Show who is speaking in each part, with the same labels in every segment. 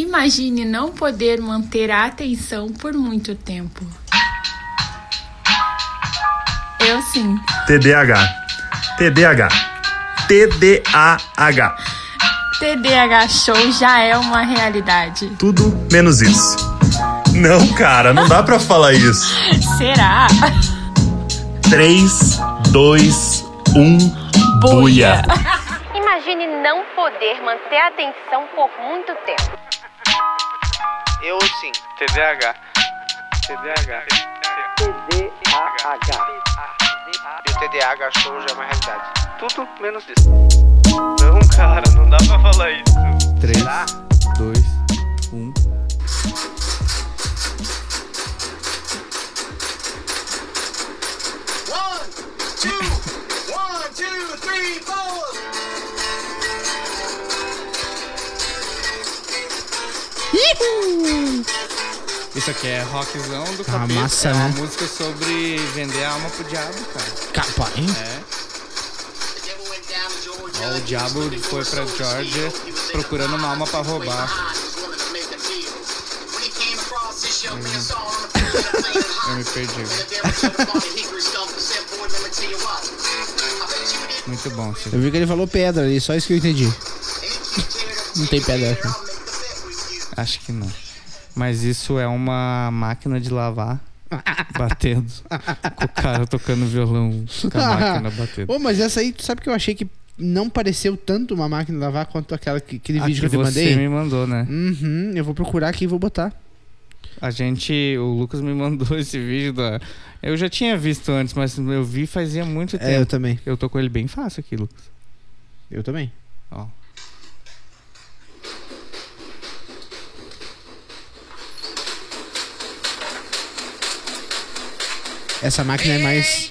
Speaker 1: Imagine não poder manter a atenção por muito tempo. Eu sim.
Speaker 2: TDAH. TDAH. TDAH.
Speaker 1: TDAH Show já é uma realidade.
Speaker 2: Tudo menos isso. Não, cara, não dá pra falar isso.
Speaker 1: Será?
Speaker 2: 3, 2, 1, buia.
Speaker 3: Imagine não poder manter a atenção por muito tempo.
Speaker 4: Eu sim.
Speaker 5: TDAH. TDAH.
Speaker 4: TDAH. E o TDAH show já é uma realidade.
Speaker 5: Tudo menos isso. Não, cara, não dá pra falar isso.
Speaker 6: 3,
Speaker 4: Será?
Speaker 6: 2, 1.
Speaker 7: Isso aqui é rockzão do
Speaker 6: Tá
Speaker 7: capeta.
Speaker 6: massa,
Speaker 7: é uma
Speaker 6: né?
Speaker 7: música sobre vender a alma pro diabo, cara.
Speaker 6: Capa, hein?
Speaker 7: É. Ó, o diabo foi pra Georgia procurando uma alma pra roubar. Eu me perdi. Muito bom,
Speaker 6: Eu
Speaker 7: Silvio.
Speaker 6: vi que ele falou pedra ali, só isso que eu entendi. Não tem pedra aqui.
Speaker 7: Acho que não. Mas isso é uma máquina de lavar batendo. com o cara tocando violão com a máquina batendo.
Speaker 6: Ô, mas essa aí, tu sabe que eu achei que não pareceu tanto uma máquina de lavar quanto aquela que, aquele
Speaker 7: Ah,
Speaker 6: vídeo que eu te
Speaker 7: você
Speaker 6: mandei?
Speaker 7: me mandou, né?
Speaker 6: Uhum, eu vou procurar aqui e vou botar.
Speaker 7: A gente, o Lucas me mandou esse vídeo da. Eu já tinha visto antes, mas eu vi fazia muito
Speaker 6: É, eu
Speaker 7: tempo.
Speaker 6: também.
Speaker 7: Eu tô com ele bem fácil aqui, Lucas.
Speaker 6: Eu também.
Speaker 7: Ó.
Speaker 6: Essa máquina é mais.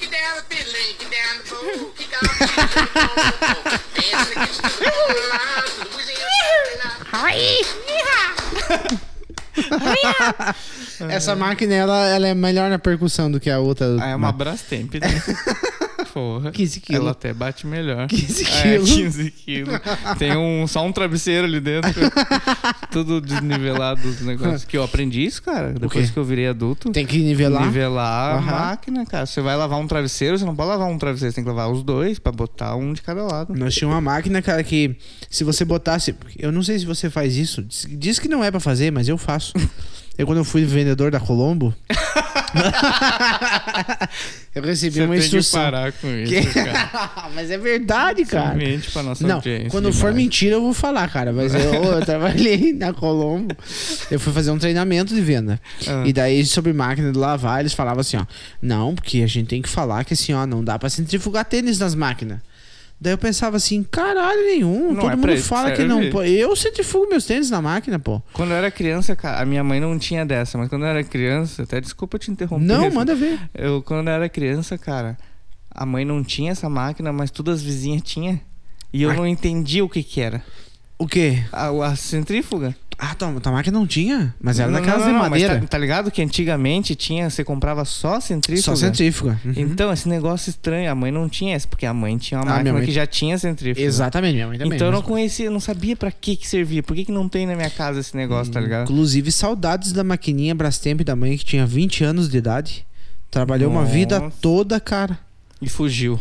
Speaker 6: Essa máquina ela, ela é melhor na percussão do que a outra.
Speaker 7: Ah, é uma Brastemp, né? Porra.
Speaker 6: 15 quilos.
Speaker 7: Ela até bate melhor.
Speaker 6: 15
Speaker 7: É,
Speaker 6: quilos.
Speaker 7: 15 quilos. Tem um, só um travesseiro ali dentro. Tudo desnivelado os negócios. Que eu aprendi isso, cara. Depois
Speaker 6: quê?
Speaker 7: que eu virei adulto.
Speaker 6: Tem que nivelar.
Speaker 7: Nivelar a
Speaker 6: Aham.
Speaker 7: máquina, cara. Você vai lavar um travesseiro, você não pode lavar um travesseiro, você tem que lavar os dois pra botar um de cada lado.
Speaker 6: Nós tinha uma máquina, cara, que se você botasse. Eu não sei se você faz isso. Diz, diz que não é pra fazer, mas eu faço. Eu, quando eu fui vendedor da Colombo. eu recebi
Speaker 7: Você
Speaker 6: uma
Speaker 7: tem
Speaker 6: instrução.
Speaker 7: que parar com isso,
Speaker 6: Que-
Speaker 7: cara. Tá.
Speaker 6: mas é verdade, cara.
Speaker 7: Mente pra nossa
Speaker 6: Não,
Speaker 7: audiência.
Speaker 6: quando for
Speaker 7: demais.
Speaker 6: mentira eu vou falar, cara. Mas eu, eu trabalhei na Colombo. Eu fui fazer um treinamento de venda.
Speaker 7: Ah.
Speaker 6: E daí, sobre máquina de lavar, eles falavam assim, ó. Não, porque a gente tem que falar que assim, ó, não dá pra centrifugar tênis nas máquinas. Daí eu pensava assim, caralho nenhum.
Speaker 7: Não
Speaker 6: todo
Speaker 7: é pra
Speaker 6: mundo
Speaker 7: isso
Speaker 6: fala
Speaker 7: que
Speaker 6: que não.
Speaker 7: serve.
Speaker 6: pô, eu centrifugo meus tênis na máquina, pô.
Speaker 7: Quando eu era criança, cara, a minha mãe não tinha dessa, mas quando eu era criança, até desculpa te interromper.
Speaker 6: Não,
Speaker 7: filho.
Speaker 6: manda ver.
Speaker 7: Eu, quando eu era criança, cara, a mãe não tinha essa máquina, mas todas as vizinhas tinham. E eu não entendia o que que era.
Speaker 6: O quê?
Speaker 7: A, a centrífuga.
Speaker 6: Ah, tua, tua máquina não tinha? Mas era
Speaker 7: Não,
Speaker 6: daquelas
Speaker 7: não, não,
Speaker 6: de
Speaker 7: mas
Speaker 6: madeira.
Speaker 7: Tá, tá ligado que antigamente tinha, você comprava só a centrífuga?
Speaker 6: Só centrífuga. Uhum.
Speaker 7: Então, esse negócio estranho, a mãe não tinha essa, porque a mãe tinha uma
Speaker 6: Ah, minha
Speaker 7: máquina
Speaker 6: mãe-
Speaker 7: que já tinha centrífuga.
Speaker 6: Exatamente, minha mãe também.
Speaker 7: Então eu não
Speaker 6: mas-
Speaker 7: conhecia, não sabia pra que que servia. Por que que não tem na minha casa esse negócio,
Speaker 6: Hum.
Speaker 7: tá ligado?
Speaker 6: Inclusive, saudades da maquininha Brastemp da mãe que tinha 20 anos de idade. Trabalhou uma
Speaker 7: Nossa.
Speaker 6: vida toda, cara.
Speaker 7: E fugiu.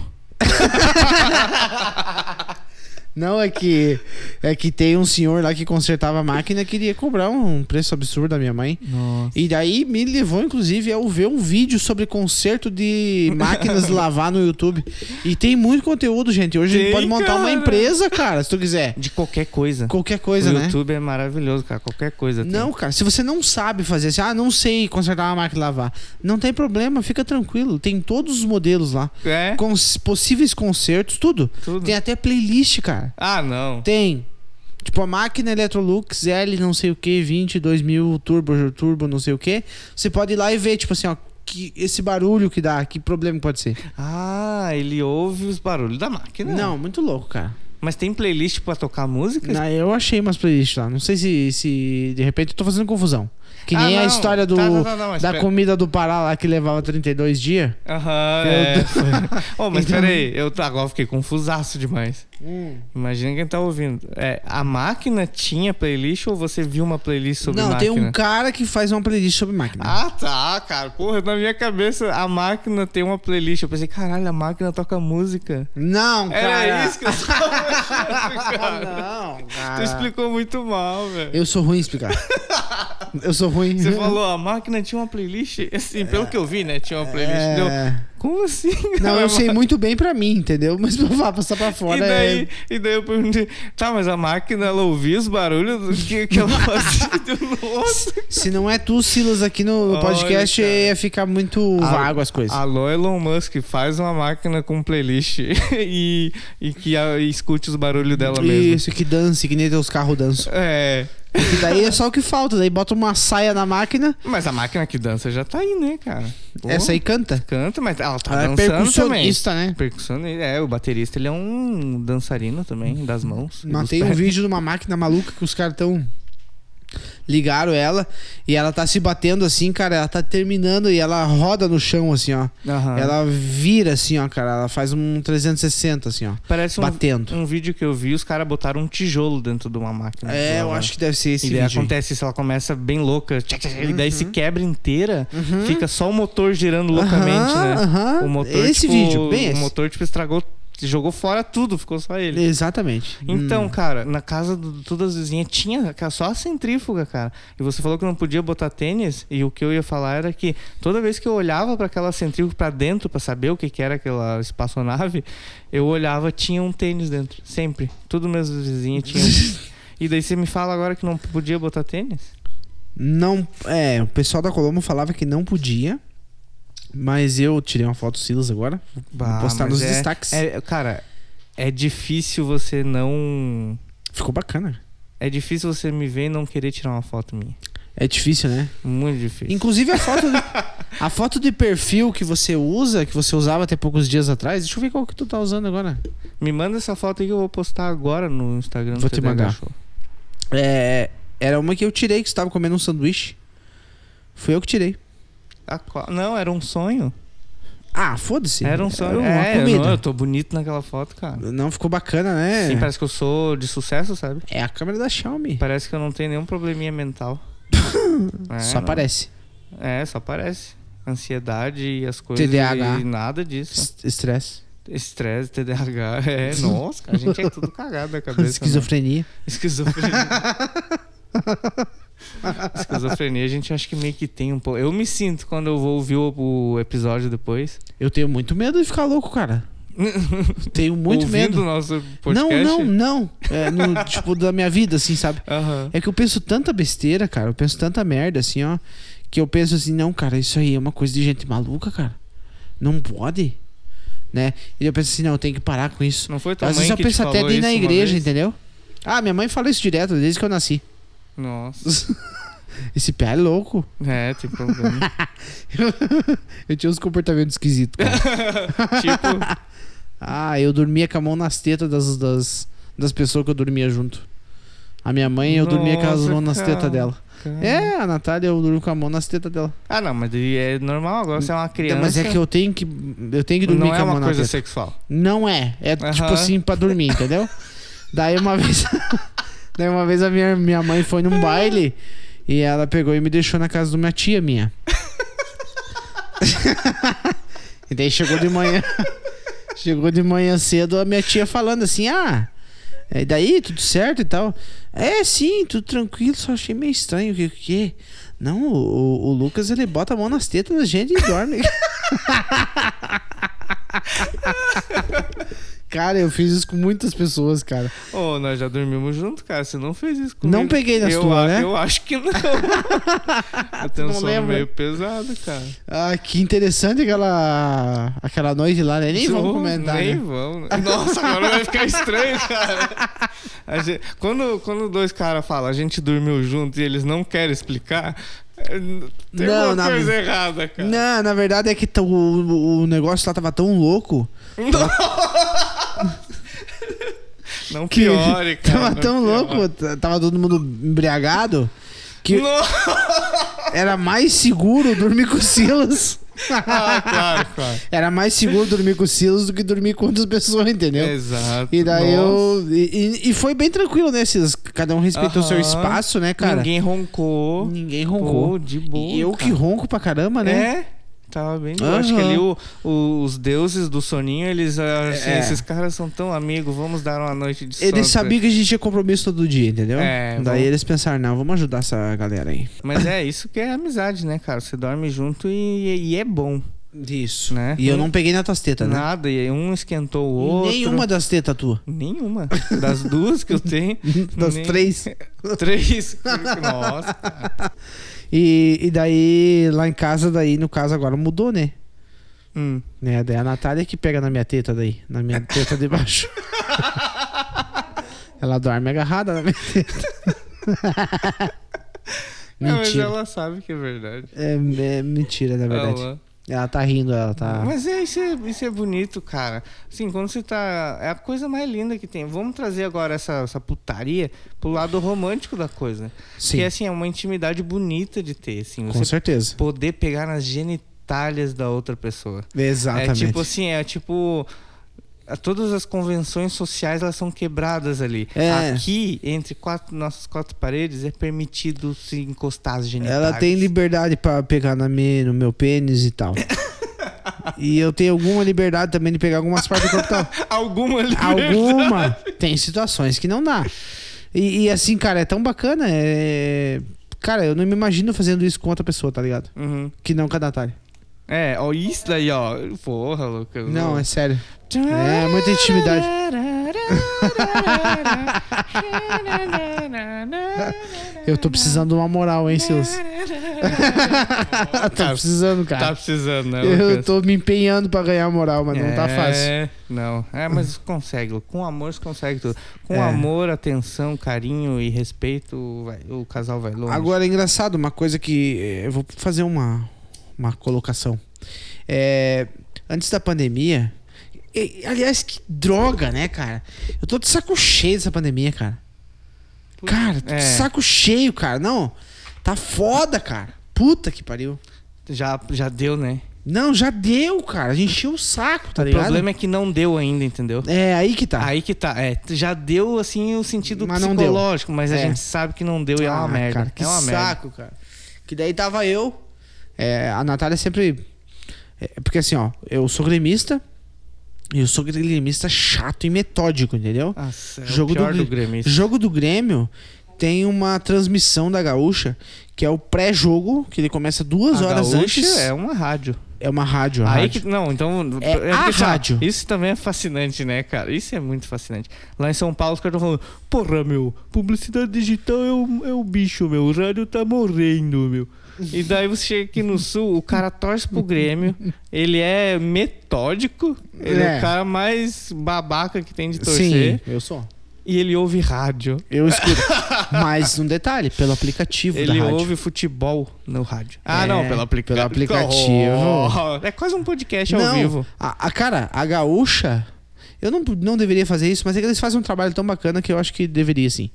Speaker 6: Não, é que é que tem um senhor lá que consertava a máquina e queria cobrar um preço absurdo da minha mãe.
Speaker 7: Nossa.
Speaker 6: E daí me levou, inclusive, a ver um vídeo sobre conserto de máquinas de lavar no YouTube. E tem muito conteúdo, gente. Hoje a gente
Speaker 7: Tem,
Speaker 6: pode montar uma
Speaker 7: cara.
Speaker 6: empresa, cara, se tu quiser.
Speaker 7: De qualquer coisa.
Speaker 6: Qualquer coisa,
Speaker 7: o
Speaker 6: né?
Speaker 7: YouTube é maravilhoso, cara. Qualquer coisa. tem.
Speaker 6: Não, cara, se você não sabe fazer assim, ah, não sei consertar uma máquina de lavar, não tem problema, fica tranquilo. Tem todos os modelos lá.
Speaker 7: É?
Speaker 6: Com possíveis concertos, tudo.
Speaker 7: Tudo.
Speaker 6: Tem até playlist, cara.
Speaker 7: Ah, não.
Speaker 6: Tem. Tipo, a máquina Electrolux L não sei o que, 22 mil turbo, turbo não sei o que. Você pode ir lá e ver, tipo assim, ó, que, esse barulho que dá, que problema que pode ser.
Speaker 7: Ah, ele ouve os barulhos da máquina.
Speaker 6: Não, muito louco, cara.
Speaker 7: Mas tem playlist pra tocar música?
Speaker 6: Não, eu achei umas playlists lá. Não sei se, se de repente eu tô fazendo confusão. Que
Speaker 7: Ah,
Speaker 6: nem a
Speaker 7: não.
Speaker 6: história do,
Speaker 7: Tá, não, não, não, mas
Speaker 6: da
Speaker 7: pera-
Speaker 6: comida do Pará lá que levava 32 dias.
Speaker 7: Aham,
Speaker 6: Eu-
Speaker 7: é. foi. Ô, mas
Speaker 6: Então-
Speaker 7: peraí, eu tá- agora fiquei confusaço demais. Imagina quem tá ouvindo. É, a máquina tinha playlist ou você viu uma playlist sobre
Speaker 6: não,
Speaker 7: máquina?
Speaker 6: tem um cara que faz uma playlist sobre máquina.
Speaker 7: Ah, tá, cara. Porra, na minha cabeça a máquina tem uma playlist. Eu pensei, caralho, a máquina toca música.
Speaker 6: Não, cara. Ah,
Speaker 7: Era isso que eu tava achando, cara.
Speaker 6: Não,
Speaker 7: Tu
Speaker 6: cara.
Speaker 7: explicou muito mal, velho.
Speaker 6: Eu sou ruim em explicar. eu sou ruim.
Speaker 7: Você falou, a máquina tinha uma playlist? Assim, pelo que eu vi, né? Tinha uma playlist.
Speaker 6: É.
Speaker 7: Deu, como assim?
Speaker 6: Não,
Speaker 7: cara?
Speaker 6: eu sei muito bem pra mim, entendeu? Mas pra falar, passar pra
Speaker 7: E
Speaker 6: fora
Speaker 7: daí,
Speaker 6: é...
Speaker 7: e daí eu perguntei, tá, mas a máquina ela ouvia os barulhos do que, que ela fazia? Eu, Nossa!
Speaker 6: Se não é tu, Silas, aqui no no
Speaker 7: Olha,
Speaker 6: podcast,
Speaker 7: cara.
Speaker 6: ia ficar muito vago Tipo, as coisas.
Speaker 7: Alô, Elon Musk, faz uma máquina com playlist e, e que a- e escute os barulhos dela mesmo.
Speaker 6: Isso, que dance, que nem teus carros dançam.
Speaker 7: É.
Speaker 6: Que daí é só o que falta. Daí bota uma saia na máquina,
Speaker 7: Mas a máquina que dança já tá aí, né, cara? Pô,
Speaker 6: essa aí canta.
Speaker 7: canta, mas ela tá
Speaker 6: Ela é
Speaker 7: dançando
Speaker 6: percussionista, né?
Speaker 7: também. Percussionista, é, o baterista ele é um dançarino também, das mãos. e
Speaker 6: Matei
Speaker 7: dos
Speaker 6: um
Speaker 7: pés.
Speaker 6: vídeo de uma máquina maluca que os caras tão. Ligaram ela e ela tá se batendo assim, cara. Ela tá terminando e ela roda no chão, assim, ó.
Speaker 7: Aham.
Speaker 6: Ela vira assim, ó, cara. Ela faz um 360, assim, ó.
Speaker 7: Parece um,
Speaker 6: batendo.
Speaker 7: um vídeo que eu vi, os caras botaram um tijolo dentro de uma máquina. Uhum.
Speaker 6: É, eu acho que deve ser esse
Speaker 7: Hum. E daí
Speaker 6: vídeo. aí. Uhum.
Speaker 7: acontece isso, ela começa bem louca, tchac, tchac, tchac, e daí se quebra inteira, fica só o motor girando loucamente, né?
Speaker 6: aham.
Speaker 7: O motor,
Speaker 6: Esse
Speaker 7: tipo,
Speaker 6: vídeo, bem
Speaker 7: o
Speaker 6: esse.
Speaker 7: motor tipo estragou, jogou fora tudo, ficou só ele.
Speaker 6: Exatamente. Hum,
Speaker 7: Então, cara, na casa do- de todas as vizinhas tinha ca- só a centrífuga, cara. E você falou que não podia botar tênis, e o que eu ia falar era que toda vez que eu olhava pra aquela centrífuga pra dentro pra saber o que, que era aquela espaçonave, eu olhava, tinha um tênis dentro, sempre. Tudo meus vizinhos tinha. um. E daí você me fala agora que não podia botar tênis?
Speaker 6: Não, é, o pessoal da Colombo falava que não podia, mas eu tirei uma foto do Silas agora, vou
Speaker 7: Bah,
Speaker 6: postar
Speaker 7: mas
Speaker 6: nos
Speaker 7: é-
Speaker 6: destaques.
Speaker 7: é- cara, é difícil você não.
Speaker 6: Ficou bacana.
Speaker 7: É difícil você me ver e não querer tirar uma foto minha.
Speaker 6: É difícil, né?
Speaker 7: Muito difícil.
Speaker 6: Inclusive a foto de, a foto de perfil que você usa, que você usava até poucos dias atrás, deixa eu ver qual que tu tá usando agora.
Speaker 7: Me manda essa foto aí que eu vou postar agora no Instagram. do
Speaker 6: Vou te
Speaker 7: TDAH
Speaker 6: mandar.
Speaker 7: Show.
Speaker 6: É, era uma que eu tirei que você tava comendo um sanduíche. Fui eu que tirei.
Speaker 7: A qual- Não, era um sonho.
Speaker 6: Ah, foda-se.
Speaker 7: Era um sonho.
Speaker 6: uma
Speaker 7: é, eu, não, eu
Speaker 6: comida.
Speaker 7: tô bonito naquela foto, cara.
Speaker 6: Não, ficou bacana, né?
Speaker 7: Sim, parece que eu sou de sucesso, sabe?
Speaker 6: É a câmera da Xiaomi.
Speaker 7: Parece que eu não tenho nenhum probleminha mental. É,
Speaker 6: Só
Speaker 7: não.
Speaker 6: parece.
Speaker 7: É, só parece. Ansiedade e as coisas.
Speaker 6: TDAH.
Speaker 7: E nada disso.
Speaker 6: Est- Estresse.
Speaker 7: Estresse, TDAH. É, nossa, cara, a gente é tudo cagado da cabeça. né?
Speaker 6: Esquizofrenia.
Speaker 7: Esquizofrenia. Esquizofrenia, a gente acha que meio que tem um pouco. Eu me sinto quando eu vou ouvir o, o episódio depois.
Speaker 6: Eu tenho muito medo de ficar louco, cara. Tenho muito
Speaker 7: Ouvindo o
Speaker 6: medo.
Speaker 7: nosso podcast.
Speaker 6: Não, não, não. É, no, tipo, da minha vida, assim, sabe?
Speaker 7: Aham.
Speaker 6: É que eu penso tanta besteira, cara. Eu penso tanta merda, assim, ó. Que eu penso assim, não, cara, isso aí é uma coisa de gente maluca, cara. Não pode. Né? E eu penso assim, não, eu tenho que parar com isso.
Speaker 7: Não foi tua
Speaker 6: Às
Speaker 7: mãe
Speaker 6: vezes eu
Speaker 7: que te
Speaker 6: penso até
Speaker 7: falou
Speaker 6: de ir na
Speaker 7: isso uma
Speaker 6: igreja,
Speaker 7: vez?
Speaker 6: entendeu? Ah, minha mãe fala isso direto, desde que eu nasci.
Speaker 7: Nossa.
Speaker 6: Esse pé é louco.
Speaker 7: É, tem problema.
Speaker 6: Eu tinha uns comportamentos esquisitos, cara.
Speaker 7: tipo,
Speaker 6: Ah, eu dormia com a mão nas tetas das, das, das pessoas que eu dormia junto. A minha mãe, eu dormia com as
Speaker 7: Nossa,
Speaker 6: mãos nas
Speaker 7: cara.
Speaker 6: tetas dela. É, a Natália, eu durmo com a mão nas tetas dela.
Speaker 7: ah, não, mas daí é normal agora você é uma criança.
Speaker 6: Não, mas é que eu tenho que. Eu tenho que dormir
Speaker 7: não
Speaker 6: com
Speaker 7: é
Speaker 6: a mão
Speaker 7: uma
Speaker 6: na
Speaker 7: coisa
Speaker 6: teta.
Speaker 7: sexual.
Speaker 6: Não é. É tipo
Speaker 7: Aham.
Speaker 6: assim pra dormir, entendeu? Daí uma vez. Daí uma vez a minha, minha mãe foi num baile e ela pegou e me deixou na casa de uma tia minha. e daí chegou de manhã. Chegou de manhã cedo a minha tia falando assim: ah. E daí, tudo certo e tal? É, sim, tudo tranquilo, só achei meio estranho. O que? o que? Não, o, o- o Lucas ele bota a mão nas tetas da gente e dorme. cara, eu fiz isso com muitas pessoas, cara.
Speaker 7: Ô, nós já dormimos junto, cara. Você não fez isso comigo.
Speaker 6: Não peguei nas
Speaker 7: eu,
Speaker 6: tuas,
Speaker 7: a-
Speaker 6: né?
Speaker 7: Eu acho que não. eu tenho um
Speaker 6: Não
Speaker 7: sono
Speaker 6: lembra?
Speaker 7: meio pesado, cara.
Speaker 6: Ah, que interessante aquela, aquela noite lá, né? Nem vamos
Speaker 7: Não,
Speaker 6: comentar.
Speaker 7: Nem
Speaker 6: né?
Speaker 7: vamos. Nossa, agora vai ficar estranho, cara. A gente- quando, quando dois caras falam, a gente dormiu junto e eles não querem explicar, é, tem
Speaker 6: Não,
Speaker 7: alguma
Speaker 6: não.
Speaker 7: coisa errada, cara.
Speaker 6: Não, na verdade é que t- o, o negócio lá tava tão louco.
Speaker 7: Não
Speaker 6: Que
Speaker 7: piore, cara.
Speaker 6: tava
Speaker 7: não
Speaker 6: tão
Speaker 7: piore.
Speaker 6: louco, t- tava todo mundo embriagado. Que era mais seguro dormir com o Silas.
Speaker 7: Ah, claro, claro.
Speaker 6: Era mais seguro dormir com o Silas do que dormir com outras pessoas, entendeu?
Speaker 7: Exato.
Speaker 6: E daí
Speaker 7: Nossa.
Speaker 6: eu. E, e- e foi bem tranquilo, né, Silas? Cada um respeitou seu
Speaker 7: Aham.
Speaker 6: espaço, né, cara?
Speaker 7: Ninguém roncou.
Speaker 6: Ninguém roncou.
Speaker 7: Pô, de boa.
Speaker 6: E eu que
Speaker 7: cara.
Speaker 6: ronco pra caramba, né?
Speaker 7: É. Tava bem. Eu acho que
Speaker 6: Aham.
Speaker 7: ali o- o- os deuses do soninho, eles. ah, assim,
Speaker 6: É.
Speaker 7: Esses caras são tão amigos, vamos dar uma noite de sono.
Speaker 6: Eles
Speaker 7: pra-
Speaker 6: sabiam que a gente tinha compromisso todo dia, entendeu?
Speaker 7: É,
Speaker 6: Daí
Speaker 7: vamos-
Speaker 6: eles pensaram, não, vamos ajudar essa galera aí.
Speaker 7: Mas é isso que é amizade, né, cara? Você dorme junto e, e é bom.
Speaker 6: Isso.
Speaker 7: Né?
Speaker 6: E eu não peguei na tuas tetas, né?
Speaker 7: Nada, e um esquentou o outro.
Speaker 6: Nenhuma das tetas tua.
Speaker 7: Nenhuma. Das duas que eu tenho.
Speaker 6: Das
Speaker 7: nem-
Speaker 6: três.
Speaker 7: Três. Nossa. cara.
Speaker 6: E, e daí, lá em casa, daí, no caso, agora mudou, né?
Speaker 7: Hum.
Speaker 6: Né, daí a Natália que pega na minha teta daí, na minha teta de baixo. ela dorme agarrada na minha teta.
Speaker 7: Não, É, mas
Speaker 6: mentira.
Speaker 7: ela sabe que é verdade.
Speaker 6: É, é mentira, na verdade.
Speaker 7: Ela-
Speaker 6: Ela tá rindo, ela tá.
Speaker 7: Mas é isso, é isso é bonito, cara. Assim, quando você tá. É a coisa mais linda que tem. Vamos trazer agora essa, essa putaria pro lado romântico da coisa.
Speaker 6: Sim.
Speaker 7: Que assim, é uma intimidade bonita de ter, assim.
Speaker 6: Com
Speaker 7: Você
Speaker 6: certeza.
Speaker 7: poder pegar nas genitálias da outra pessoa.
Speaker 6: Exatamente.
Speaker 7: É tipo assim, é tipo. a- Todas as convenções sociais elas são quebradas ali.
Speaker 6: É.
Speaker 7: Aqui, entre quatro, nossas quatro paredes, é permitido se encostar as genitais.
Speaker 6: ela tem liberdade pra pegar na minha, no meu pênis e tal. e eu tenho alguma liberdade também de pegar algumas partes do corpo. tal.
Speaker 7: alguma liberdade.
Speaker 6: Alguma. Tem situações que não dá. E, e assim, cara, é tão bacana. É... Cara, eu não me imagino fazendo isso com outra pessoa, tá ligado?
Speaker 7: Uhum.
Speaker 6: Que não com a Natália.
Speaker 7: É, ó, isso daí, ó. Porra, Lucas.
Speaker 6: Não, é sério. É, muita intimidade. Eu tô precisando de uma moral, hein, Silas? tô precisando,
Speaker 7: Tá
Speaker 6: cara.
Speaker 7: precisando, né?
Speaker 6: Eu
Speaker 7: Lucas?
Speaker 6: tô me empenhando pra ganhar moral, mas não tá
Speaker 7: É,
Speaker 6: fácil.
Speaker 7: Não. É, mas consegue. Com amor você consegue tudo. Com
Speaker 6: É.
Speaker 7: amor, atenção, carinho e respeito, vai- o casal vai longe.
Speaker 6: Agora, é engraçado, uma coisa que... eh, Eu vou fazer uma, uma colocação. É, antes da pandemia... e- aliás, que droga, né, cara? Eu tô de saco cheio dessa pandemia, cara. Cara, tô
Speaker 7: é.
Speaker 6: de saco cheio, cara. Não, tá foda, cara. Puta que pariu.
Speaker 7: já, já deu, né?
Speaker 6: Não, já deu, cara. A gente encheu o saco, tá
Speaker 7: o
Speaker 6: ligado?
Speaker 7: problema é que não deu ainda, entendeu?
Speaker 6: É, aí que tá.
Speaker 7: Aí que tá. É, já deu, assim, o sentido
Speaker 6: Mas não deu.
Speaker 7: psicológico, mas a
Speaker 6: É.
Speaker 7: gente sabe que não deu e é uma
Speaker 6: Ah,
Speaker 7: merda.
Speaker 6: Cara, que
Speaker 7: é uma merda.
Speaker 6: saco, cara. Que daí tava eu. é, a Natália sempre. é, porque assim, ó, eu sou gremista. E eu sou gremista chato e metódico, entendeu?
Speaker 7: Nossa, é o pior do
Speaker 6: Gre-
Speaker 7: gremista.
Speaker 6: Jogo do Grêmio tem uma transmissão da Gaúcha, que é o pré-jogo, que ele começa duas
Speaker 7: A
Speaker 6: horas
Speaker 7: Gaúcha
Speaker 6: antes.
Speaker 7: é uma rádio.
Speaker 6: É uma rádio, a
Speaker 7: Aí
Speaker 6: rádio.
Speaker 7: que. Não, então.
Speaker 6: É
Speaker 7: porque,
Speaker 6: a
Speaker 7: assim, ó,
Speaker 6: rádio.
Speaker 7: Isso também é fascinante, né, cara? Isso é muito fascinante. Lá em São Paulo, os caras estão falando: Porra, meu, publicidade digital é o, é o bicho, meu. O rádio tá morrendo, meu. E daí você chega aqui no sul, o cara torce pro Grêmio, ele é metódico, ele é,
Speaker 6: É.
Speaker 7: o cara mais babaca que tem de torcer,
Speaker 6: Sim, eu sou.
Speaker 7: e ele ouve rádio.
Speaker 6: Eu escuto. Mas um detalhe, pelo aplicativo da
Speaker 7: Ele
Speaker 6: rádio.
Speaker 7: ouve futebol no rádio. Ah,
Speaker 6: É,
Speaker 7: não, pelo aplicativo.
Speaker 6: pelo aplicativo.
Speaker 7: é quase um podcast ao vivo.
Speaker 6: A, a- cara, a gaúcha. Eu não, não deveria fazer isso, mas é que eles fazem um trabalho tão bacana que eu acho que deveria, sim.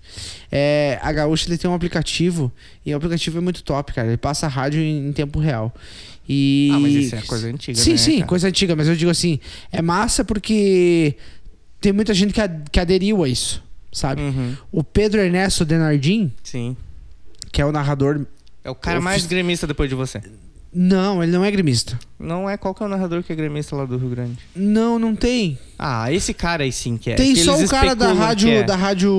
Speaker 6: É, a Gaúcha ele tem um aplicativo, e o aplicativo é muito top, cara. Ele passa a rádio em, em tempo real. E...
Speaker 7: Ah, mas isso é coisa antiga,
Speaker 6: Sim,
Speaker 7: né,
Speaker 6: sim,
Speaker 7: cara?
Speaker 6: coisa antiga, mas eu digo assim, é massa porque tem muita gente que, ad- que aderiu a isso, sabe?
Speaker 7: Uhum.
Speaker 6: O Pedro Ernesto Denardim,
Speaker 7: Sim.
Speaker 6: que é o narrador.
Speaker 7: É o cara
Speaker 6: Eu
Speaker 7: mais
Speaker 6: fiz-
Speaker 7: gremista depois de você.
Speaker 6: Não, ele não é gremista.
Speaker 7: Não é qual que é o narrador que é gremista lá do Rio Grande.
Speaker 6: Não, não tem.
Speaker 7: Ah, esse cara aí sim que é.
Speaker 6: Tem
Speaker 7: que
Speaker 6: só o
Speaker 7: eles
Speaker 6: cara da
Speaker 7: especulam
Speaker 6: rádio,
Speaker 7: que é.
Speaker 6: da rádio,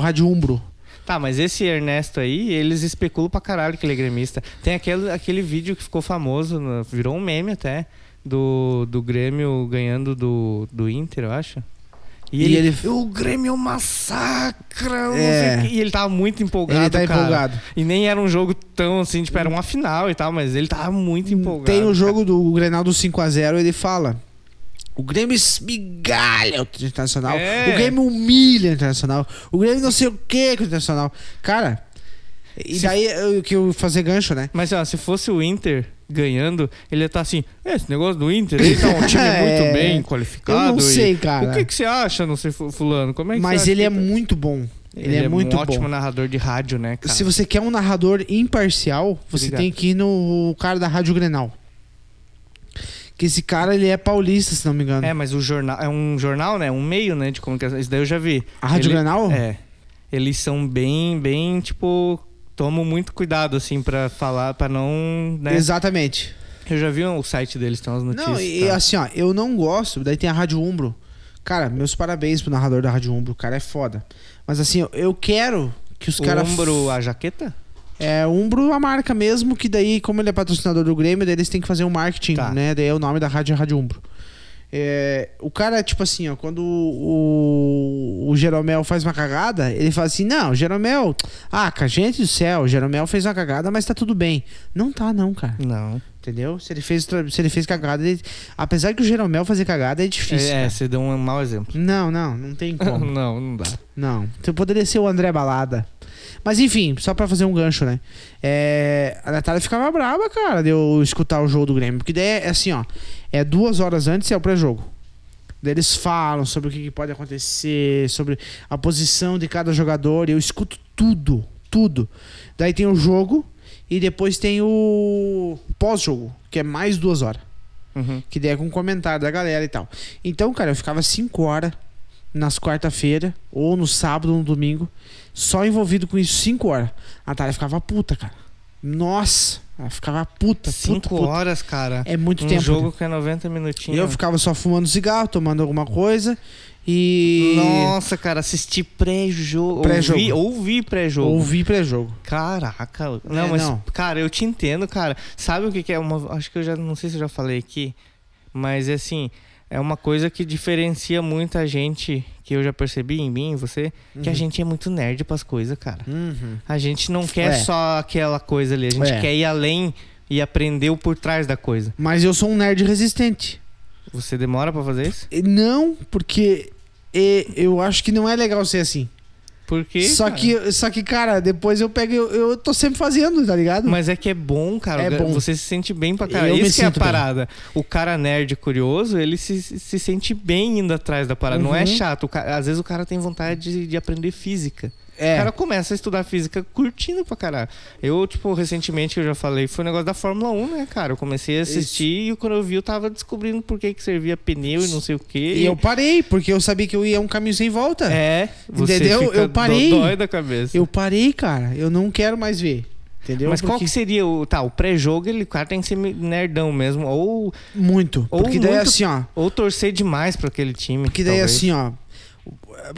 Speaker 6: rádio Umbro.
Speaker 7: Tá, mas esse Ernesto aí, eles especulam pra caralho que ele é gremista. Tem aquele, aquele vídeo que ficou famoso, no- virou um meme até, do, do Grêmio ganhando do, do Inter, eu acho. E,
Speaker 6: E
Speaker 7: ele,
Speaker 6: ele-
Speaker 7: O Grêmio é massacra! não sei
Speaker 6: É.
Speaker 7: o quê." E ele tava muito empolgado,
Speaker 6: Ele tá
Speaker 7: cara.
Speaker 6: empolgado.
Speaker 7: E nem era um jogo tão assim, tipo, era uma final e tal, mas ele tava muito empolgado.
Speaker 6: Tem o
Speaker 7: cara.
Speaker 6: jogo do Grenal do 5x0, ele fala. O Grêmio esmigalha o Internacional.
Speaker 7: É.
Speaker 6: O Grêmio humilha o Internacional. O Grêmio não sei o que com o Internacional. Cara, e
Speaker 7: Se-
Speaker 6: daí eu, que eu fazer gancho, né?
Speaker 7: Mas ó, se fosse o Inter ganhando, ele ia estar assim, "É, esse negócio do Inter, ele tá um time muito
Speaker 6: É.
Speaker 7: bem qualificado.
Speaker 6: Eu não
Speaker 7: e-
Speaker 6: sei, cara.
Speaker 7: O que, que você acha, não sei, fu- fulano? Como é que
Speaker 6: Mas
Speaker 7: você
Speaker 6: ele é
Speaker 7: acha que tá?"
Speaker 6: muito bom. Ele é muito
Speaker 7: um ótimo
Speaker 6: bom.
Speaker 7: narrador de rádio, né, cara?
Speaker 6: Se você quer um narrador imparcial, você
Speaker 7: Obrigado.
Speaker 6: tem que ir no cara da Rádio Grenal. Que esse cara, ele é paulista, se não me engano.
Speaker 7: É, mas o jornal é um jornal, né? Um meio, né, de comunicação. Isso daí eu já vi.
Speaker 6: A Rádio Grenal?
Speaker 7: É. Eles são bem, bem, tipo, tomam muito cuidado assim pra falar, pra não, né?
Speaker 6: Exatamente.
Speaker 7: Eu já vi o site deles, tem umas notícias.
Speaker 6: Não, e
Speaker 7: tá?
Speaker 6: assim, ó, eu não gosto. Daí tem a Rádio Umbro. Cara, meus parabéns pro narrador da Rádio Umbro. O cara é foda. Mas assim, eu- eu quero que os
Speaker 7: o
Speaker 6: caras.
Speaker 7: ombro, a jaqueta?
Speaker 6: É, Umbro a marca mesmo, que daí, como ele é patrocinador do Grêmio, daí eles têm que fazer um marketing,
Speaker 7: Tá.
Speaker 6: né? Daí é o nome da rádio é Rádio Umbro. É, o cara, tipo assim, ó, quando o, o Jeromel faz uma cagada, ele fala assim: Não, Jeromel, ah, ca- gente do céu, o Jeromel fez uma cagada, mas tá tudo bem. Não tá, não, cara.
Speaker 7: Não.
Speaker 6: Entendeu? Se ele fez, tra- se ele fez cagada, ele- apesar que o Jeromel fazer cagada é difícil.
Speaker 7: é,
Speaker 6: cara.
Speaker 7: você deu um mau exemplo.
Speaker 6: Não, não, não tem como.
Speaker 7: não, não dá.
Speaker 6: Não. Então poderia ser o André Balada. Mas enfim, só pra fazer um gancho, né? É, a Natália ficava brava, cara, de eu escutar o jogo do Grêmio. Porque daí é assim, ó. É duas horas antes e é o pré-jogo. Daí eles falam sobre o que que pode acontecer, sobre a posição de cada jogador. Eu escuto tudo, tudo. Daí tem o jogo e depois tem o pós-jogo, que é mais duas horas.
Speaker 7: Uhum.
Speaker 6: Que daí é com comentário da galera e tal. Então, cara, eu ficava 5 horas nas quarta-feira, ou no sábado, ou no domingo, só envolvido com isso 5 horas. A Natália ficava puta, cara. Nossa, ela ficava puta, puta,
Speaker 7: Cinco
Speaker 6: puta.
Speaker 7: horas, cara.
Speaker 6: É muito
Speaker 7: Tá um
Speaker 6: tempo.
Speaker 7: jogo que é 90 minutinhos.
Speaker 6: E eu ficava só fumando cigarro, tomando alguma coisa e
Speaker 7: Nossa, cara, assisti pré-jogo.
Speaker 6: Pré-jogo.
Speaker 7: Ouvi, ouvi pré-jogo.
Speaker 6: ouvi pré-jogo.
Speaker 7: Caraca. Não, mas,
Speaker 6: não.
Speaker 7: cara, eu te entendo, cara. Sabe o que, que é uma. Acho que eu já. Não sei se eu já falei aqui. Mas, assim. É uma coisa que diferencia muita gente. Que eu já percebi em mim, em você. Que a gente é muito nerd pras coisas, cara.
Speaker 6: Uhum.
Speaker 7: A gente não quer
Speaker 6: É.
Speaker 7: só aquela coisa ali. A gente
Speaker 6: É.
Speaker 7: quer ir além e aprender o por trás da coisa.
Speaker 6: Mas eu sou um nerd resistente.
Speaker 7: Você demora pra fazer isso?
Speaker 6: E Não, porque e, eu acho que não é legal ser assim.
Speaker 7: Porque.
Speaker 6: só, que, só que, cara, depois eu pego. Eu, eu tô sempre fazendo, tá ligado?
Speaker 7: Mas é que é bom, cara.
Speaker 6: É bom.
Speaker 7: Você se sente bem pra caralho.
Speaker 6: Eu me
Speaker 7: Isso que é a
Speaker 6: sinto bem.
Speaker 7: parada. O cara nerd curioso, ele se, se sente bem indo atrás da parada.
Speaker 6: Uhum.
Speaker 7: Não é chato. O ca- Às vezes o cara tem vontade de, de aprender física.
Speaker 6: É.
Speaker 7: O cara começa a estudar física curtindo pra caralho. Eu, tipo, recentemente, eu já falei, foi o negócio da Fórmula 1, né, cara? Eu comecei a assistir e quando eu vi, eu tava descobrindo por que que servia pneu e não sei o quê.
Speaker 6: E eu parei, porque eu sabia que eu ia um caminho sem volta.
Speaker 7: É, você
Speaker 6: Entendeu?
Speaker 7: fica
Speaker 6: Eu parei.
Speaker 7: dodói da cabeça.
Speaker 6: Eu parei, cara. Eu não quero mais ver. Entendeu?
Speaker 7: Mas qual
Speaker 6: Porque-
Speaker 7: que seria o... Tá, o pré-jogo, ele, o cara tem que ser nerdão mesmo. Ou
Speaker 6: Muito.
Speaker 7: Ou
Speaker 6: porque daí é
Speaker 7: muito-
Speaker 6: assim, ó.
Speaker 7: Ou torcer demais pra aquele time.
Speaker 6: Porque daí é
Speaker 7: talvez.
Speaker 6: assim, ó.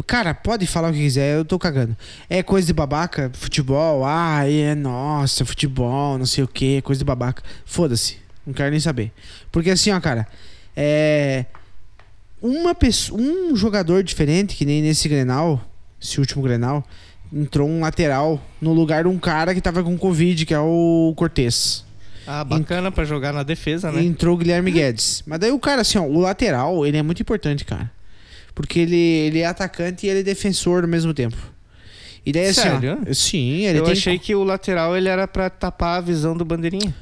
Speaker 6: Cara, pode falar o que quiser, eu tô cagando. É coisa de babaca, futebol, ah, é nossa, futebol, não sei o que, coisa de babaca. Foda-se, não quero nem saber. Porque assim, ó, cara, é. Uma pessoa, um jogador diferente, que nem nesse Grenal, esse último Grenal, entrou um lateral no lugar de um cara que tava com Covid, que é o Cortez.
Speaker 7: Ah, bacana pra jogar na defesa, né?
Speaker 6: Entrou o Guilherme Guedes. Mas daí o cara, assim, ó, o lateral, ele é muito importante, cara. Porque ele, ele é atacante e ele é defensor ao mesmo tempo. E daí, assim, ó,
Speaker 7: Sério?
Speaker 6: Sim, ele
Speaker 7: Eu
Speaker 6: tem...
Speaker 7: achei que o lateral ele era pra tapar a visão do bandeirinha.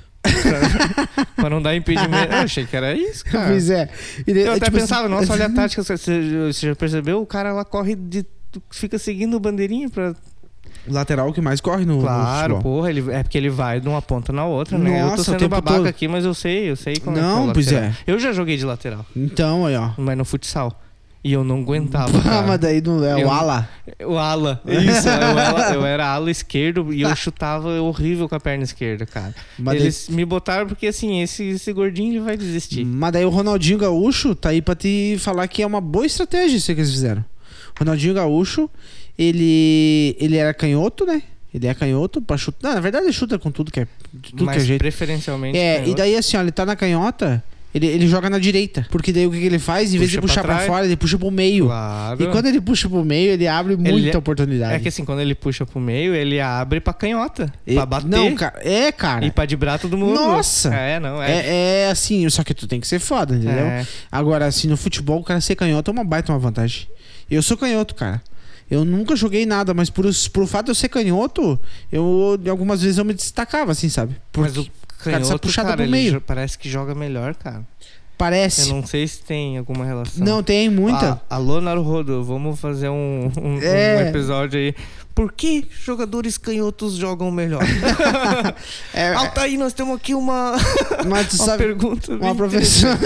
Speaker 7: pra, pra não dar impedimento. Eu achei que era isso, cara.
Speaker 6: Pois é. E daí,
Speaker 7: Eu até
Speaker 6: tipo,
Speaker 7: pensava,
Speaker 6: assim-
Speaker 7: nossa, olha a tática. Você, você já percebeu? O cara lá corre de. Fica seguindo o bandeirinha pra.
Speaker 6: O lateral que mais corre no, no
Speaker 7: Claro,
Speaker 6: futebol.
Speaker 7: porra, ele, é porque ele vai de uma ponta na outra, né? eu
Speaker 6: Nossa,
Speaker 7: tô
Speaker 6: o
Speaker 7: sendo
Speaker 6: tempo
Speaker 7: babaca
Speaker 6: todo.
Speaker 7: aqui, mas eu sei, eu sei como é que é.
Speaker 6: Não,
Speaker 7: o
Speaker 6: pois
Speaker 7: lateral.
Speaker 6: é.
Speaker 7: Eu já joguei de lateral,
Speaker 6: Então, aí, ó.
Speaker 7: mas no futsal. E eu não aguentava.
Speaker 6: Ah,
Speaker 7: cara.
Speaker 6: mas daí não é
Speaker 7: Eu-
Speaker 6: o ala.
Speaker 7: O ala. Isso, eu, ala- eu era ala esquerdo e eu chutava horrível com a perna esquerda, cara.
Speaker 6: Mas
Speaker 7: Eles me botaram porque, assim, esse, esse gordinho ele vai desistir.
Speaker 6: Mas daí o Ronaldinho Gaúcho tá aí pra te falar que é uma boa estratégia isso que eles fizeram. Ronaldinho Gaúcho, ele, ele era canhoto, né? Ele é canhoto pra chutar. Não, na verdade ele chuta com tudo que é, de tudo
Speaker 7: Mas
Speaker 6: que é jeito.
Speaker 7: preferencialmente.
Speaker 6: É, e
Speaker 7: canhoto.
Speaker 6: daí assim, ó, ele tá na canhota, ele, ele joga na direita. Porque daí o que, que ele faz? Em vez de
Speaker 7: Puxa pra
Speaker 6: puxar pra,
Speaker 7: trás.
Speaker 6: fora, ele puxa pro meio.
Speaker 7: Claro.
Speaker 6: E quando ele puxa pro meio, ele abre muita oportunidade.
Speaker 7: É que assim, quando ele puxa pro meio, ele abre pra canhota.
Speaker 6: E-
Speaker 7: Pra bater.
Speaker 6: Não, cara. É, cara.
Speaker 7: E pra debrar todo mundo.
Speaker 6: Nossa!
Speaker 7: É, não, é.
Speaker 6: É, é assim, só que tu tem que ser foda, entendeu?
Speaker 7: É.
Speaker 6: Agora, assim, no futebol, o cara ser canhoto é uma baita uma vantagem. Eu sou canhoto, cara. Eu nunca joguei nada, mas por, os- por o fato de eu ser canhoto, eu algumas vezes eu me destacava, assim, sabe?
Speaker 7: Mas o
Speaker 6: causa dessa
Speaker 7: canhoto,
Speaker 6: puxada
Speaker 7: cara,
Speaker 6: pro
Speaker 7: ele
Speaker 6: meio.
Speaker 7: jo- parece que joga melhor, cara. Eu
Speaker 6: Parece. Não...
Speaker 7: não sei se tem alguma relação.
Speaker 6: tem muita.
Speaker 7: Ah, alô, Naruhodo, vamos fazer um, um- um
Speaker 6: É.
Speaker 7: episódio aí. Por que jogadores canhotos jogam melhor?
Speaker 6: É,
Speaker 7: Altair, nós temos aqui uma,
Speaker 6: mas tu
Speaker 7: uma
Speaker 6: sabe.
Speaker 7: pergunta.
Speaker 6: Uma
Speaker 7: bem
Speaker 6: professora.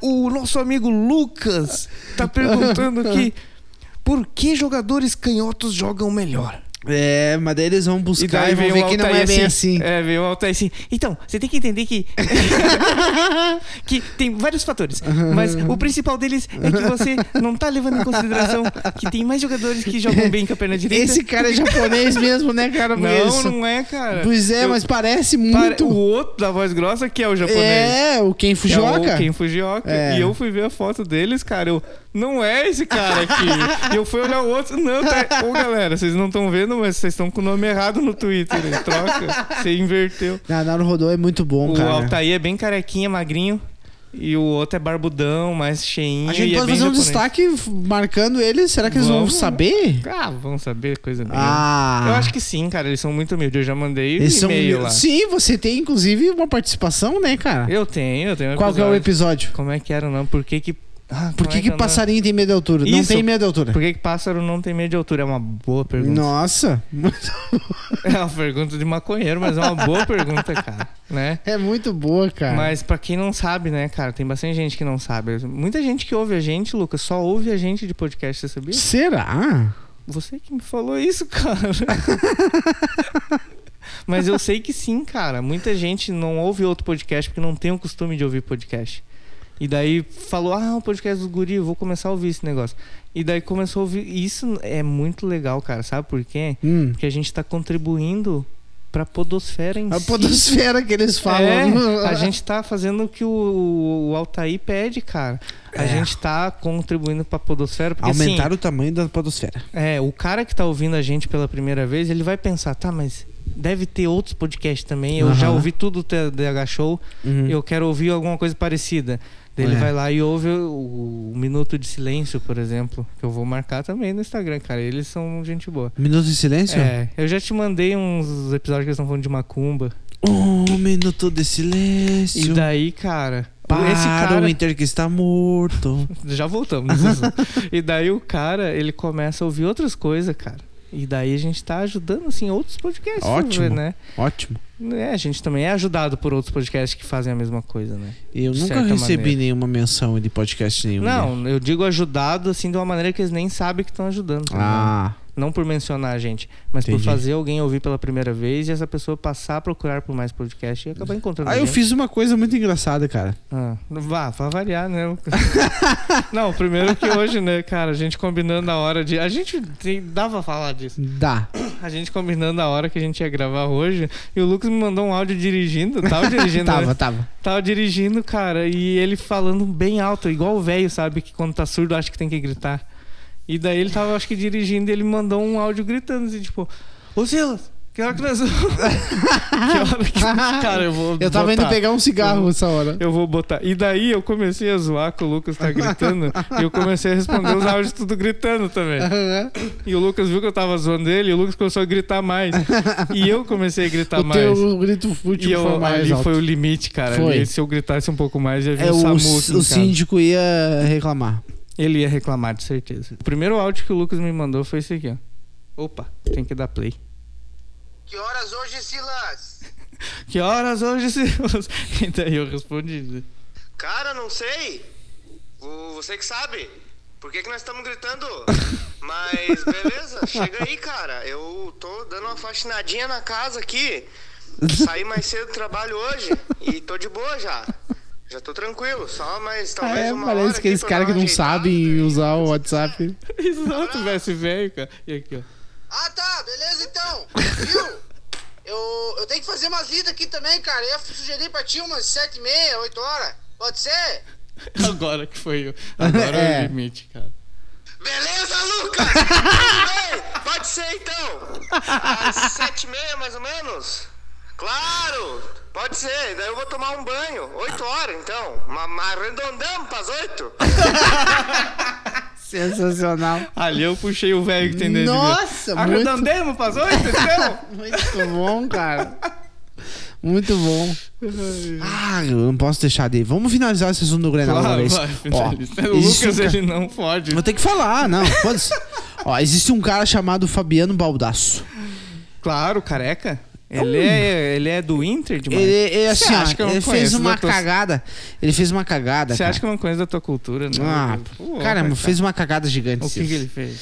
Speaker 7: O nosso amigo Lucas tá perguntando aqui por que jogadores canhotos jogam melhor?
Speaker 6: É, mas daí eles vão buscar e,
Speaker 7: vem um
Speaker 6: vão ver que não é bem assim.
Speaker 7: É, veio o Altair assim. Então, você tem que entender que. que tem vários fatores. Mas o principal deles é que você não tá levando em consideração que tem mais jogadores que jogam um bem com a perna direita.
Speaker 6: Esse cara é japonês mesmo, né, cara? Por
Speaker 7: Não,
Speaker 6: isso.
Speaker 7: não é, cara.
Speaker 6: Pois é,
Speaker 7: Eu-
Speaker 6: mas parece
Speaker 7: Para- O
Speaker 6: muito.
Speaker 7: outro da voz grossa que é o japonês.
Speaker 6: É, o
Speaker 7: Que
Speaker 6: Ken
Speaker 7: é o
Speaker 6: Fujioka.
Speaker 7: Ken Fujioka.
Speaker 6: É.
Speaker 7: E eu fui ver a foto deles, cara. Eu, não é esse cara aqui. e eu fui olhar o outro. Não, tá. Ô, galera, vocês não estão vendo, mas vocês estão com o nome errado no Twitter. né? Troca. Você inverteu.
Speaker 6: Ah, Naruto Rodô é muito bom,
Speaker 7: o
Speaker 6: cara.
Speaker 7: Altair é bem carequinha, magrinho. E o outro é barbudão, mais cheinho.
Speaker 6: A gente
Speaker 7: e
Speaker 6: pode
Speaker 7: é bem
Speaker 6: fazer um
Speaker 7: japonês.
Speaker 6: destaque f- marcando eles. Será que eles
Speaker 7: Vamos.
Speaker 6: vão saber?
Speaker 7: Ah, vão saber coisa nenhuma.
Speaker 6: Ah. é
Speaker 7: Eu acho que sim, cara. Eles são muito humildes. Eu já mandei
Speaker 6: eles
Speaker 7: um
Speaker 6: são
Speaker 7: e-mail lá.
Speaker 6: Sim, você tem inclusive uma participação, né, cara?
Speaker 7: Eu tenho, eu tenho. um
Speaker 6: Qual que é o episódio?
Speaker 7: Como é que era o nome? Por que que... Ah,
Speaker 6: Por
Speaker 7: como
Speaker 6: que,
Speaker 7: é
Speaker 6: que
Speaker 7: é o nome?
Speaker 6: passarinho tem medo de altura? Não
Speaker 7: Isso.
Speaker 6: tem medo de altura.
Speaker 7: Por que, que pássaro não tem medo de altura? É uma boa pergunta.
Speaker 6: Nossa,
Speaker 7: É uma pergunta de maconheiro, mas é uma boa pergunta, cara. Né?
Speaker 6: é muito boa, cara.
Speaker 7: Mas pra quem não sabe, né, cara, tem bastante gente que não sabe. Muita gente que ouve a gente, Lucas, só ouve a gente de podcast, você sabia?
Speaker 6: Será?
Speaker 7: Você que me falou isso, cara. mas eu sei que sim, cara. Muita gente não ouve outro podcast porque não tem o costume de ouvir podcast. E daí falou, ah, o podcast do Guri, eu vou começar a ouvir esse negócio. E daí começou a ouvir. E isso é muito legal, cara. Sabe por quê?
Speaker 6: Hum.
Speaker 7: Porque a gente tá contribuindo pra podosfera em
Speaker 6: A
Speaker 7: si.
Speaker 6: podosfera que eles falam.
Speaker 7: É, a gente tá fazendo o que o, o Altair pede, cara. A gente tá contribuindo pra podosfera. Porque, assim,
Speaker 6: É. Aumentar o tamanho da podosfera.
Speaker 7: é, o cara que tá ouvindo a gente pela primeira vez, ele vai pensar, tá, mas deve ter outros podcasts também. Eu
Speaker 6: Aham.
Speaker 7: já ouvi tudo do TDH Show,
Speaker 6: Uhum.
Speaker 7: eu quero ouvir alguma coisa parecida. Daí Ele
Speaker 6: É.
Speaker 7: vai lá e ouve o, o Minuto de Silêncio, por exemplo, que eu vou marcar também no Instagram, cara. Eles são gente boa.
Speaker 6: Minuto de silêncio?
Speaker 7: É, eu já te mandei uns episódios que eles estão falando de macumba.
Speaker 6: Um minuto de silêncio.
Speaker 7: E daí, cara,
Speaker 6: Para
Speaker 7: esse cara
Speaker 6: o Inter que está morto.
Speaker 7: Já voltamos. nesse assunto. e daí o cara, ele começa a ouvir outras coisas, cara. E daí a gente tá ajudando, assim, outros podcasts.
Speaker 6: Ótimo.
Speaker 7: Né?
Speaker 6: Ótimo.
Speaker 7: É, a gente também é ajudado por outros podcasts que fazem a mesma coisa, né?
Speaker 6: Eu
Speaker 7: De
Speaker 6: nunca
Speaker 7: certa
Speaker 6: recebi
Speaker 7: maneira.
Speaker 6: nenhuma menção de podcast nenhum. né?
Speaker 7: Não, eu digo ajudado, assim, de uma maneira que eles nem sabem que estão ajudando. tá ligado?
Speaker 6: Ah,
Speaker 7: Não por mencionar a gente, mas
Speaker 6: Entendi.
Speaker 7: por fazer alguém ouvir pela primeira vez e essa pessoa passar a procurar por mais podcast e acabar encontrando
Speaker 6: ah
Speaker 7: a
Speaker 6: eu
Speaker 7: gente.
Speaker 6: fiz uma coisa muito engraçada, cara.
Speaker 7: Ah, vá, pra variar, né? Não, primeiro que hoje, né, cara, a gente combinando a hora de. A gente tem, dá pra falar disso.
Speaker 6: Dá.
Speaker 7: A gente combinando a hora que a gente ia gravar hoje. E o Lucas me mandou um áudio dirigindo. Tava dirigindo. né?
Speaker 6: tava, tava.
Speaker 7: Tava dirigindo, cara, e ele falando bem alto, igual o velho, sabe? Que quando tá surdo acha que tem que gritar. E daí ele tava, acho que dirigindo, e ele mandou um áudio gritando assim, tipo: Ô Silas, que hora que nós vamos? que hora que. Cara, eu vou.
Speaker 6: Eu tava indo
Speaker 7: botar.
Speaker 6: pegar um cigarro essa hora.
Speaker 7: Eu vou botar. E daí eu comecei a zoar que o Lucas tá gritando. e eu comecei a responder os áudios tudo gritando também. E o Lucas viu que eu tava zoando ele e o Lucas começou a gritar mais. E eu comecei a gritar
Speaker 6: o
Speaker 7: Tá mais.
Speaker 6: teu grito último
Speaker 7: e eu,
Speaker 6: foi mais
Speaker 7: ali
Speaker 6: alto.
Speaker 7: foi o limite, cara.
Speaker 6: Foi.
Speaker 7: Ali, se eu gritasse um pouco mais, ia vir
Speaker 6: É,
Speaker 7: o
Speaker 6: o,
Speaker 7: Samu
Speaker 6: s-
Speaker 7: aqui
Speaker 6: o
Speaker 7: em casa.
Speaker 6: síndico ia reclamar.
Speaker 7: Ele ia reclamar, de certeza. O primeiro áudio que o Lucas me mandou foi esse aqui, ó. Opa, tem que dar play.
Speaker 4: Que horas hoje, Silas?
Speaker 7: Que horas hoje se... E daí eu respondi. né?
Speaker 4: Cara, não sei. O- Você que sabe. Por que, que nós estamos gritando? Mas beleza, chega aí, cara. Eu tô dando uma faxinadinha na casa aqui. Saí mais cedo do trabalho hoje e tô de boa já. Já tô tranquilo, só mais talvez
Speaker 6: É,
Speaker 4: uma
Speaker 6: parece
Speaker 4: hora
Speaker 6: aqueles
Speaker 4: aqui pra dar
Speaker 6: caras que
Speaker 4: uma
Speaker 6: não
Speaker 4: ajeitada né?
Speaker 6: sabem
Speaker 4: e-
Speaker 6: usar o WhatsAp.
Speaker 7: E se não tivesse velho, cara. E aqui, ó.
Speaker 8: Ah tá, beleza então. Viu? Eu, eu tenho que fazer umas lidas aqui também, cara. Eu ia sugerir pra ti umas sete e meia, oito horas. Pode ser?
Speaker 7: Agora que foi eu. Agora é,
Speaker 6: É.
Speaker 7: o limite, cara.
Speaker 4: Beleza, Lucas? Tudo bem? Pode ser então. Às sete e meia, mais ou menos? Claro! Pode ser, daí eu vou tomar um banho. Oito horas, então. Mas ma arredondamos pras oito.
Speaker 6: Sensacional.
Speaker 7: Ali eu puxei o velho que tem dentro de mim.
Speaker 6: Nossa, muito,
Speaker 7: Arredondemos pras oito, então?
Speaker 6: muito bom, cara. Muito bom. Ah, eu não posso deixar de. Vamos finalizar esse assunto do Grenal uma
Speaker 7: Claro,
Speaker 6: vez.
Speaker 7: vai,
Speaker 6: Ó,
Speaker 7: finalista. o
Speaker 6: existe um
Speaker 7: Lucas,
Speaker 6: ca-
Speaker 7: ele não pode.
Speaker 6: Vou ter que falar, não. foda-se. Ó, existe um cara chamado Fabiano Baldasso.
Speaker 7: Claro, careca. Ele, é, ele é do Inter de
Speaker 6: Ele, ele,
Speaker 7: Você
Speaker 6: assim, ó,
Speaker 7: acha que eu não
Speaker 6: ele fez
Speaker 7: conheço,
Speaker 6: uma
Speaker 7: doutor?
Speaker 6: cagada. Ele fez uma cagada.
Speaker 7: Você
Speaker 6: cara.
Speaker 7: acha que eu não conheço da tua cultura? Não,
Speaker 6: Ah,
Speaker 7: Pô,
Speaker 6: caramba,
Speaker 7: coitado.
Speaker 6: fez uma cagada gigante.
Speaker 7: O que,
Speaker 6: Silas.
Speaker 7: que ele fez?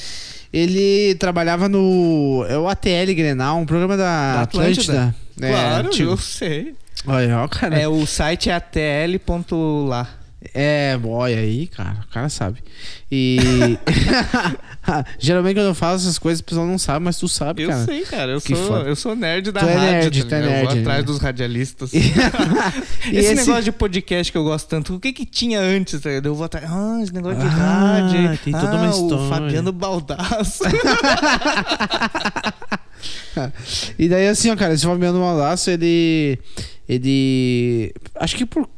Speaker 6: Ele trabalhava no. É o ATL Grenal, um programa da,
Speaker 7: Da Atlântida.
Speaker 6: Atlântida. É,
Speaker 7: claro,
Speaker 6: antigo.
Speaker 7: eu sei.
Speaker 6: Olha, ó, cara.
Speaker 7: É, o site é atl.lá.
Speaker 6: É, olha aí, cara. O cara sabe. E. Geralmente quando eu falo essas coisas, o pessoal não sabe, mas tu sabe,
Speaker 7: Eu
Speaker 6: cara.
Speaker 7: sei, cara. Eu
Speaker 6: que
Speaker 7: sou,
Speaker 6: foda.
Speaker 7: eu sou nerd da
Speaker 6: Tu é
Speaker 7: rádio.
Speaker 6: nerd, tu é
Speaker 7: ligado? Eu vou
Speaker 6: nerd,
Speaker 7: atrás
Speaker 6: né?
Speaker 7: dos radialistas.
Speaker 6: E
Speaker 7: esse,
Speaker 6: esse-
Speaker 7: negócio de podcast que eu gosto tanto, o que que tinha antes? tá ligado? Eu vou atrás. Ah, esse negócio de
Speaker 6: Ah,
Speaker 7: rádio.
Speaker 6: tem toda uma
Speaker 7: Ah,
Speaker 6: história.
Speaker 7: O Fabiano Baldasso.
Speaker 6: E daí, assim, ó, cara, esse Fabiano Malasso, ele. Ele. Acho que por.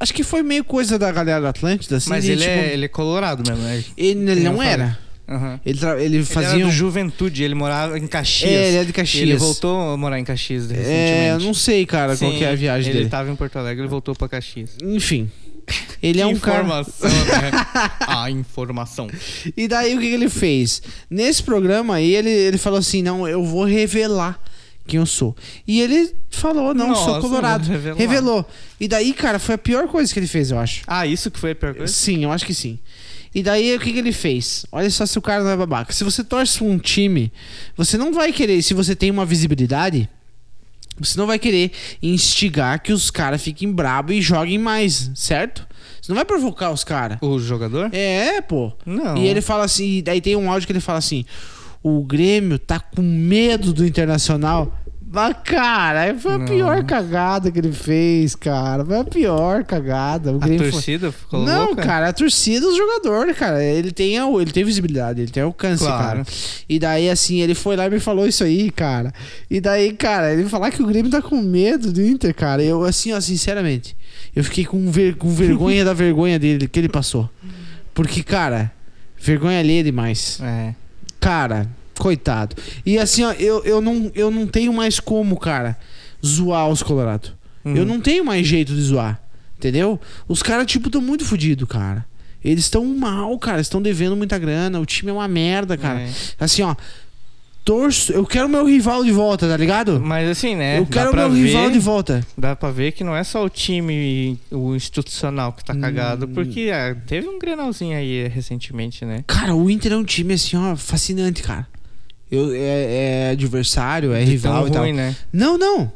Speaker 6: Acho que foi meio coisa da galera da Atlântida, assim.
Speaker 7: Mas
Speaker 6: de,
Speaker 7: ele,
Speaker 6: tipo,
Speaker 7: é, ele é colorado mesmo, né?
Speaker 6: ele, ele não
Speaker 7: Eu falei.
Speaker 6: era.
Speaker 7: Aham.
Speaker 6: Ele, tra- ele
Speaker 7: Ele
Speaker 6: fazia.
Speaker 7: era do
Speaker 6: um-
Speaker 7: Juventude, ele morava em Caxias.
Speaker 6: É, ele é de Caxias.
Speaker 7: Ele voltou a morar em Caxias
Speaker 6: É, eu
Speaker 7: recentemente.
Speaker 6: não sei, cara, qual
Speaker 7: Sim,
Speaker 6: que é a viagem
Speaker 7: ele tá
Speaker 6: dele.
Speaker 7: tava em Porto Alegre e voltou pra Caxias.
Speaker 6: Enfim. Ele é
Speaker 7: Que
Speaker 6: um cara.
Speaker 7: informação, né? A informação.
Speaker 6: E daí o que, que ele fez? Nesse programa aí, ele, ele falou assim: não, eu vou revelar quem eu sou. E ele falou, não,
Speaker 7: Nossa,
Speaker 6: sou colorado.
Speaker 7: vou revelar.
Speaker 6: Revelou. E daí, cara, foi a pior coisa que ele fez, eu acho.
Speaker 7: Ah, isso que foi a pior coisa?
Speaker 6: Sim, eu acho que sim. E daí o que, que ele fez? Olha só se o cara não é babaca. Se você torce pra um time, você não vai querer, se você tem uma visibilidade, você não vai querer instigar que os caras fiquem brabo e joguem mais, certo? Você não vai provocar os caras.
Speaker 7: O jogador?
Speaker 6: É, pô.
Speaker 7: Não.
Speaker 6: E ele fala assim, daí tem um áudio que ele fala assim: o Grêmio tá com medo do Internacional. Mas, cara, foi a pior cagada que ele fez, cara. Foi a pior cagada. O
Speaker 7: A
Speaker 6: Grêmio foi-
Speaker 7: torcida ficou
Speaker 6: não,
Speaker 7: louca?
Speaker 6: cara, a torcida do jogador, né, cara. Ele tem, a- ele tem visibilidade, ele tem alcance,
Speaker 7: Claro.
Speaker 6: cara. E daí, assim, ele foi lá e me falou isso aí, cara. E daí, cara, ele falar que o Grêmio tá com medo do Inter, cara. Eu, assim, ó, sinceramente, eu fiquei com, ver- com vergonha da vergonha dele, que ele passou. Porque, cara, vergonha alheia demais.
Speaker 7: É.
Speaker 6: Cara, coitado. E assim, ó, eu, eu, não, eu não tenho mais como, cara, zoar os Colorado.
Speaker 7: Uhum.
Speaker 6: Eu não tenho mais jeito de zoar. Entendeu? Os caras, tipo, tão muito fudido, cara. Eles estão mal, cara. Estão devendo muita grana. O time é uma merda, cara.
Speaker 7: É.
Speaker 6: Assim, ó. Torço. Eu quero meu rival de volta, tá ligado?
Speaker 7: Mas assim, né?
Speaker 6: eu quero
Speaker 7: dá pra
Speaker 6: é meu rival
Speaker 7: ver-
Speaker 6: de volta.
Speaker 7: Dá pra ver que não é só o time, o institucional que tá cagado,
Speaker 6: Hum.
Speaker 7: porque ah, teve um grenalzinho aí recentemente, né?
Speaker 6: Cara, o Inter é um time, assim, ó, fascinante, cara. Eu, é, é adversário, é
Speaker 7: De
Speaker 6: rival
Speaker 7: tão
Speaker 6: e tal.
Speaker 7: ruim, né?
Speaker 6: Não, não.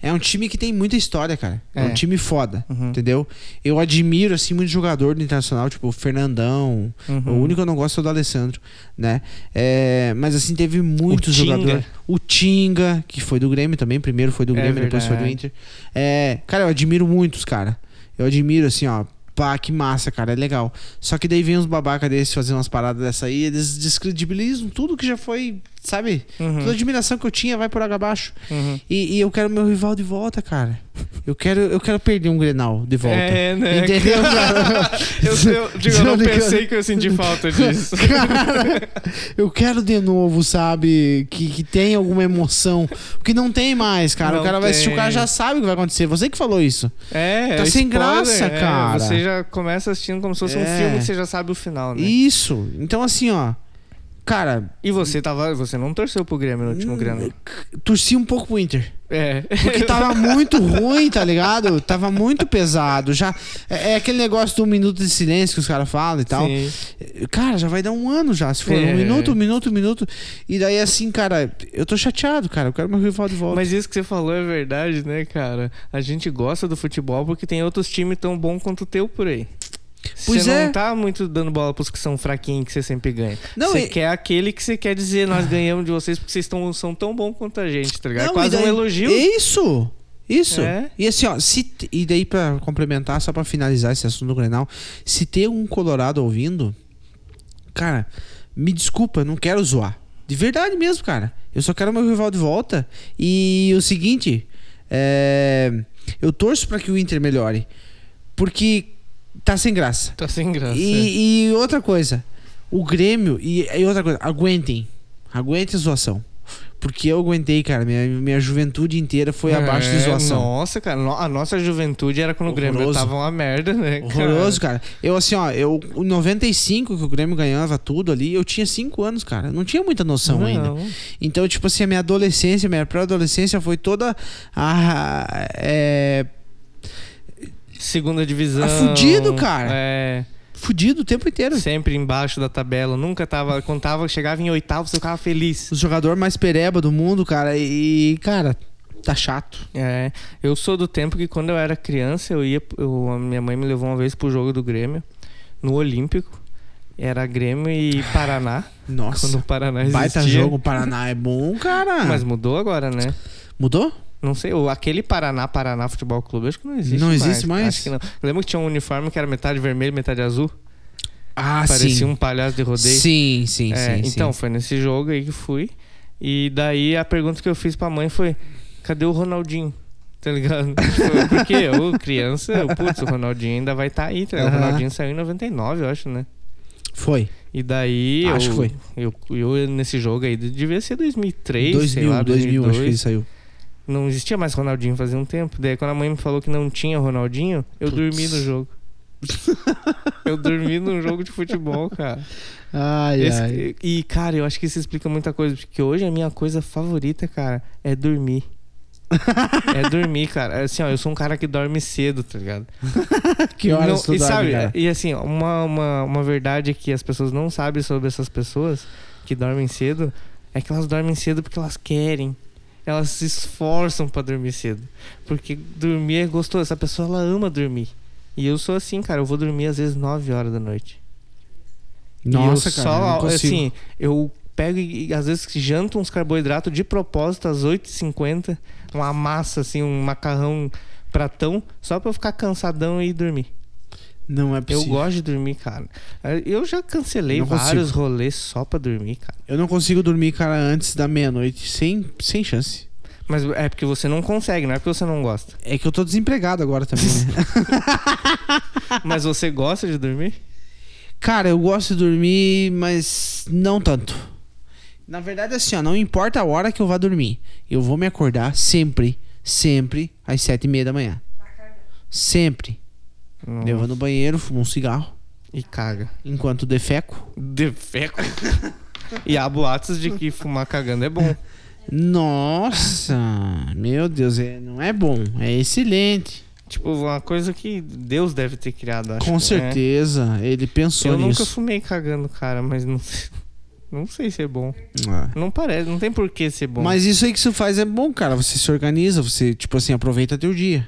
Speaker 6: É um time que tem muita história, cara. É,
Speaker 7: É.
Speaker 6: um time foda, entendeu? Eu admiro, assim, muito jogador do Internacional, tipo o Fernandão.
Speaker 7: Uhum.
Speaker 6: O único que eu não gosto é o do Alessandro, né? É, mas, assim, teve muitos
Speaker 7: Tinga.
Speaker 6: jogadores. O Tinga, que foi do Grêmio também. Primeiro foi do
Speaker 7: É
Speaker 6: Grêmio, depois foi do
Speaker 7: verdade.
Speaker 6: Inter. É, cara, eu admiro muitos, cara. Eu admiro, assim, ó. Pá, que massa, cara, é legal. Só que daí vem uns babaca desses fazer umas paradas dessa aí, eles descredibilizam tudo que já foi, sabe?
Speaker 7: Uhum.
Speaker 6: Toda a admiração que eu tinha vai por água abaixo. E, e eu quero meu rival de volta, cara. Eu quero, eu quero perder um Grenal de volta.
Speaker 7: É, né?
Speaker 6: Entendeu? cara?
Speaker 7: Eu, eu, digo, eu não
Speaker 6: Tô ligado.
Speaker 7: pensei que eu senti falta disso.
Speaker 6: Cara, eu quero de novo, sabe? Que, que tenha alguma emoção. Porque não tem mais, cara.
Speaker 7: Não
Speaker 6: o cara vai assistir, o
Speaker 7: tem.
Speaker 6: cara já sabe o que vai acontecer. Você que falou isso.
Speaker 7: É,
Speaker 6: Tá
Speaker 7: é
Speaker 6: sem
Speaker 7: spoiler,
Speaker 6: graça,
Speaker 7: é.
Speaker 6: cara.
Speaker 7: Você já começa assistindo como se fosse um
Speaker 6: É.
Speaker 7: filme que você já sabe o final, né? E,
Speaker 6: Isso. Então, assim, ó. Cara,
Speaker 7: você tava. Você não torceu pro Grêmio no último Grêmio.
Speaker 6: torci um pouco pro Inter.
Speaker 7: É.
Speaker 6: Hum. Porque tava muito ruim, tá ligado? Tava muito pesado. Já, é, é aquele negócio do minuto de silêncio que os caras falam e tal.
Speaker 7: Sim.
Speaker 6: Cara, já vai dar um ano já. Se for
Speaker 7: É.
Speaker 6: um minuto, um minuto, um minuto. E daí, assim, cara, eu tô chateado, cara. Eu quero meu rival de volta.
Speaker 7: Mas isso que você falou é verdade, né, cara? A gente gosta do futebol porque tem outros times tão bom quanto o teu por aí.
Speaker 6: Pois
Speaker 7: você
Speaker 6: é.
Speaker 7: não tá muito dando bola pros que são fraquinhos que você sempre ganha.
Speaker 6: Não,
Speaker 7: você
Speaker 6: e-
Speaker 7: quer aquele que você quer dizer, nós ganhamos de vocês porque vocês tão, são tão bom quanto a gente, tá ligado?
Speaker 6: Não,
Speaker 7: é quase
Speaker 6: e daí-
Speaker 7: um elogio.
Speaker 6: Isso! Isso.
Speaker 7: É.
Speaker 6: E assim, ó, se, t- e daí pra complementar, só pra finalizar esse assunto do Grenal, se ter um Colorado ouvindo, cara, me desculpa, eu não quero zoar. De verdade mesmo, cara. Eu só quero meu rival de volta. E o seguinte, é, eu torço pra que o Inter melhore. Porque tá sem graça.
Speaker 7: Tá sem graça.
Speaker 6: E, e outra coisa, o Grêmio, e, e outra coisa, aguentem. Aguentem a zoação. Porque eu aguentei, cara. Minha, minha juventude inteira foi abaixo de
Speaker 7: É,
Speaker 6: zoação.
Speaker 7: Nossa, cara, no- a nossa juventude era quando o Grêmio
Speaker 6: Horroroso.
Speaker 7: tava uma merda, né? cara?
Speaker 6: Horroroso, cara. Eu, assim, ó, eu, em 95, que o Grêmio ganhava tudo ali, eu tinha 5 anos, cara. Não tinha muita noção
Speaker 7: Não.
Speaker 6: ainda. Então, tipo assim, a minha adolescência, minha pré-adolescência foi toda a. É,
Speaker 7: Segunda divisão.
Speaker 6: Ah, fudido, cara.
Speaker 7: É.
Speaker 6: fudido o tempo inteiro.
Speaker 7: Sempre embaixo da tabela. Nunca tava. Quando tava, chegava em oitavo, você ficava feliz.
Speaker 6: O jogador mais pereba do mundo, cara. E, cara, tá chato.
Speaker 7: É, eu sou do tempo que quando eu era criança, eu ia. eu- a minha mãe me levou uma vez pro jogo do Grêmio, no Olímpico. Era Grêmio e Paraná.
Speaker 6: Nossa.
Speaker 7: quando o Paraná existia.
Speaker 6: Baita jogo, o Paraná é bom, cara.
Speaker 7: Mas mudou agora, né?
Speaker 6: Mudou?
Speaker 7: Não sei, o- aquele Paraná, Paraná Futebol Clube, acho que não existe
Speaker 6: Não
Speaker 7: mais.
Speaker 6: existe mais?
Speaker 7: Acho que não. Eu lembro que tinha um uniforme que era metade vermelho, metade azul.
Speaker 6: Ah,
Speaker 7: parecia
Speaker 6: sim.
Speaker 7: um palhaço de rodeio.
Speaker 6: Sim, sim,
Speaker 7: É,
Speaker 6: sim.
Speaker 7: então,
Speaker 6: sim.
Speaker 7: foi nesse jogo aí que fui. E daí a pergunta que eu fiz pra mãe foi: cadê o Ronaldinho? Tá ligado? Tipo, Porque eu, criança, eu, putz, o Ronaldinho ainda vai estar aí, tá ligado? O
Speaker 6: Aham.
Speaker 7: Ronaldinho saiu em 99, eu acho, né?
Speaker 6: Foi.
Speaker 7: E daí.
Speaker 6: Acho
Speaker 7: eu,
Speaker 6: que foi.
Speaker 7: Eu, eu, nesse jogo aí, devia ser 2003,
Speaker 6: 2000,
Speaker 7: sei lá,
Speaker 6: 2000,
Speaker 7: 2002.
Speaker 6: acho que ele saiu.
Speaker 7: Não existia mais Ronaldinho fazia um tempo. Daí quando a mãe me falou que não tinha Ronaldinho, eu
Speaker 6: Putz.
Speaker 7: dormi no jogo. eu dormi num jogo de futebol, cara.
Speaker 6: Ai,
Speaker 7: Esse-
Speaker 6: ai.
Speaker 7: e, cara, eu acho que isso explica muita coisa. Porque hoje a minha coisa favorita, cara, é dormir. é dormir, cara. Assim, ó, eu sou um cara que dorme cedo, tá ligado?
Speaker 6: Que
Speaker 7: Não,
Speaker 6: horas tu
Speaker 7: e
Speaker 6: dorme,
Speaker 7: sabe,
Speaker 6: cara?
Speaker 7: e assim, uma, uma, uma verdade que as pessoas não sabem sobre essas pessoas que dormem cedo é que elas dormem cedo porque elas querem. Elas se esforçam pra dormir cedo. Porque dormir é gostoso. Essa pessoa ela ama dormir. E eu sou assim, cara. Eu vou dormir às vezes 9 horas da noite.
Speaker 6: Nossa,
Speaker 7: e eu
Speaker 6: cara, eu
Speaker 7: Só,
Speaker 6: não consigo.
Speaker 7: assim, eu pego e e, às vezes janto uns carboidratos de propósito às 8h50. Uma massa, assim, um macarrão pratão. Só pra eu ficar cansadão e ir dormir.
Speaker 6: não é
Speaker 7: Eu
Speaker 6: possível.
Speaker 7: gosto de dormir, cara. Eu já cancelei
Speaker 6: Não
Speaker 7: vários rolês só pra dormir, cara.
Speaker 6: Eu não consigo dormir, cara, antes da meia-noite. Sem, sem chance.
Speaker 7: Mas é porque você não consegue, não é porque você não gosta.
Speaker 6: É que eu tô desempregado agora também, né?
Speaker 7: Mas você gosta de dormir?
Speaker 6: cara, eu gosto de dormir, mas não tanto. Na verdade, assim, ó, não importa a hora que eu vá dormir. Eu vou me acordar sempre, sempre às sete e meia da manhã. Sempre. Eu vou no banheiro, fumo um cigarro,
Speaker 7: E caga.
Speaker 6: enquanto defeco.
Speaker 7: Defeco. e há boatos de que fumar cagando é bom.
Speaker 6: Nossa, meu Deus, é- não é bom, é excelente.
Speaker 7: Tipo, uma coisa que Deus deve ter criado, acho.
Speaker 6: Com
Speaker 7: né?
Speaker 6: certeza, ele pensou
Speaker 7: Eu nunca
Speaker 6: nisso.
Speaker 7: fumei cagando, cara, mas não sei. Não sei se é bom.
Speaker 6: Ah.
Speaker 7: Não parece, não tem por que ser bom.
Speaker 6: Mas isso aí que você faz é bom, cara. Você se organiza, você, tipo assim, aproveita teu dia,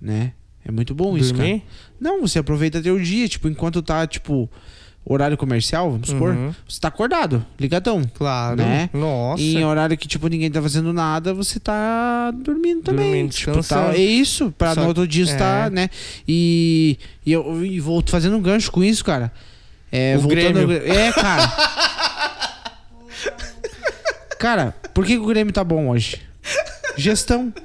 Speaker 6: né? É muito bom isso, cara.
Speaker 7: dormir?
Speaker 6: Não, você aproveita teu dia, tipo, enquanto tá, tipo, horário comercial, vamos supor,
Speaker 7: Uhum.
Speaker 6: você tá acordado, ligadão.
Speaker 7: Claro.
Speaker 6: Né?
Speaker 7: Nossa.
Speaker 6: E em horário que, tipo, ninguém tá fazendo nada, você tá dormindo também.
Speaker 7: Dormindo,
Speaker 6: tipo,
Speaker 7: descansando.
Speaker 6: tá, é isso, pra
Speaker 7: Só-
Speaker 6: no outro dia você
Speaker 7: é.
Speaker 6: tá, né? E, e eu e vou fazendo um gancho com isso, cara. É,
Speaker 7: O
Speaker 6: voltando ao
Speaker 7: Grêmio.
Speaker 6: Grê- É, cara. cara, por que, que o Grêmio tá bom hoje? Gestão.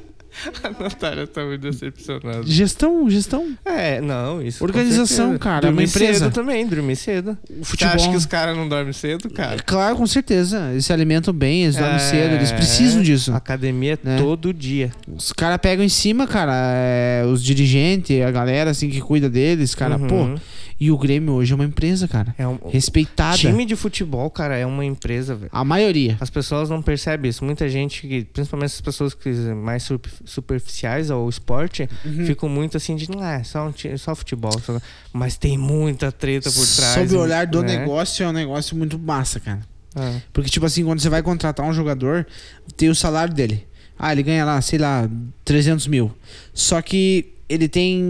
Speaker 7: A Natália tá muito decepcionada.
Speaker 6: Gestão, gestão.
Speaker 7: É, não, isso. com
Speaker 6: Organização,
Speaker 7: certeza.
Speaker 6: cara, é uma
Speaker 7: Dormir
Speaker 6: empresa.
Speaker 7: cedo também, dormir cedo. Você
Speaker 6: futebol-
Speaker 7: acha que os caras não dormem cedo, cara?
Speaker 6: É, Claro, com certeza. Eles se alimentam bem, eles dormem
Speaker 7: É,
Speaker 6: cedo, eles precisam disso.
Speaker 7: Academia
Speaker 6: Né?
Speaker 7: todo dia.
Speaker 6: Os caras pegam em cima, cara, é, os dirigentes, a galera assim que cuida deles, cara,
Speaker 7: Uhum.
Speaker 6: pô. E o Grêmio hoje é uma empresa, cara.
Speaker 7: É um
Speaker 6: Respeitada.
Speaker 7: time de futebol, cara, é uma empresa, velho.
Speaker 6: A maioria.
Speaker 7: As pessoas não percebem isso. Muita gente, que- principalmente as pessoas que mais sup- superficiais ao esporte,
Speaker 6: Uhum.
Speaker 7: ficam muito assim de, não é só, um ti- só futebol. só-" Mas tem muita treta por trás.
Speaker 6: Sob o olhar do
Speaker 7: né?
Speaker 6: negócio é um negócio muito massa, cara.
Speaker 7: É.
Speaker 6: Porque, tipo assim, quando você vai contratar um jogador, tem o salário dele. Ah, ele ganha lá, sei lá, 300 mil. Só que ele tem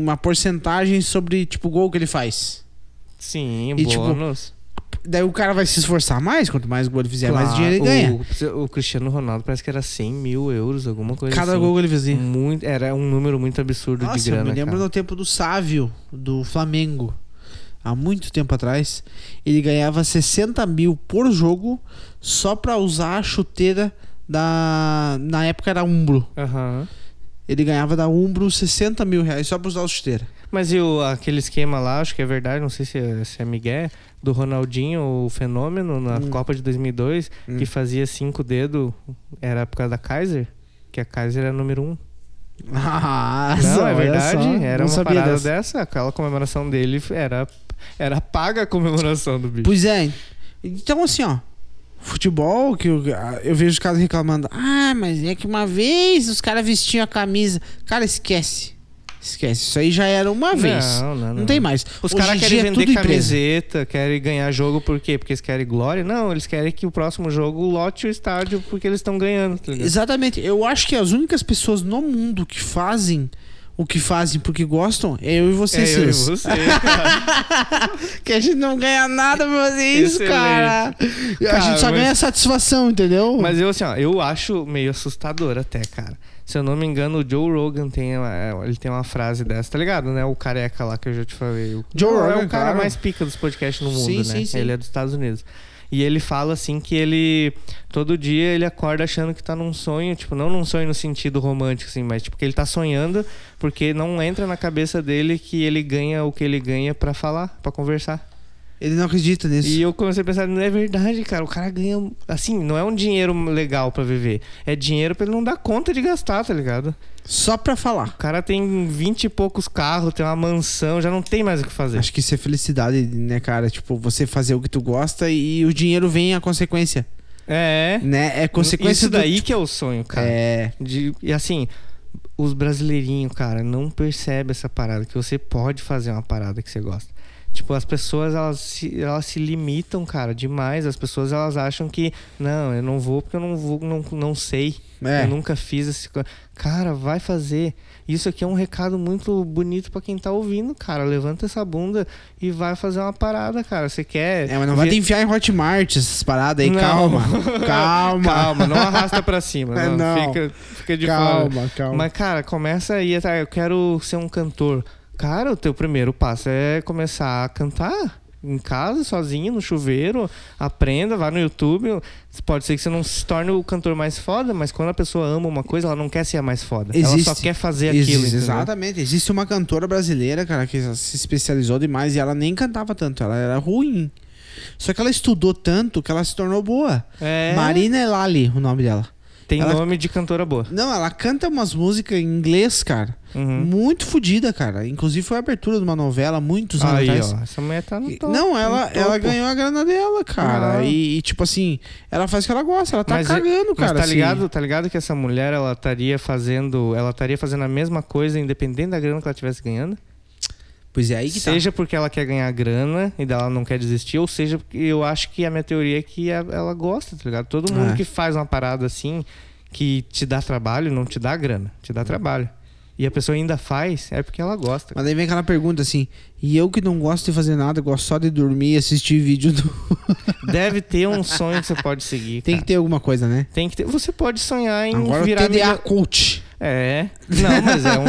Speaker 6: uma porcentagem sobre, tipo, o gol que ele faz.
Speaker 7: Sim,
Speaker 6: E, tipo,
Speaker 7: bônus.
Speaker 6: Daí o cara vai se esforçar mais, quanto mais gol ele fizer, mais dinheiro ele ganha.
Speaker 7: O, o Cristiano Ronaldo parece que era 100 mil euros, alguma coisa
Speaker 6: Cada
Speaker 7: assim.
Speaker 6: gol que ele fazia.
Speaker 7: Muito, era um número muito absurdo
Speaker 6: Nossa,
Speaker 7: de grana.
Speaker 6: eu me lembro
Speaker 7: cara.
Speaker 6: no tempo do Sávio, do Flamengo. Há muito tempo atrás, ele ganhava 60 mil por jogo só pra usar a chuteira da. Na época era Umbro.
Speaker 7: Aham.
Speaker 6: ele ganhava da Umbro 60 mil reais só pra usar o chuteira.
Speaker 7: Mas e o, aquele esquema lá, acho que é verdade, não sei se é, se é Miguel, do Ronaldinho, o fenômeno, na
Speaker 6: Hum.
Speaker 7: Copa de 2002, que fazia cinco dedos, era por causa da Kaiser? Que a Kaiser era a número um.
Speaker 6: Nossa,
Speaker 7: Não, é
Speaker 6: olha
Speaker 7: verdade.
Speaker 6: só,
Speaker 7: Era
Speaker 6: não
Speaker 7: uma
Speaker 6: sabia
Speaker 7: parada
Speaker 6: dessa.
Speaker 7: dessa. Aquela comemoração dele era, era paga a comemoração do bicho.
Speaker 6: Pois é. Então, assim, ó. Futebol, que eu, ah, eu vejo os caras reclamando. Ah, mas é que uma vez os caras vestiam a camisa. Cara, esquece. Esquece. Isso aí já era uma vez.
Speaker 7: não, não.
Speaker 6: tem mais.
Speaker 7: Os
Speaker 6: Hoje
Speaker 7: caras
Speaker 6: em
Speaker 7: querem
Speaker 6: dia é
Speaker 7: vender
Speaker 6: tudo empresa.
Speaker 7: camiseta, querem ganhar jogo por quê? Porque eles querem glória? Não, eles querem que o próximo jogo lote o estádio porque eles estão ganhando. tá ligado?
Speaker 6: Exatamente. Eu acho que as únicas pessoas no mundo que fazem o que fazem porque gostam é eu e você,
Speaker 7: É, eu e
Speaker 6: Silas.
Speaker 7: você.
Speaker 6: Que a gente não ganha nada pra fazer isso,
Speaker 7: Excelente.
Speaker 6: cara. A
Speaker 7: Cara,
Speaker 6: gente só
Speaker 7: mas-
Speaker 6: ganha satisfação, entendeu?
Speaker 7: Mas eu assim, ó, eu acho meio assustador até, cara. Se eu não me engano, o Joe Rogan tem uma, é, ele tem uma frase dessa, tá ligado, né? O careca lá que eu já te falei. O
Speaker 6: Joe
Speaker 7: Não, é
Speaker 6: Rogan,
Speaker 7: o cara
Speaker 6: claro.
Speaker 7: mais pica dos podcasts no mundo,
Speaker 6: Sim,
Speaker 7: né?
Speaker 6: sim, sim.
Speaker 7: Ele é dos Estados Unidos. E ele fala assim que ele todo dia ele acorda achando que tá num sonho, tipo, não num sonho no sentido romântico assim, mas tipo que ele tá sonhando porque não entra na cabeça dele que ele ganha o que ele ganha pra falar, pra conversar.
Speaker 6: Ele não acredita nisso.
Speaker 7: E eu comecei a pensar, não é verdade, cara. O cara ganha. Assim, não é um dinheiro legal pra viver. É dinheiro pra ele não dar conta de gastar, tá ligado?
Speaker 6: Só pra falar.
Speaker 7: O cara tem vinte e poucos carros, tem uma mansão, já não tem mais o que fazer.
Speaker 6: Acho que isso é felicidade, né, cara? Tipo, você fazer o que tu gosta e o dinheiro vem a consequência,
Speaker 7: É.
Speaker 6: né? É consequência
Speaker 7: Isso daí
Speaker 6: do...
Speaker 7: que é o sonho, cara.
Speaker 6: É,
Speaker 7: De- e assim, os brasileirinhos, cara, não percebe essa parada, que você pode fazer uma parada que você gosta. Tipo, as pessoas, elas se, elas se limitam, cara, demais. As pessoas, elas acham que, não, eu não vou porque eu não vou, não, não sei.
Speaker 6: É.
Speaker 7: Eu nunca fiz esse... co-". Cara, vai fazer. Isso aqui é um recado muito bonito pra quem tá ouvindo, cara. Levanta essa bunda e vai fazer uma parada, cara. Você quer...
Speaker 6: é, mas não vai
Speaker 7: ver-
Speaker 6: te enfiar em Hotmart essas paradas aí.
Speaker 7: Não.
Speaker 6: Calma, calma.
Speaker 7: Calma, não arrasta pra cima.
Speaker 6: É,
Speaker 7: Não,
Speaker 6: não.
Speaker 7: Fica, fica de
Speaker 6: Calma,
Speaker 7: fora.
Speaker 6: calma.
Speaker 7: Mas, cara, começa aí. Tá? Eu quero ser um cantor. Cara, o teu primeiro passo é começar a cantar. Em casa, sozinho, no chuveiro, aprenda, vá no YouTube. Pode ser que você não se torne o cantor mais foda, mas quando a pessoa ama uma coisa, ela não quer ser a mais foda. Ela só quer fazer aquilo.
Speaker 6: Existe,
Speaker 7: entendeu?
Speaker 6: Exatamente. Existe uma cantora brasileira, cara, que se especializou demais e ela nem cantava tanto, ela era ruim. Só que ela estudou tanto que ela se tornou boa.
Speaker 7: É.
Speaker 6: Marina Elali, o nome dela.
Speaker 7: Tem
Speaker 6: Ela-
Speaker 7: nome de cantora boa.
Speaker 6: Não, ela canta umas músicas em inglês, cara.
Speaker 7: Uhum.
Speaker 6: Muito fodida, cara. Inclusive foi a abertura de uma novela muitos anos
Speaker 7: Aí,
Speaker 6: atrás.
Speaker 7: ó. Essa mulher tá no
Speaker 6: E-
Speaker 7: topo.
Speaker 6: Não, ela,
Speaker 7: no topo.
Speaker 6: ela ganhou a grana dela, cara.
Speaker 7: Ah.
Speaker 6: E, e, tipo assim, ela faz o que ela gosta, ela tá cagando, cara.
Speaker 7: tá
Speaker 6: assim.
Speaker 7: ligado, tá ligado que essa mulher ela estaria fazendo, ela estaria fazendo a mesma coisa independente da grana que ela estivesse ganhando?
Speaker 6: Pois é, aí que
Speaker 7: seja porque ela quer ganhar grana e daí ela não quer desistir, ou seja, porque eu acho que a minha teoria é que a- ela gosta, tá ligado? Todo mundo
Speaker 6: É.
Speaker 7: que faz uma parada assim que te dá trabalho, não te dá grana, te dá trabalho. E a pessoa ainda faz, é porque ela gosta.
Speaker 6: tá. Mas daí vem aquela pergunta assim: e eu que não gosto de fazer nada, gosto só de dormir e assistir vídeo do.
Speaker 7: Deve ter um sonho que você pode seguir.
Speaker 6: Tem que
Speaker 7: cara.
Speaker 6: ter alguma coisa, né?
Speaker 7: Tem que ter. Você pode sonhar em
Speaker 6: Agora o
Speaker 7: um virar
Speaker 6: TDA
Speaker 7: milio-
Speaker 6: coach.
Speaker 7: É. Não, mas é um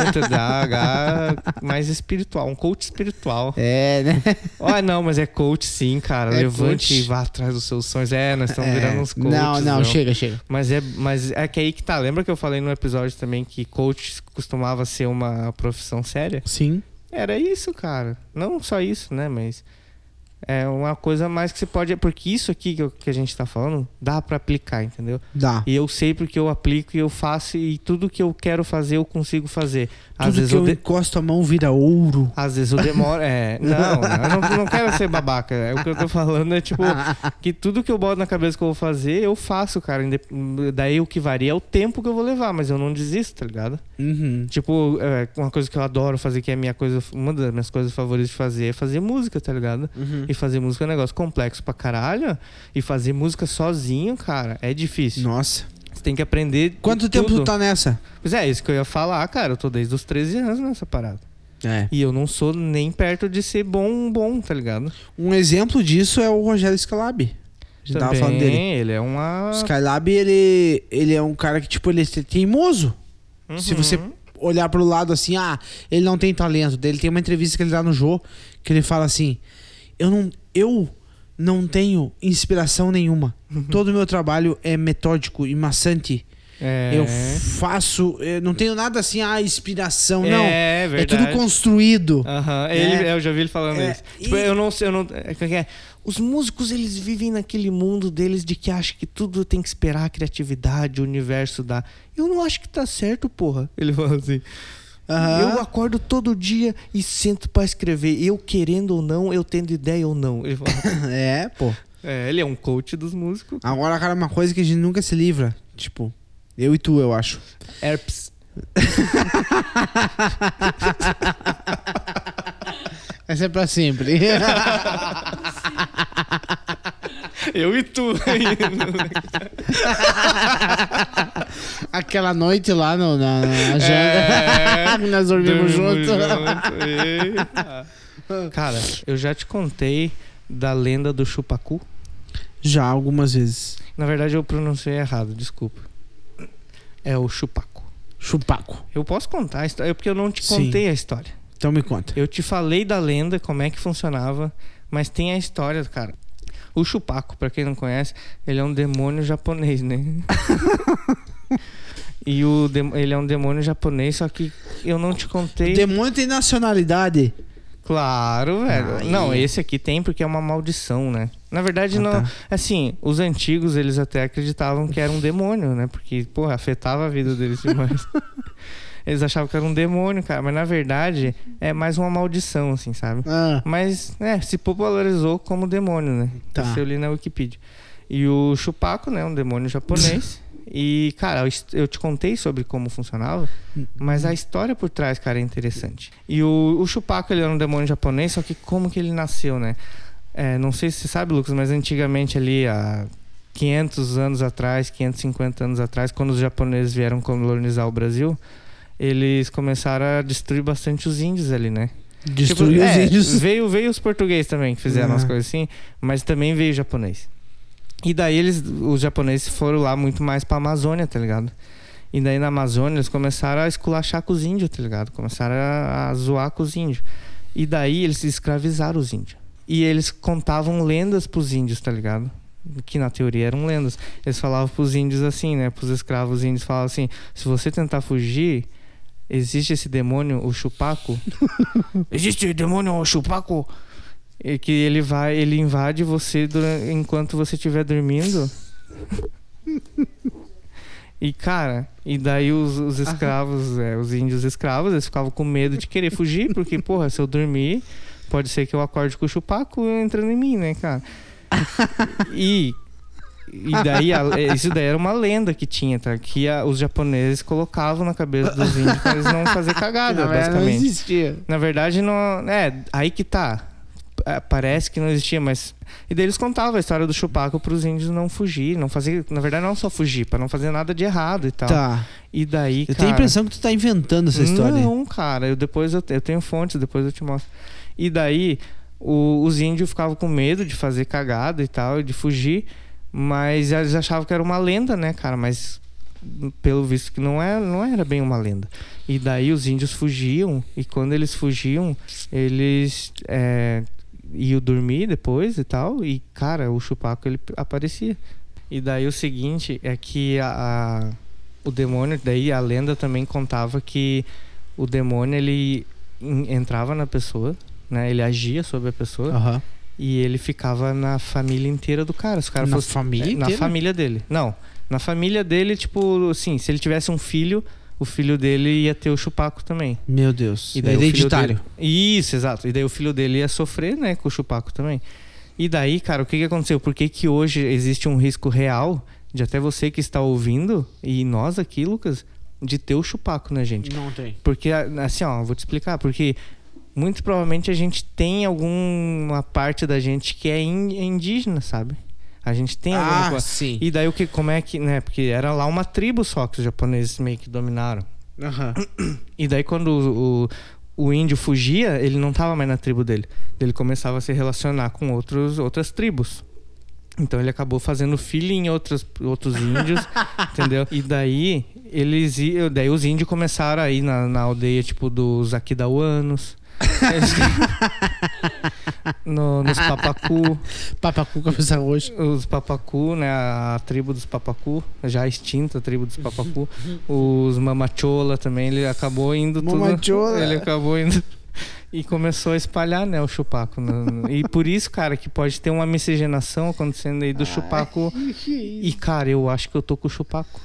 Speaker 7: TDAH mais espiritual, um coach espiritual.
Speaker 6: É, né?
Speaker 7: Ah, não, mas é coach sim, cara.
Speaker 6: É
Speaker 7: Levante
Speaker 6: coach.
Speaker 7: e vá atrás dos seus sonhos. É, nós estamos
Speaker 6: É.
Speaker 7: virando uns coaches.
Speaker 6: não, não, chega, chega.
Speaker 7: Mas é, mas é que aí que tá. Lembra que eu falei no episódio também que coach costumava ser uma profissão séria?
Speaker 6: Sim.
Speaker 7: Era isso, cara. Não só isso, né? Mas é uma coisa a mais que você pode. é Porque isso aqui que, eu- que a gente tá falando dá pra aplicar, entendeu?
Speaker 6: Dá.
Speaker 7: E eu sei porque eu aplico e eu faço e tudo que eu quero fazer eu consigo fazer. Às
Speaker 6: Tudo
Speaker 7: vezes
Speaker 6: que
Speaker 7: eu,
Speaker 6: eu
Speaker 7: de-
Speaker 6: encosto a mão vira ouro.
Speaker 7: às vezes eu demoro. É, não, eu não, não quero ser babaca. É o que eu tô falando é tipo que tudo que eu boto na cabeça que eu vou fazer, eu faço, cara. Indep- Daí o que varia é o tempo que eu vou levar, mas eu não desisto, tá ligado?
Speaker 6: Uhum.
Speaker 7: Tipo, é, uma coisa que eu adoro fazer, que é a minha coisa, uma das minhas coisas favoritas de fazer é fazer música, tá ligado?
Speaker 6: Uhum.
Speaker 7: E fazer música é um negócio complexo pra caralho. E fazer música sozinho, cara, é difícil.
Speaker 6: Nossa.
Speaker 7: Você tem que aprender. de
Speaker 6: Quanto tempo
Speaker 7: tudo.
Speaker 6: tu tá nessa?
Speaker 7: Pois é, isso que eu ia falar, cara. Eu tô desde os 13 anos nessa parada.
Speaker 6: É.
Speaker 7: E eu não sou nem perto de ser bom, bom, tá ligado?
Speaker 6: Um exemplo disso é o Rogério Scalab. A gente tava
Speaker 7: Também,
Speaker 6: falando dele.
Speaker 7: ele é uma.
Speaker 6: O Skylab, ele, ele é um cara que, tipo, ele é teimoso. Se você
Speaker 7: Uhum.
Speaker 6: olhar pro lado assim, ah, ele não tem talento. Daí Ele tem uma entrevista que ele dá no Jô, que ele fala assim: Eu não, eu não tenho inspiração nenhuma. Todo o meu trabalho é metódico e maçante.
Speaker 7: É.
Speaker 6: eu faço. eu não tenho nada assim, ah, inspiração,
Speaker 7: É,
Speaker 6: não.
Speaker 7: verdade.
Speaker 6: tudo construído.
Speaker 7: Aham,
Speaker 6: né?
Speaker 7: ele- eu já vi ele falando
Speaker 6: É,
Speaker 7: isso. Tipo,
Speaker 6: e-
Speaker 7: eu não sei, eu não. é, como é que é? Os músicos, eles vivem naquele mundo deles de que acham que tudo tem que esperar a criatividade, o universo dar. Eu não acho que tá certo, porra. Ele fala assim.
Speaker 6: Aham.
Speaker 7: Eu acordo todo dia e sento pra escrever. Eu querendo ou não, eu tendo ideia ou não. Ele, fala-
Speaker 6: É, pô.
Speaker 7: é, ele é um coach dos músicos.
Speaker 6: Agora, cara, uma coisa que a gente nunca se livra. Tipo, eu e tu, eu acho.
Speaker 7: Herpes.
Speaker 6: Essa é pra sempre.
Speaker 7: Eu e tu.
Speaker 6: Aquela noite lá no, na, na janta.
Speaker 7: É.
Speaker 6: Nós dormimos juntos.
Speaker 7: Cara, eu já te contei da lenda do chupacu.
Speaker 6: Já algumas vezes.
Speaker 7: Na verdade, eu pronunciei errado, desculpa. É o chupacu.
Speaker 6: Chupaco.
Speaker 7: Eu posso contar a história, porque eu não te
Speaker 6: Sim.
Speaker 7: contei a história.
Speaker 6: Então me conta.
Speaker 7: Eu te falei da lenda, como é que funcionava, mas tem a história, cara. O Chupaco, pra quem não conhece, ele é um demônio japonês, né? e o dem- ele é um demônio japonês, só que eu não te contei.
Speaker 6: Demônio tem nacionalidade.
Speaker 7: Claro, velho.
Speaker 6: Ai.
Speaker 7: Não, esse aqui tem porque é uma maldição, né? Na verdade,
Speaker 6: Ah,
Speaker 7: não.
Speaker 6: tá.
Speaker 7: Assim, os antigos eles até acreditavam que era um demônio, né? Porque, porra, afetava a vida deles demais. eles achavam que era um demônio, cara. Mas na verdade, é mais uma maldição, assim, sabe?
Speaker 6: Ah,
Speaker 7: Mas, né, se popularizou como demônio, né?
Speaker 6: Tá.
Speaker 7: Isso eu li na Wikipedia. E o Chupaco, né? Um demônio japonês. e, cara, eu est- eu te contei sobre como funcionava, mas a história por trás, cara, é interessante. E o, o Chupaco, ele era um demônio japonês, só que como que ele nasceu, né? É, não sei se você sabe, Lucas, mas antigamente ali, há 500 anos atrás, 550 anos atrás, quando os japoneses vieram colonizar o Brasil, eles começaram a destruir bastante os índios ali, né?
Speaker 6: destruiu
Speaker 7: Tipo,
Speaker 6: os
Speaker 7: é,
Speaker 6: índios.
Speaker 7: Veio, veio os portugueses também que fizeram
Speaker 6: Ah.
Speaker 7: as coisas assim, mas também veio japonês. E daí eles, os japoneses foram lá muito mais pra Amazônia, tá ligado? E daí na Amazônia eles começaram a esculachar com os índios, tá ligado? Começaram a, a zoar com os índios. E daí eles escravizaram os índios. E eles contavam lendas pros índios, tá ligado? Que na teoria eram lendas. Eles falavam pros índios assim, né? Pros escravos índios falavam assim: se você tentar fugir, existe esse demônio, o Chupaco. existe o demônio, o Chupaco. E que ele vai, ele invade você dura- enquanto você estiver dormindo. E cara, e daí os, os escravos, é, os índios escravos, eles ficavam com medo de querer fugir, porque, porra, se eu dormir, pode ser que eu acorde com o chupaco entrando em mim, né, cara? E, e daí, a- isso daí era uma lenda que tinha, tá? Que a- os japoneses colocavam na cabeça dos índios pra eles não fazer cagada,
Speaker 6: Na verdade,
Speaker 7: basicamente.
Speaker 6: Ah, Não existia.
Speaker 7: Na verdade, não. É, aí que tá. É, Parece que não existia, mas. E daí eles contavam a história do Chupaco pros índios não fugir, não fazer. Na verdade, não só fugir, pra não fazer nada de errado e tal.
Speaker 6: Tá.
Speaker 7: E daí.
Speaker 6: Eu tenho a
Speaker 7: Então, cara,
Speaker 6: impressão que tu tá inventando essa história.
Speaker 7: Não, cara, eu depois eu, te- eu tenho fontes, depois eu te mostro. E daí, o- os índios ficavam com medo de fazer cagada e tal, de fugir, mas eles achavam que era uma lenda, né, cara? Mas pelo visto que não era, não era bem uma lenda. E daí os índios fugiam, e quando eles fugiam, eles é, iam dormir depois e tal, e cara, o chupaco ele aparecia. E daí o seguinte é que a, a- o demônio, daí a lenda também contava que o demônio ele en- entrava na pessoa, né? Ele agia sobre a pessoa
Speaker 6: Aham.
Speaker 7: e ele ficava na família inteira do cara. Se o cara
Speaker 6: Na
Speaker 7: fosse-
Speaker 6: família
Speaker 7: é, na
Speaker 6: inteira?
Speaker 7: família dele. Não, na família dele, tipo, assim, se ele tivesse um filho, o filho dele ia ter o chupaco também.
Speaker 6: Meu Deus.
Speaker 7: E daí É, o filho
Speaker 6: Hereditário.
Speaker 7: dele- Isso, exato. E daí o filho dele ia sofrer, né, com o chupaco também. E daí, cara, o que, que aconteceu? Por que, que hoje existe um risco real de até você que está ouvindo, e nós aqui, Lucas, de ter o chupaco, né, gente?
Speaker 6: Não tem.
Speaker 7: Porque, assim, ó, vou te explicar. Porque muito provavelmente a gente tem alguma parte da gente que é in- indígena, sabe? A gente tem alguma
Speaker 6: Ah,
Speaker 7: coisa.
Speaker 6: sim.
Speaker 7: E daí o que, como é que, né? Porque era lá uma tribo só que os japoneses meio que dominaram.
Speaker 6: Aham.
Speaker 7: E daí quando o, o, o índio fugia, ele não tava mais na tribo dele. Ele começava a se relacionar com outros, outras tribos. Então ele acabou fazendo filho em outros, outros índios, entendeu? E daí eles iam, daí os índios começaram a ir na, na aldeia tipo dos Aquidauanos. Eles- no- nos papacu.
Speaker 6: Papacu, tá cabeça roxa.
Speaker 7: Os papacu, né? A tribo dos papacu, já extinta a tribo dos papacu. Os mamachola também, ele acabou indo tudo.
Speaker 6: Mamachola.
Speaker 7: Ele acabou indo. E começou a espalhar, né, o chupaco. no- E por isso, cara, que pode ter uma miscigenação acontecendo aí do chupaco.
Speaker 6: é
Speaker 7: E, cara, eu acho que eu tô com o chupaco.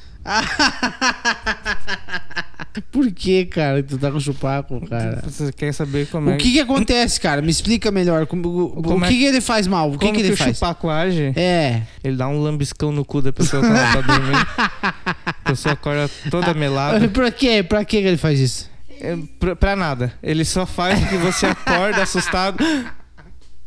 Speaker 6: Por que, cara, tu tá com chupaco, cara?
Speaker 7: Você quer saber como é
Speaker 6: É. O que que acontece, cara? Me explica melhor. Como- o o
Speaker 7: Como é-
Speaker 6: que que ele faz mal? O que
Speaker 7: como
Speaker 6: que ele
Speaker 7: o
Speaker 6: faz?
Speaker 7: chupaco age?
Speaker 6: É.
Speaker 7: Ele dá um lambiscão no cu da pessoa quando ela tá dormindo. A pessoa acorda toda melada.
Speaker 6: Pra quê? Pra quê que ele faz isso?
Speaker 7: É, pra, pra nada. Ele só faz que você acorda assustado.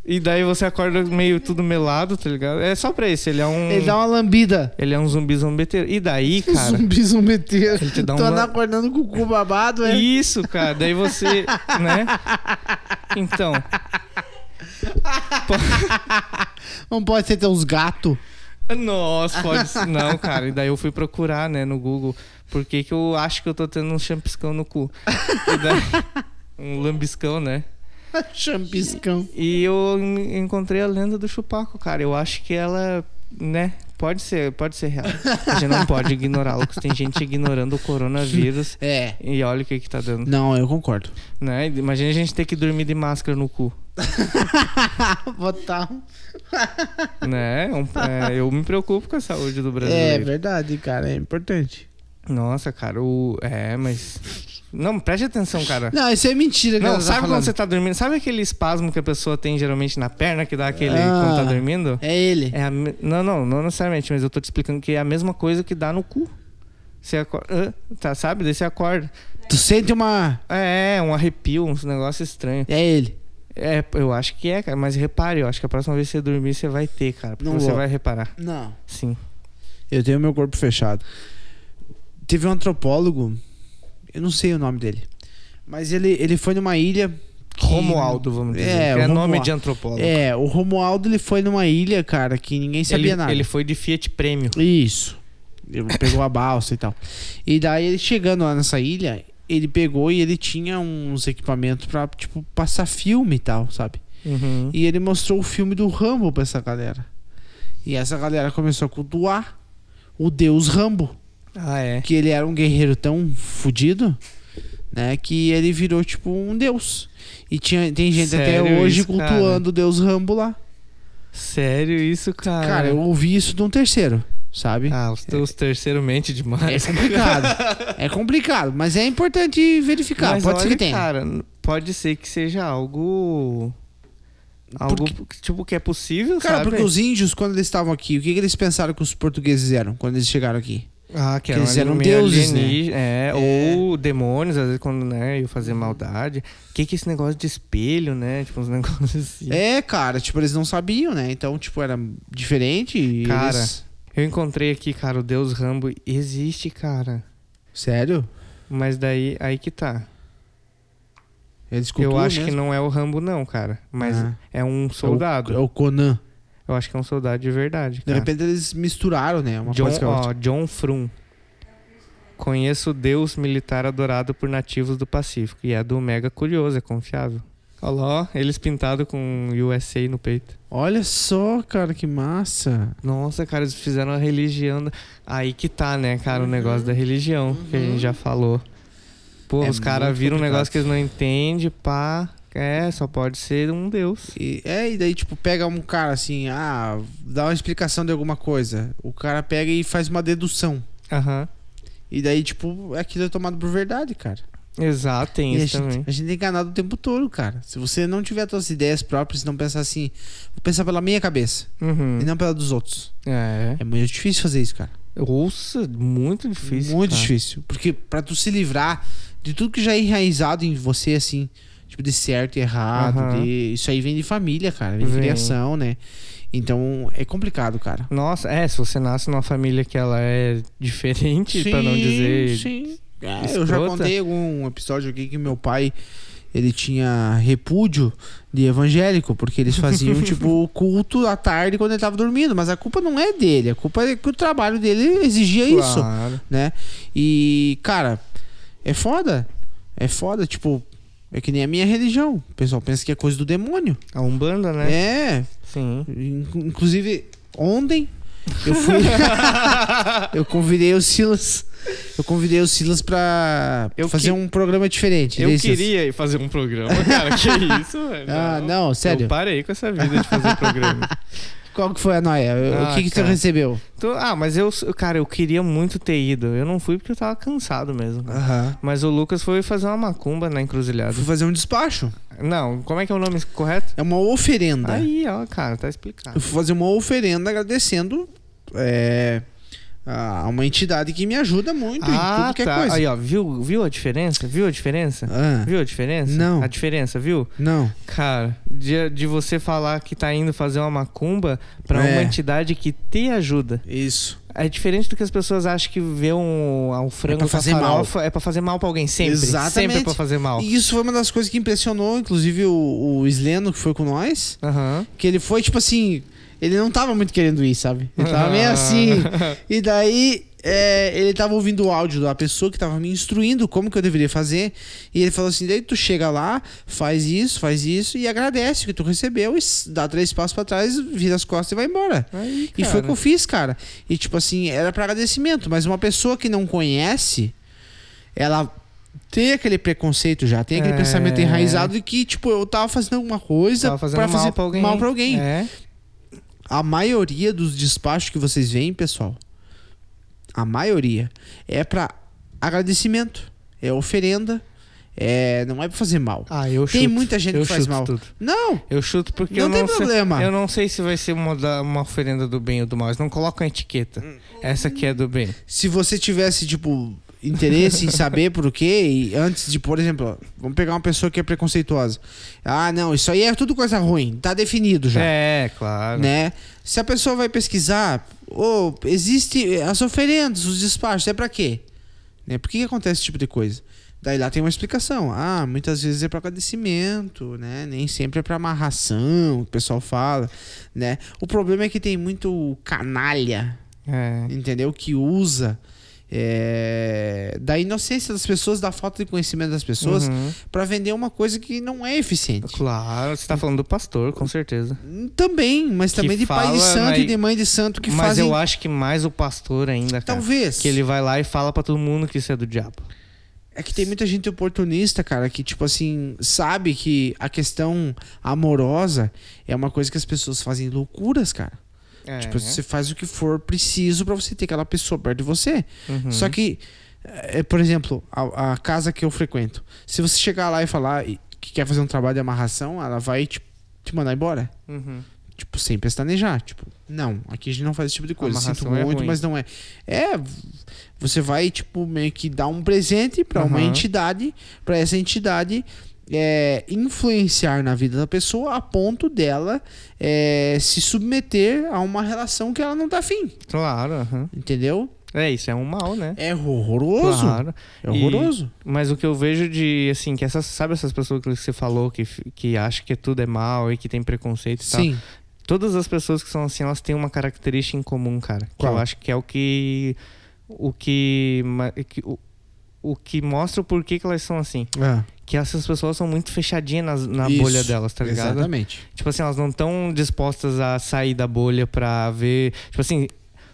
Speaker 7: E daí você acorda meio tudo melado, tá ligado? É só pra isso. Ele é um.
Speaker 6: Ele dá uma lambida.
Speaker 7: ele é um zumbi zombeteiro. E daí, cara.
Speaker 6: Zumbi zumbeteiro.
Speaker 7: Ele te dá
Speaker 6: Tu
Speaker 7: uma-
Speaker 6: anda acordando com o cu babado, é?
Speaker 7: Isso, cara. Daí você, né? Então,
Speaker 6: Não pode ser ter uns gatos.
Speaker 7: nossa, pode ser- não, cara. E daí eu fui procurar, né, no Google, por que que eu acho que eu tô tendo um champiscão no cu. E daí, um lambiscão, né?
Speaker 6: Champiscão.
Speaker 7: E eu en- encontrei a lenda do Chupaco, cara. Eu acho que ela, né? Pode ser, pode ser real. A gente não pode ignorá-lo, porque tem gente ignorando o coronavírus.
Speaker 6: É.
Speaker 7: E olha o que que tá dando,
Speaker 6: Não, eu concordo.
Speaker 7: né? Imagina a gente ter que dormir de máscara no cu,
Speaker 6: Botar um...
Speaker 7: né? É um- é, eu me preocupo com a saúde do
Speaker 6: É
Speaker 7: brasileiro.
Speaker 6: verdade, cara. É importante.
Speaker 7: Nossa, cara, o... É, mas... Não, preste atenção, cara.
Speaker 6: Não, isso é mentira que
Speaker 7: Não,
Speaker 6: ela tá
Speaker 7: sabe
Speaker 6: falando.
Speaker 7: quando você tá dormindo? Sabe aquele espasmo que a pessoa tem geralmente na perna, que dá aquele
Speaker 6: Ah.
Speaker 7: quando tá dormindo?
Speaker 6: É ele.
Speaker 7: É a me- não, não, não necessariamente, mas eu tô te explicando que é a mesma coisa que dá no cu. Você acorda, tá, sabe? Daí você acorda.
Speaker 6: Tu sente uma...
Speaker 7: É, é, um arrepio, uns negócio estranho.
Speaker 6: É ele.
Speaker 7: É, eu acho que é, cara, mas repare, eu acho que a próxima vez que você dormir você vai ter, cara, porque
Speaker 6: Não
Speaker 7: você
Speaker 6: vou.
Speaker 7: vai reparar.
Speaker 6: Não.
Speaker 7: Sim.
Speaker 6: Eu tenho meu corpo fechado. Teve um antropólogo, eu não sei o nome dele, mas ele, ele foi numa ilha. que-
Speaker 7: Romualdo, vamos dizer.
Speaker 6: É,
Speaker 7: É,
Speaker 6: o
Speaker 7: é nome
Speaker 6: Romualdo.
Speaker 7: de antropólogo.
Speaker 6: É, o Romualdo ele foi numa ilha, cara, que ninguém sabia
Speaker 7: ele,
Speaker 6: nada.
Speaker 7: ele foi de Fiat Prêmio.
Speaker 6: Isso. Ele pegou a balsa e tal. E daí ele chegando lá nessa ilha, ele pegou e ele tinha uns equipamentos pra, tipo, passar filme e tal, sabe?
Speaker 7: Uhum.
Speaker 6: E ele mostrou o filme do Rambo pra essa galera. E essa galera começou a cultuar o deus Rambo
Speaker 7: Ah, é.
Speaker 6: que ele era um guerreiro tão fudido, né, que ele virou tipo um deus. E tinha, tem gente até
Speaker 7: Sério
Speaker 6: hoje
Speaker 7: isso, cara?
Speaker 6: cultuando o deus Rambo lá.
Speaker 7: Sério isso, cara?
Speaker 6: Cara, eu ouvi isso de um terceiro, sabe?
Speaker 7: Ah, os teus terceiro mente
Speaker 6: É
Speaker 7: demais.
Speaker 6: complicado. é complicado, mas é importante verificar.
Speaker 7: Mas
Speaker 6: Pode ser que
Speaker 7: olha,
Speaker 6: tenha.
Speaker 7: Cara, pode ser que seja algo. Algo tipo que é possível,
Speaker 6: Cara,
Speaker 7: sabe?
Speaker 6: porque os índios, quando eles estavam aqui, o que, que eles pensaram que os portugueses eram quando eles chegaram aqui?
Speaker 7: Ah, que
Speaker 6: eles
Speaker 7: eram
Speaker 6: eram
Speaker 7: meio
Speaker 6: deuses, né?
Speaker 7: alienígenas, É, ou demônios, às vezes quando né, iam fazer maldade. O que, que é esse negócio de espelho, né? Tipo, uns negócios assim.
Speaker 6: É, cara, tipo, eles não sabiam, né? Então, tipo, era diferente e
Speaker 7: Cara.
Speaker 6: eles-
Speaker 7: Eu encontrei aqui, cara, o Deus Rambo existe, cara.
Speaker 6: Sério?
Speaker 7: Mas daí, aí que tá.
Speaker 6: Eles cultuam
Speaker 7: eu acho
Speaker 6: mesmo?
Speaker 7: que não é o Rambo, não, cara. Mas
Speaker 6: Ah.
Speaker 7: é um soldado.
Speaker 6: É o, é o Conan.
Speaker 7: Eu acho que é um soldado de verdade.
Speaker 6: De
Speaker 7: Cara.
Speaker 6: repente eles misturaram, né? Uma
Speaker 7: John,
Speaker 6: coisa com a outra.
Speaker 7: ó, John Frum. Conheço o deus militar adorado por nativos do Pacífico. E é do Mega Curioso, é confiável. Olha lá, ó, eles pintados com USA no peito.
Speaker 6: Olha só, cara, que massa.
Speaker 7: Nossa, cara, eles fizeram a religião. da- Aí que tá, né, cara, o negócio da religião, que a gente já falou. Pô,
Speaker 6: É
Speaker 7: os caras
Speaker 6: muito
Speaker 7: viram um
Speaker 6: complicado.
Speaker 7: negócio que eles não entendem, pá. É, só pode ser um deus.
Speaker 6: E, é, e daí, tipo, pega um cara assim, ah, dá uma explicação de alguma coisa. O cara pega e faz uma dedução.
Speaker 7: Aham.
Speaker 6: E daí, tipo, aquilo é tomado por verdade, cara.
Speaker 7: Exato, tem
Speaker 6: E a
Speaker 7: isso também.
Speaker 6: gente, a gente é enganado o tempo todo, cara. Se você não tiver suas ideias próprias, se não pensar assim, vou pensar pela minha cabeça
Speaker 7: Uhum.
Speaker 6: e não pela dos outros.
Speaker 7: É.
Speaker 6: É muito difícil fazer isso, cara.
Speaker 7: Ouça, muito difícil.
Speaker 6: Muito
Speaker 7: cara.
Speaker 6: difícil. Porque pra tu se livrar de tudo que já é enraizado em você, assim, tipo, de certo e errado,
Speaker 7: Aham.
Speaker 6: de- isso aí vem de família, cara, vem de
Speaker 7: Vem.
Speaker 6: criação, né? Então é complicado, cara.
Speaker 7: Nossa, é, se você nasce numa família que ela é diferente, pra não dizer.
Speaker 6: Sim. É, eu já
Speaker 7: escrota.
Speaker 6: contei algum episódio aqui que meu pai. Ele tinha repúdio de evangélico, porque eles faziam, tipo, o culto à tarde quando ele tava dormindo. Mas a culpa não é dele, a culpa é que o trabalho dele exigia isso
Speaker 7: Claro.
Speaker 6: né? E, cara, é foda. É foda, tipo. É que nem a minha religião. O pessoal pensa que é coisa do demônio.
Speaker 7: A Umbanda, né?
Speaker 6: É.
Speaker 7: Sim.
Speaker 6: in- Inclusive, ontem eu fui. eu convidei o Silas. Eu convidei o Silas pra
Speaker 7: Eu
Speaker 6: fazer
Speaker 7: que-
Speaker 6: um programa diferente.
Speaker 7: Eu
Speaker 6: né, Silas?
Speaker 7: queria ir fazer um programa, cara. Que isso, velho.
Speaker 6: Ah, não, sério.
Speaker 7: Eu parei com essa vida de fazer programa.
Speaker 6: Qual que foi a noia? O- o
Speaker 7: Ah,
Speaker 6: que, que tu
Speaker 7: cara.
Speaker 6: recebeu?
Speaker 7: Então, ah, mas eu, cara, eu queria muito ter ido. Eu não fui porque eu tava cansado mesmo.
Speaker 6: Aham.
Speaker 7: Mas o Lucas foi fazer uma macumba na encruzilhada.
Speaker 6: Fui fazer um despacho.
Speaker 7: Não, como é que é o nome correto?
Speaker 6: É uma oferenda.
Speaker 7: Aí, ó, cara, tá explicado.
Speaker 6: Eu fui fazer uma oferenda agradecendo é, a uma entidade que me ajuda muito em tudo que é coisa.
Speaker 7: Ah, tá. Aí, ó, viu, viu a diferença? Viu a diferença?
Speaker 6: Ah,
Speaker 7: Viu a diferença?
Speaker 6: Não.
Speaker 7: A diferença, viu?
Speaker 6: não.
Speaker 7: Cara, de, de você falar que tá indo fazer uma macumba pra
Speaker 6: É.
Speaker 7: uma entidade que te ajuda.
Speaker 6: Isso.
Speaker 7: É diferente do que as pessoas acham que ver um, um frango com
Speaker 6: pra
Speaker 7: a
Speaker 6: fazer mal.
Speaker 7: farofa é pra fazer mal pra alguém. Sempre. Sempre é pra fazer mal.
Speaker 6: E isso foi uma das coisas que impressionou, inclusive, o, o Sleno, que foi com nós.
Speaker 7: Aham.
Speaker 6: Que ele foi, tipo assim... Ele não tava muito querendo ir, sabe? Ele tava meio assim. E daí... é, ele tava ouvindo o áudio da pessoa que tava me instruindo como que eu deveria fazer. E ele falou assim: daí tu chega lá, faz isso, faz isso, e agradece o que tu recebeu, e s- dá três passos pra trás, vira as costas e vai embora.
Speaker 7: Aí,
Speaker 6: E foi o
Speaker 7: cara.
Speaker 6: que eu fiz, cara. E tipo assim, era pra agradecimento, mas uma pessoa que não conhece, ela tem aquele preconceito já, tem aquele
Speaker 7: É.
Speaker 6: pensamento enraizado de que, tipo, eu tava fazendo alguma coisa
Speaker 7: Tava fazendo
Speaker 6: é pra
Speaker 7: mal
Speaker 6: fazer
Speaker 7: pra alguém.
Speaker 6: mal pra alguém.
Speaker 7: É.
Speaker 6: A maioria dos despachos que vocês veem, pessoal, a maioria é pra agradecimento, é oferenda, é, não é pra fazer mal.
Speaker 7: Ah, eu
Speaker 6: tem
Speaker 7: chuto.
Speaker 6: muita gente
Speaker 7: eu
Speaker 6: que faz
Speaker 7: chuto
Speaker 6: mal.
Speaker 7: Tudo.
Speaker 6: Não,
Speaker 7: Eu chuto porque
Speaker 6: Não
Speaker 7: eu
Speaker 6: tem
Speaker 7: não sei-
Speaker 6: problema.
Speaker 7: eu não sei se vai ser uma, da- uma oferenda do bem ou do mal. Eles não colocam etiqueta. Essa aqui é do bem.
Speaker 6: se você tivesse, tipo, interesse em saber por quê, e antes de, por exemplo, vamos pegar uma pessoa que é preconceituosa. Ah, não, isso aí é tudo coisa ruim, tá definido já.
Speaker 7: É, claro.
Speaker 6: Né? Se a pessoa vai pesquisar, ou existe eh, as oferendas, os despachos, é pra quê? Né? Por que, que acontece esse tipo de coisa? Daí lá tem uma explicação. Ah, muitas vezes é pra agradecimento, né? Nem sempre é pra amarração, o pessoal fala, né? O problema é que tem muito canalha
Speaker 7: É.
Speaker 6: entendeu? Que usa é, da inocência das pessoas, da falta de conhecimento das pessoas,
Speaker 7: Uhum.
Speaker 6: pra vender uma coisa que não é eficiente.
Speaker 7: Claro, você tá falando do pastor, com certeza.
Speaker 6: Também, mas
Speaker 7: Que
Speaker 6: também de pai de
Speaker 7: fala,
Speaker 6: santo
Speaker 7: mas-
Speaker 6: e de mãe de santo que
Speaker 7: Mas
Speaker 6: fazem.
Speaker 7: eu acho que mais o pastor ainda, cara.
Speaker 6: Talvez.
Speaker 7: É. Que ele vai lá e fala pra todo mundo que isso é do diabo.
Speaker 6: É que tem muita gente oportunista, cara, que, tipo assim, sabe que a questão amorosa é uma coisa que as pessoas fazem loucuras, cara.
Speaker 7: É.
Speaker 6: Tipo, você faz o que for preciso pra você ter aquela pessoa perto de você.
Speaker 7: Uhum.
Speaker 6: Só que, é, por exemplo, a, a casa que eu frequento. Se você chegar lá e falar e- que quer fazer um trabalho de amarração, ela vai te, te mandar embora.
Speaker 7: Uhum.
Speaker 6: Tipo, sem pestanejar. Tipo, não, aqui a gente não faz esse tipo de coisa.
Speaker 7: Amarração
Speaker 6: Sinto
Speaker 7: é
Speaker 6: muito,
Speaker 7: ruim.
Speaker 6: mas não é. É, v- você vai, tipo, meio que dar um presente pra uma
Speaker 7: Aham.
Speaker 6: entidade, pra essa entidade. é, influenciar na vida da pessoa a ponto dela é, se submeter a uma relação que ela não tá afim,
Speaker 7: Claro, aham.
Speaker 6: entendeu?
Speaker 7: É, isso é um mal, né?
Speaker 6: É horroroso.
Speaker 7: Claro.
Speaker 6: É horroroso.
Speaker 7: E- mas o que eu vejo de, assim, que essas, sabe essas pessoas que você falou, que, f- que acha que tudo é mal e que tem preconceito e tá tal?
Speaker 6: Sim.
Speaker 7: Todas as pessoas que são assim, elas têm uma característica em comum, cara. Que
Speaker 6: Qual?
Speaker 7: eu acho que é o que. O que. ma- que- o, o que mostra o porquê que elas são assim. Que essas pessoas são muito fechadinhas nas- na
Speaker 6: Isso.
Speaker 7: bolha delas, tá ligado?
Speaker 6: Exatamente.
Speaker 7: Tipo assim, elas não estão dispostas a sair da bolha pra ver. Tipo assim,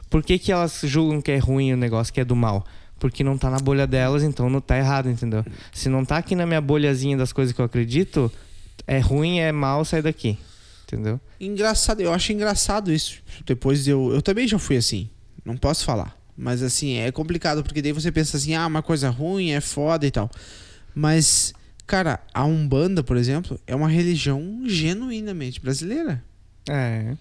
Speaker 7: por que, que elas julgam que é ruim o negócio, que é do mal? Porque não tá na bolha delas, então não tá errado, entendeu? Se não tá aqui na minha bolhazinha das coisas que eu acredito, é ruim, é mal sair daqui. Entendeu?
Speaker 6: Engraçado, eu acho engraçado isso. Depois eu. Eu também já fui assim. Não posso falar. Mas assim, é complicado, porque daí você pensa assim, ah, uma coisa ruim, é foda e tal. Mas, cara, a Umbanda, por exemplo, é uma religião genuinamente brasileira.
Speaker 7: É.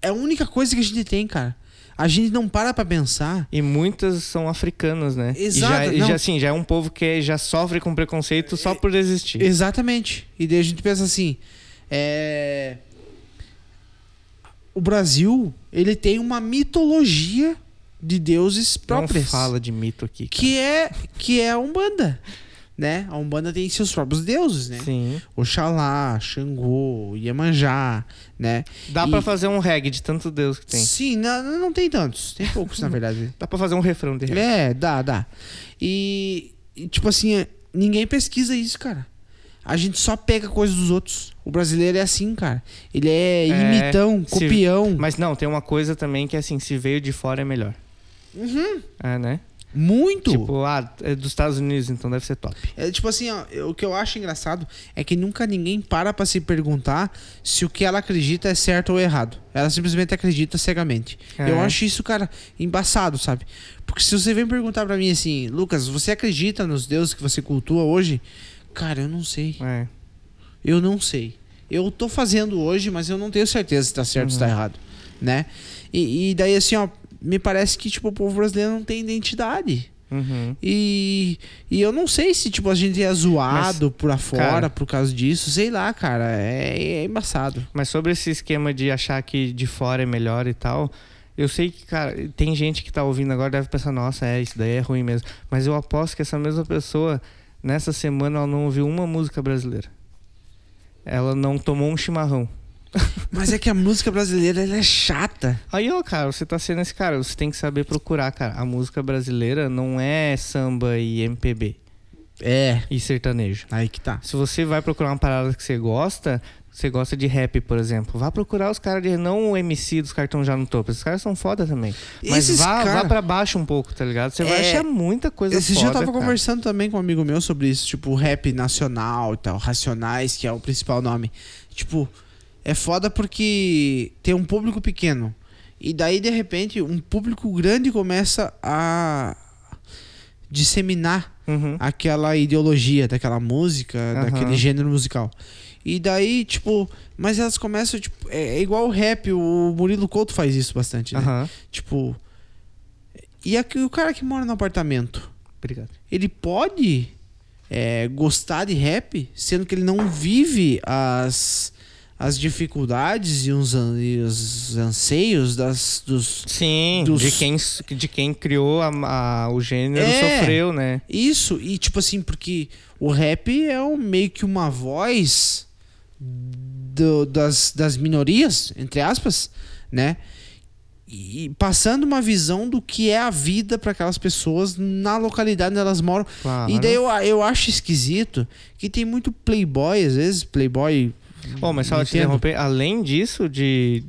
Speaker 6: É a única coisa que a gente tem, cara. A gente não para pra pensar.
Speaker 7: E muitas são africanas, né?
Speaker 6: Exato,
Speaker 7: E já, e
Speaker 6: não. É,
Speaker 7: já assim, já é um povo que já sofre com preconceito só por existir.
Speaker 6: Exatamente. E daí a gente pensa assim, é... o Brasil ele tem uma mitologia de deuses próprios
Speaker 7: Não fala de mito aqui. cara.
Speaker 6: que é que é a Umbanda, né? A Umbanda tem seus próprios deuses, né?
Speaker 7: Sim.
Speaker 6: Oxalá, Xangô, Iemanjá, né?
Speaker 7: Dá
Speaker 6: E-
Speaker 7: pra fazer um reggae de tanto Deus que tem.
Speaker 6: Sim, não, não tem tantos, tem poucos na verdade.
Speaker 7: Dá pra fazer um refrão de reggae.
Speaker 6: É, dá, dá. E, e, tipo assim, ninguém pesquisa isso, cara. a gente só pega coisas dos outros. O brasileiro é assim, cara. Ele é imitão,
Speaker 7: se-
Speaker 6: copião.
Speaker 7: Mas não, tem uma coisa também que assim, se veio de fora é melhor. Uhum. É, né?
Speaker 6: Muito.
Speaker 7: Tipo, ah, é dos Estados Unidos, então deve ser top.
Speaker 6: É tipo assim, ó, eu- o que eu acho engraçado é que nunca ninguém para pra se perguntar se o que ela acredita é certo ou errado. Ela simplesmente acredita cegamente.
Speaker 7: É.
Speaker 6: Eu acho isso, cara, embaçado, sabe? Porque se você vem perguntar pra mim assim, Lucas, você acredita nos deuses que você cultua hoje? Cara, eu não sei.
Speaker 7: É.
Speaker 6: Eu não sei. Eu tô fazendo hoje, mas eu não tenho certeza se tá certo ou
Speaker 7: Uhum.
Speaker 6: se tá errado, né? E, e daí assim, ó, me parece que tipo o povo brasileiro não tem identidade.
Speaker 7: Uhum.
Speaker 6: E, e eu não sei se, tipo, a gente é zoado por afora
Speaker 7: cara-
Speaker 6: por causa disso. Sei lá, cara. É, é embaçado.
Speaker 7: Mas sobre esse esquema de achar que de fora é melhor e tal, eu sei que, cara, tem gente que tá ouvindo agora deve pensar, nossa, é, isso daí é ruim mesmo. Mas eu aposto que essa mesma pessoa, nessa semana, ela não ouviu uma música brasileira. Ela não tomou um chimarrão.
Speaker 6: Mas é que a música brasileira, ela é chata.
Speaker 7: Aí, ó, cara, você tá sendo esse cara, você tem que saber procurar, cara. A música brasileira não é samba e MPB
Speaker 6: É.
Speaker 7: e sertanejo.
Speaker 6: Aí que tá.
Speaker 7: Se você vai procurar uma parada que você gosta, você gosta de rap, por exemplo, vá procurar os caras de não o MC dos cartão já no topo. Esses caras são foda também. Mas
Speaker 6: Esses
Speaker 7: vá,
Speaker 6: cara-
Speaker 7: vá para baixo um pouco, tá ligado? Você vai
Speaker 6: É.
Speaker 7: achar muita coisa
Speaker 6: Esse dia
Speaker 7: foda.
Speaker 6: eu tava
Speaker 7: cara.
Speaker 6: conversando também com um amigo meu sobre isso, tipo, rap nacional e tal, Racionais, que é o principal nome. Tipo, é foda porque tem um público pequeno. E daí, de repente, um público grande começa a disseminar
Speaker 7: Uhum.
Speaker 6: aquela ideologia daquela música,
Speaker 7: Aham.
Speaker 6: daquele gênero musical. E daí, tipo, mas elas começam, tipo, é, é igual o rap, o Murilo Couto faz isso bastante, né?
Speaker 7: Aham.
Speaker 6: Tipo. E aqui, o cara que mora no apartamento,
Speaker 7: Obrigado.
Speaker 6: ele pode é, gostar de rap, sendo que ele não vive as, as dificuldades e, uns, an- e os anseios das, dos,
Speaker 7: Sim,
Speaker 6: Dos-
Speaker 7: de, quem, de quem criou a- a- o gênero
Speaker 6: É.
Speaker 7: sofreu, né?
Speaker 6: Isso, e tipo assim, porque o rap é um, meio que uma voz do- das, das minorias, entre aspas, né? E e passando uma visão do que é a vida para aquelas pessoas na localidade onde elas moram.
Speaker 7: Claro.
Speaker 6: E daí eu, eu acho esquisito que tem muito playboy, às vezes, playboy.
Speaker 7: Ô, mas só te
Speaker 6: Entendo.
Speaker 7: interromper, além disso, de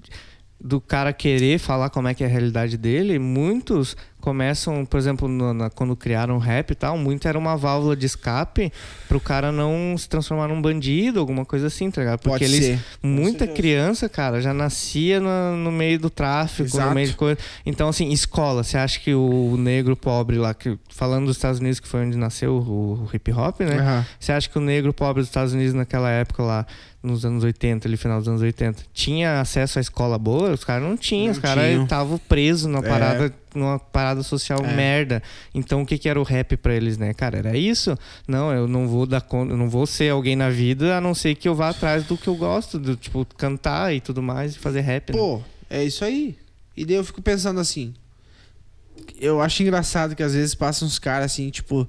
Speaker 7: do cara querer falar como é que é a realidade dele, muitos começam, por exemplo, no- na- quando criaram o rap e tal, muito era uma válvula de escape pro cara não se transformar num bandido, alguma coisa assim, tá ligado? Porque
Speaker 6: Pode
Speaker 7: eles
Speaker 6: ser.
Speaker 7: muita criança, cara, já nascia na- no, meio do tráfico,
Speaker 6: Exato.
Speaker 7: no meio de coisa. Então assim, escola, você acha que o negro pobre lá que falando dos Estados Unidos que foi onde nasceu o, o hip hop, né?
Speaker 6: Aham.
Speaker 7: Você acha que o negro pobre dos Estados Unidos naquela época lá, nos anos 80, ali final dos anos 80, tinha acesso à escola boa? Os caras não tinham, os
Speaker 6: Não
Speaker 7: caras
Speaker 6: tinham.
Speaker 7: estavam presos numa
Speaker 6: É.
Speaker 7: parada, numa parada social merda. Então o que que era o rap pra eles, né? Cara, era isso? Não, eu não vou dar conta, eu não vou ser alguém na vida, a não ser que eu vá atrás do que eu gosto, do tipo cantar e tudo mais e fazer rap, né?
Speaker 6: Pô, é isso aí. E daí eu fico pensando assim. Eu acho engraçado que às vezes passam uns caras assim, tipo,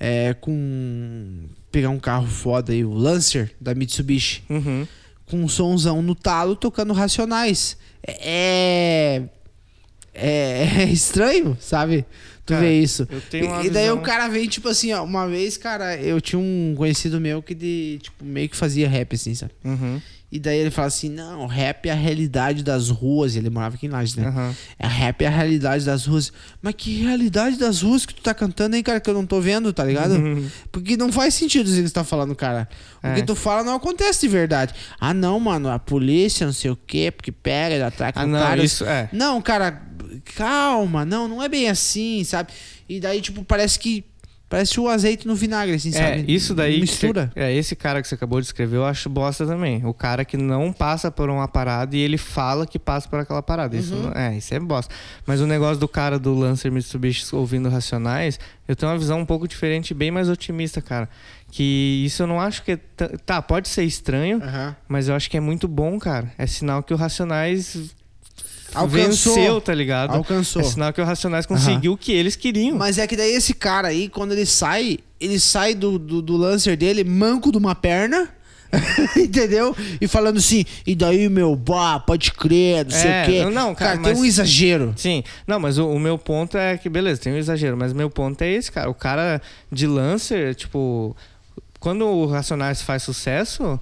Speaker 6: é, com. Pegar um carro foda aí, o Lancer da Mitsubishi,
Speaker 7: Uhum.
Speaker 6: com um somzão no talo tocando racionais. É. É, é estranho, sabe? Tu
Speaker 7: Cara,
Speaker 6: vê isso.
Speaker 7: eu tenho uma
Speaker 6: e, e daí
Speaker 7: visão-
Speaker 6: o cara vem, tipo assim, ó, uma vez, cara, eu tinha um conhecido meu que de, tipo, meio que fazia rap, assim, sabe?
Speaker 7: Uhum.
Speaker 6: E daí ele fala assim: não, rap é a realidade das ruas. E ele morava aqui em Lages, né?
Speaker 7: Aham.
Speaker 6: É, rap é a realidade das ruas. Mas que realidade das ruas que tu tá cantando, hein, cara, que eu não tô vendo, tá ligado?
Speaker 7: Uhum.
Speaker 6: Porque não faz sentido o que você tá falando, cara. O
Speaker 7: É.
Speaker 6: que tu fala não acontece de verdade. Ah, não, mano, a polícia, não sei o quê, porque pega, ele atraca
Speaker 7: Ah,
Speaker 6: o
Speaker 7: não,
Speaker 6: cara.
Speaker 7: isso é.
Speaker 6: Não, cara, calma, não, não é bem assim, sabe? E daí, tipo, parece que. Parece o azeite no vinagre, assim,
Speaker 7: É,
Speaker 6: sabe?
Speaker 7: isso daí. que você-
Speaker 6: Mistura.
Speaker 7: é, esse cara que você acabou de escrever, eu acho bosta também. O cara que não passa por uma parada e ele fala que passa por aquela parada. Isso,
Speaker 6: Uhum.
Speaker 7: não- é, isso é bosta. Mas o negócio do cara do Lancer Mitsubishi ouvindo Racionais, eu tenho uma visão um pouco diferente, bem mais otimista, cara. Que isso eu não acho que. é t- Tá, pode ser estranho,
Speaker 6: Aham.
Speaker 7: mas eu acho que é muito bom, cara. É sinal que o Racionais.
Speaker 6: Alcançou.
Speaker 7: Venceu, tá ligado?
Speaker 6: Alcançou.
Speaker 7: É sinal que o Racionais conseguiu o que eles queriam.
Speaker 6: Mas é que daí esse cara aí, quando ele sai, ele sai do, do, do lancer dele manco de uma perna. Entendeu? E falando assim, e daí, meu, bah, pode crer, não sei
Speaker 7: É,
Speaker 6: o quê.
Speaker 7: não, cara,
Speaker 6: tem
Speaker 7: mas-
Speaker 6: um exagero.
Speaker 7: Sim, não, mas o, o meu ponto é que, beleza, tem um exagero, mas meu ponto é esse, cara. O cara de Lancer, tipo, quando o Racionais faz sucesso,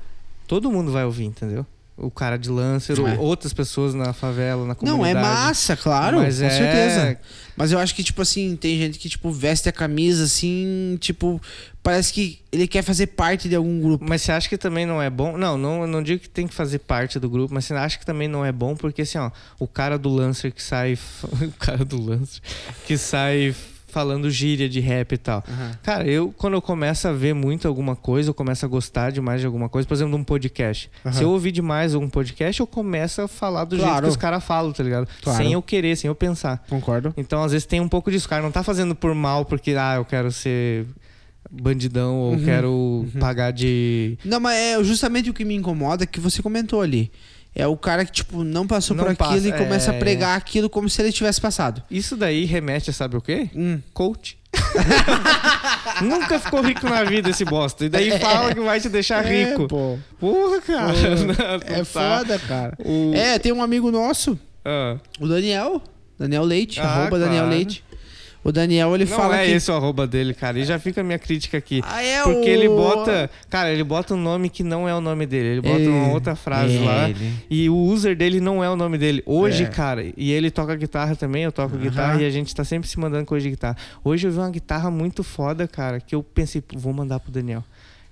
Speaker 7: todo mundo vai ouvir, entendeu? O cara de Lancer, ou
Speaker 6: É.
Speaker 7: outras pessoas na favela, na
Speaker 6: Não, é
Speaker 7: comunidade.
Speaker 6: massa, claro,
Speaker 7: Mas
Speaker 6: com
Speaker 7: é-
Speaker 6: certeza. Mas eu acho que, tipo assim, tem gente que, tipo, veste a camisa assim, tipo, parece que ele quer fazer parte de algum grupo.
Speaker 7: Mas você acha que também não é bom? Não, não, não digo que tem que fazer parte do grupo, mas você acha que também não é bom porque assim, ó, o cara do Lancer que sai, f- o cara do Lancer que sai falando gíria de rap e tal. Cara, eu quando eu começo a ver muito alguma coisa, eu começo a gostar demais de alguma coisa, por exemplo, de um podcast. Se eu ouvir demais um podcast, eu começo a falar do jeito
Speaker 6: Claro.
Speaker 7: que os caras falam, tá ligado?
Speaker 6: Claro.
Speaker 7: Sem eu querer, sem eu pensar.
Speaker 6: Concordo.
Speaker 7: Então, às vezes, tem um pouco disso. O cara não tá fazendo por mal porque, ah, eu quero ser bandidão ou
Speaker 6: Uhum.
Speaker 7: quero pagar de.
Speaker 6: Não, mas é justamente o que me incomoda que você comentou ali. É o cara que, tipo, não passou
Speaker 7: Não
Speaker 6: por
Speaker 7: passa,
Speaker 6: aquilo e começa
Speaker 7: é,
Speaker 6: a pregar aquilo como se ele tivesse passado.
Speaker 7: Isso daí remete a sabe o quê? Coach. Nunca ficou rico na vida esse bosta. E daí fala que vai te deixar rico.
Speaker 6: É, Tá pô.
Speaker 7: Porra, cara. É, Não, não tá.
Speaker 6: É foda, cara.
Speaker 7: O-
Speaker 6: É, tem um amigo nosso,
Speaker 7: Ah.
Speaker 6: o Daniel. Daniel Leite,
Speaker 7: Ah,
Speaker 6: arroba Daniel
Speaker 7: claro.
Speaker 6: Leite. O Daniel, ele
Speaker 7: Não
Speaker 6: fala
Speaker 7: é
Speaker 6: que...
Speaker 7: esse o arroba dele, cara. E já fica a minha crítica aqui.
Speaker 6: Ah, é
Speaker 7: Porque
Speaker 6: o-
Speaker 7: ele bota. Cara, ele bota um nome que não é o nome dele. Ele bota
Speaker 6: Ele-
Speaker 7: uma outra frase lá.
Speaker 6: ele.
Speaker 7: E o user dele não é o nome dele. Hoje,
Speaker 6: É.
Speaker 7: cara. E ele toca guitarra também, eu toco guitarra. E a gente tá sempre se mandando coisa de guitarra. Hoje eu vi uma guitarra muito foda, cara. Que eu pensei, "Pô, vou mandar pro Daniel.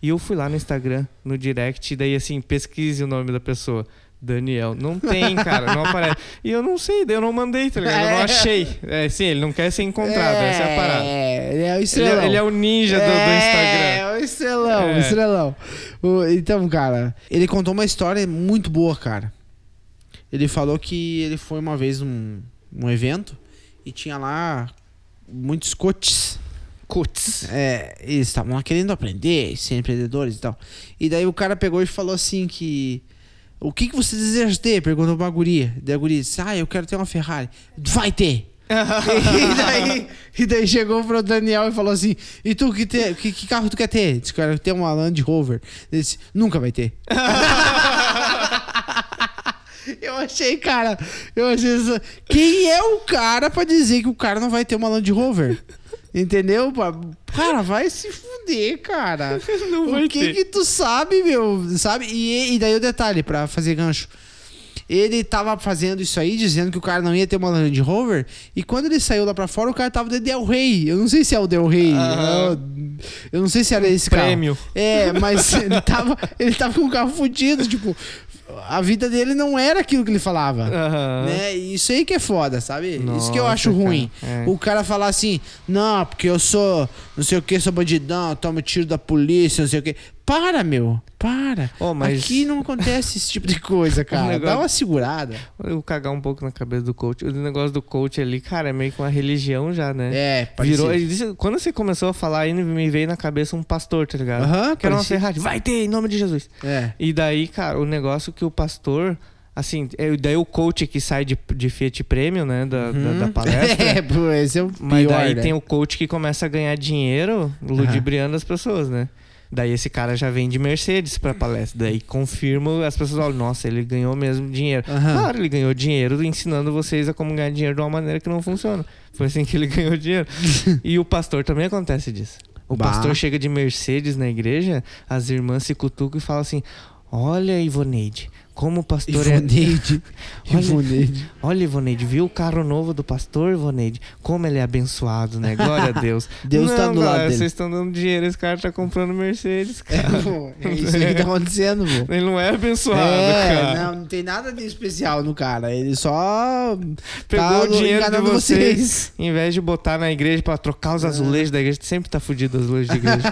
Speaker 7: E eu fui lá no Instagram, no direct. E daí, assim, pesquise o nome da pessoa. Daniel, não tem, cara, não aparece. E eu não sei, daí eu não mandei, tá ligado? Eu não
Speaker 6: É.
Speaker 7: achei. É, sim, ele não quer ser encontrado, essa é a parada.
Speaker 6: É, ele é o
Speaker 7: Ele,
Speaker 6: estrelão.
Speaker 7: é- ele é o ninja do- do, Instagram.
Speaker 6: É, o estrelão,
Speaker 7: É.
Speaker 6: o estrelão. O- então, cara, ele contou uma história muito boa, cara. Ele falou que ele foi uma vez num, num evento e tinha lá muitos coaches.
Speaker 7: Cuts.
Speaker 6: É, eles estavam lá querendo aprender, ser empreendedores e tal. E daí o cara pegou e falou assim que... O que, que você deseja ter? Perguntou pra guria. Daí a guria disse, ah, eu quero ter uma Ferrari. Vai ter! e, daí, e daí chegou pro Daniel e falou assim: E tu, que, te- que, que carro tu quer ter? Disse: Quero ter uma Land Rover. Ele disse: Nunca vai ter. eu achei, cara. Eu achei. Isso... Quem é o cara pra dizer que o cara não vai ter uma Land Rover? Entendeu? Pa- Cara, vai se fuder, cara.
Speaker 7: Não vai
Speaker 6: o que
Speaker 7: ter.
Speaker 6: que tu sabe, meu? Sabe? E, e daí o detalhe, pra fazer gancho. Ele tava fazendo isso aí, dizendo que o cara não ia ter uma Land Rover. E quando ele saiu lá pra fora, o cara tava de Del Rey. Eu não sei se é o Del Rey.
Speaker 7: Aham.
Speaker 6: eu- Eu não sei se era esse carro.
Speaker 7: prêmio.
Speaker 6: É, mas ele tava, ele tava com o carro fudido. Tipo, a vida dele não era aquilo que ele falava.
Speaker 7: Aham.
Speaker 6: Né? Isso aí que é foda, sabe? Isso que eu
Speaker 7: Nossa,
Speaker 6: acho
Speaker 7: cara.
Speaker 6: ruim.
Speaker 7: É.
Speaker 6: O cara falar assim, não, porque eu sou não sei o que, sou bandidão, eu tomo tiro da polícia, não sei o que. Para, meu, para.
Speaker 7: Ô, mas-
Speaker 6: Aqui não acontece esse tipo de coisa, cara. Dá
Speaker 7: Um negócio-
Speaker 6: uma segurada.
Speaker 7: Eu vou cagar um pouco na cabeça do coach. O negócio do coach ali, cara, é meio que uma religião já, né?
Speaker 6: É,
Speaker 7: Virou,
Speaker 6: parecido.
Speaker 7: ele disse- quando você começou a falar, aí me veio na cabeça um pastor, tá ligado?
Speaker 6: Aham,
Speaker 7: que era uma
Speaker 6: parecido.
Speaker 7: Ferrari. Vai ter, em nome de Jesus.
Speaker 6: É.
Speaker 7: E daí, cara, o negócio que o pastor. Assim, é, daí o coach que sai de, de Fiat Premium, né? Da, da, da palestra.
Speaker 6: É, pô, esse é o
Speaker 7: Mas
Speaker 6: pior,
Speaker 7: daí
Speaker 6: né?
Speaker 7: tem um o coach que começa a ganhar dinheiro ludibriando as pessoas, né? Daí esse cara já vem de Mercedes pra palestra. Daí confirma, as pessoas falam, nossa, ele ganhou mesmo dinheiro.
Speaker 6: Aham.
Speaker 7: Claro, ele ganhou dinheiro ensinando vocês a como ganhar dinheiro de uma maneira que não funciona. Foi assim que ele ganhou dinheiro. e o pastor também acontece disso. O
Speaker 6: Bah.
Speaker 7: pastor chega de Mercedes na igreja, as irmãs se cutucam e falam assim: Olha, Ivoneide, como o pastor é.
Speaker 6: Ivoneide.
Speaker 7: Olha-
Speaker 6: Ivoneide.
Speaker 7: Olha, Ivoneide, viu o carro novo do pastor, Ivoneide? Como ele é abençoado, né? Glória a Deus.
Speaker 6: Deus tá
Speaker 7: Não,
Speaker 6: do lado
Speaker 7: galera,
Speaker 6: dele.
Speaker 7: Vocês estão dando dinheiro, esse cara tá comprando Mercedes, cara.
Speaker 6: Pô, É isso aí que tá acontecendo, pô.
Speaker 7: Ele não é abençoado,
Speaker 6: É,
Speaker 7: cara.
Speaker 6: Não, não tem nada de especial no cara. Ele só
Speaker 7: Pegou
Speaker 6: tá
Speaker 7: o dinheiro de
Speaker 6: enganando
Speaker 7: vocês, em vez de botar na igreja pra trocar os azulejos da igreja, sempre tá fudido os azulejos da igreja.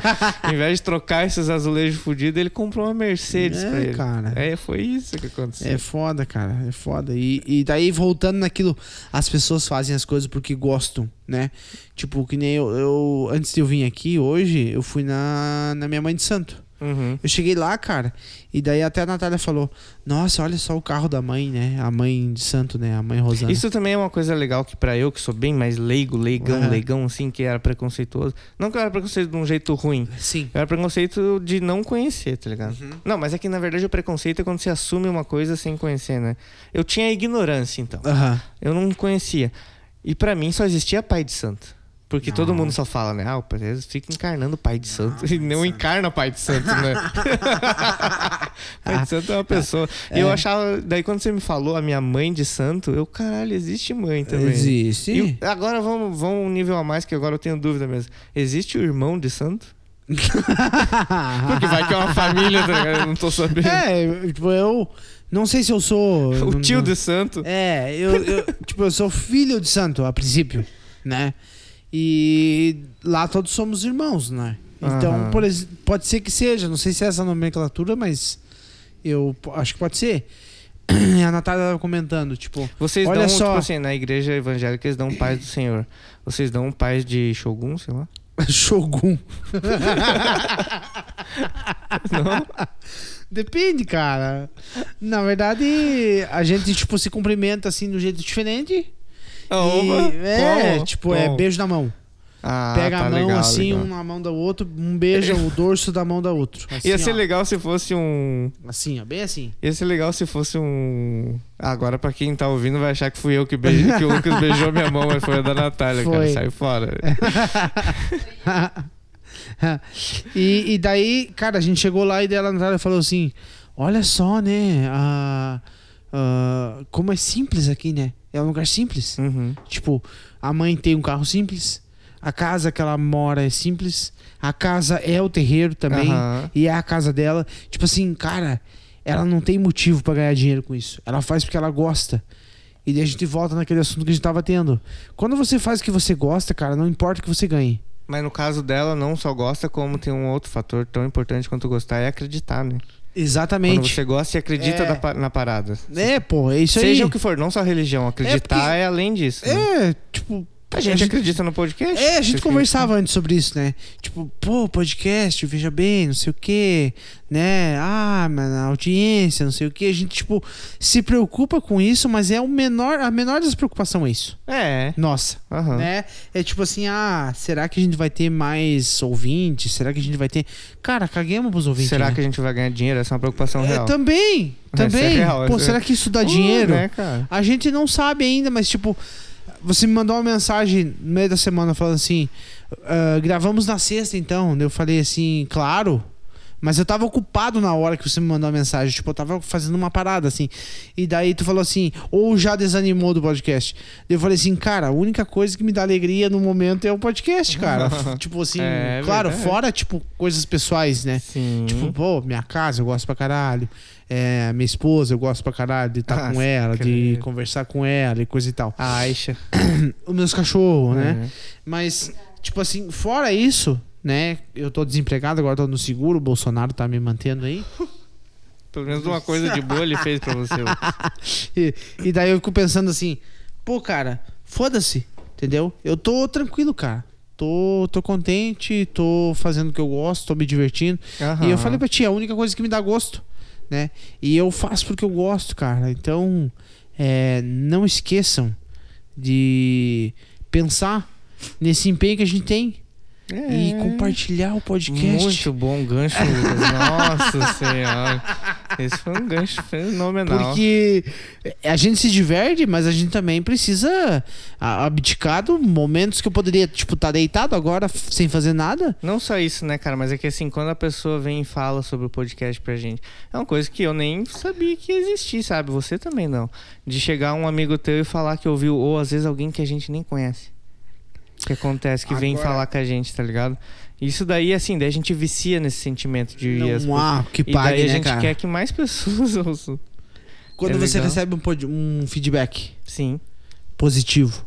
Speaker 7: em vez de trocar esses azulejos fudidos, ele comprou uma Mercedes
Speaker 6: É,
Speaker 7: pra ele.
Speaker 6: cara.
Speaker 7: É, foi isso que aconteceu.
Speaker 6: É foda, cara. É foda. E, e daí, voltando naquilo, as pessoas fazem as coisas porque gostam, né? Tipo, que nem eu, eu- antes de eu vir aqui hoje, eu fui na, na minha mãe de santo.
Speaker 7: Uhum.
Speaker 6: Eu cheguei lá, cara, e daí até a Natália falou: Nossa, olha só o carro da mãe, né? A mãe de santo, né? A mãe Rosana.
Speaker 7: Isso também é uma coisa legal que pra eu, que sou bem mais leigo, leigão,
Speaker 6: Aham.
Speaker 7: leigão, assim, que era preconceituoso. Não que eu era preconceito de um jeito ruim.
Speaker 6: Sim.
Speaker 7: Eu era preconceito de não conhecer, tá ligado? Não, mas é que na verdade o preconceito é quando você assume uma coisa sem conhecer, né? Eu tinha ignorância, então.
Speaker 6: Aham.
Speaker 7: Eu não conhecia. E pra mim só existia pai de santo. Porque todo mundo só fala, né? Ah, o Pérez fica encarnando o pai de santo. E não encarna o pai de santo, né? pai de santo é uma pessoa. E eu achava... Daí quando você me falou a minha mãe de santo, eu... Caralho, existe mãe também.
Speaker 6: Existe.
Speaker 7: E o- agora vamos, vamos um nível a mais, que agora eu tenho dúvida mesmo. Existe o irmão de santo? Porque vai que é uma família, tá ligado? Eu não tô sabendo.
Speaker 6: É, tipo, eu não sei se eu sou.
Speaker 7: O
Speaker 6: não-
Speaker 7: tio
Speaker 6: não-
Speaker 7: de santo.
Speaker 6: É, eu, eu- tipo, eu sou filho de santo, a princípio, né? E lá todos somos irmãos, né? Então,
Speaker 7: Aham.
Speaker 6: por ex- pode ser que seja, não sei se é essa a nomenclatura, mas eu po- acho que pode ser. A Natália tava comentando, tipo,
Speaker 7: Vocês
Speaker 6: olha
Speaker 7: dão, tipo
Speaker 6: só,
Speaker 7: assim, na igreja evangélica eles dão um paz do Senhor. Vocês dão um paz de Shogun, sei lá?
Speaker 6: Shogun. Depende, cara. Na verdade, a gente, tipo, se cumprimenta assim de um jeito diferente.
Speaker 7: Ah,
Speaker 6: Ah,
Speaker 7: Oba!
Speaker 6: E, é,
Speaker 7: Bom,
Speaker 6: tipo, é
Speaker 7: bom.
Speaker 6: beijo na mão.
Speaker 7: Ah,
Speaker 6: Pega
Speaker 7: tá
Speaker 6: a mão
Speaker 7: legal,
Speaker 6: assim,
Speaker 7: legal.
Speaker 6: um na mão da outra, um beija o dorso da mão da outra. Assim,
Speaker 7: Ia ser
Speaker 6: ó.
Speaker 7: é legal se fosse um.
Speaker 6: Assim, ó, bem assim.
Speaker 7: Ia ser legal se fosse um. Agora, pra quem tá ouvindo, vai achar que fui eu que beijei, que o Lucas beijou minha mão, mas foi a da Natália,
Speaker 6: Foi.
Speaker 7: cara. Sai fora.
Speaker 6: e, e daí, cara, a gente chegou lá e daí a Natália falou assim: Olha só, né? a- a- como é simples aqui, né? É um lugar simples.
Speaker 7: Uhum.
Speaker 6: Tipo, a mãe tem um carro simples, a casa que ela mora é simples, a casa é o terreiro também,
Speaker 7: Aham.
Speaker 6: e é a casa dela. Tipo assim, cara, ela não tem motivo pra ganhar dinheiro com isso. Ela faz porque ela gosta. E daí a gente volta naquele assunto que a gente tava tendo. Quando você faz o que você gosta, cara, não importa o que você ganhe.
Speaker 7: Mas no caso dela, não só gosta, como tem um outro fator tão importante quanto gostar é acreditar, né? Quando
Speaker 6: Exatamente.
Speaker 7: você gosta e acredita
Speaker 6: É.
Speaker 7: da pa- na parada.
Speaker 6: É, pô, é isso aí.
Speaker 7: Seja o que for, não só religião. Acreditar é,
Speaker 6: porque-
Speaker 7: além disso. né?
Speaker 6: É, tipo.
Speaker 7: A gente acredita no podcast.
Speaker 6: É, a gente
Speaker 7: Vocês
Speaker 6: conversava antes sobre isso, né? Tipo, pô, podcast, veja bem, não sei o quê, né? Ah, mas a audiência, não sei o quê. A gente, tipo, se preocupa com isso, mas é o menor, a menor das preocupações é isso.
Speaker 7: acreditam. É.
Speaker 6: Nossa.
Speaker 7: Aham.
Speaker 6: Né? É tipo assim, ah, será que a gente vai ter mais ouvintes? Será que a gente vai ter. Cara, caguemos pros ouvintes.
Speaker 7: Será
Speaker 6: né?
Speaker 7: que a gente vai ganhar dinheiro? Essa é uma preocupação
Speaker 6: É,
Speaker 7: real.
Speaker 6: também,
Speaker 7: Essa é
Speaker 6: também.
Speaker 7: real,
Speaker 6: Pô,
Speaker 7: essa é-
Speaker 6: será que isso dá
Speaker 7: Uh,
Speaker 6: dinheiro?
Speaker 7: né, cara?
Speaker 6: A gente não sabe ainda, mas tipo, você me mandou uma mensagem no meio da semana falando assim: "Ah, gravamos na sexta então. Eu falei assim, claro. Mas eu tava ocupado na hora que você me mandou a mensagem. Tipo, eu tava fazendo uma parada, assim. E daí tu falou assim, ou já desanimou do podcast. Eu falei assim, cara, a única coisa que me dá alegria no momento é o podcast, cara. tipo assim,
Speaker 7: É
Speaker 6: claro,
Speaker 7: verdade.
Speaker 6: fora, tipo, coisas pessoais, né?
Speaker 7: Sim.
Speaker 6: Tipo, pô, minha casa eu gosto pra caralho. É, minha esposa eu gosto pra caralho de estar
Speaker 7: Ah,
Speaker 6: com ela, de
Speaker 7: credo.
Speaker 6: conversar com ela e coisa e tal.
Speaker 7: a Aisha.
Speaker 6: Os meus cachorros,
Speaker 7: Uhum.
Speaker 6: né? Mas, tipo assim, fora isso, né? Eu tô desempregado, agora tô no seguro, o Bolsonaro tá me mantendo aí.
Speaker 7: Pelo menos uma coisa de boa ele fez pra você.
Speaker 6: E, e daí eu fico pensando assim, pô, cara, foda-se, entendeu? Eu tô tranquilo, cara. Tô, tô contente, tô fazendo o que eu gosto, tô me divertindo.
Speaker 7: Aham.
Speaker 6: E eu falei pra ti, é a única coisa que me dá gosto, né? E eu faço porque eu gosto, cara. Então, é, não esqueçam de pensar nesse empenho que a gente tem e compartilhar o podcast.
Speaker 7: É. Muito bom um gancho, Lucas. Nossa senhora. Esse foi um gancho fenomenal.
Speaker 6: Porque a gente se diverte, mas a gente também precisa a- abdicar de momentos que eu poderia, tipo, estar deitado agora f- sem fazer nada.
Speaker 7: Não só isso, né, cara? Mas é que assim, quando a pessoa vem e fala sobre o podcast pra gente, é uma coisa que eu nem sabia que existia, sabe? Você também não. De chegar um amigo teu e falar que ouviu, ou às vezes alguém que a gente nem conhece. Que acontece, que vem
Speaker 6: Agora-
Speaker 7: falar com a gente, tá ligado? Isso daí, assim, daí a gente vicia nesse sentimento de. ir às
Speaker 6: Não há que
Speaker 7: E daí
Speaker 6: pague,
Speaker 7: a
Speaker 6: né,
Speaker 7: gente
Speaker 6: cara?
Speaker 7: quer que mais pessoas ouçam.
Speaker 6: Quando
Speaker 7: É
Speaker 6: você
Speaker 7: legal.
Speaker 6: recebe um, pod- um feedback
Speaker 7: Sim.
Speaker 6: positivo,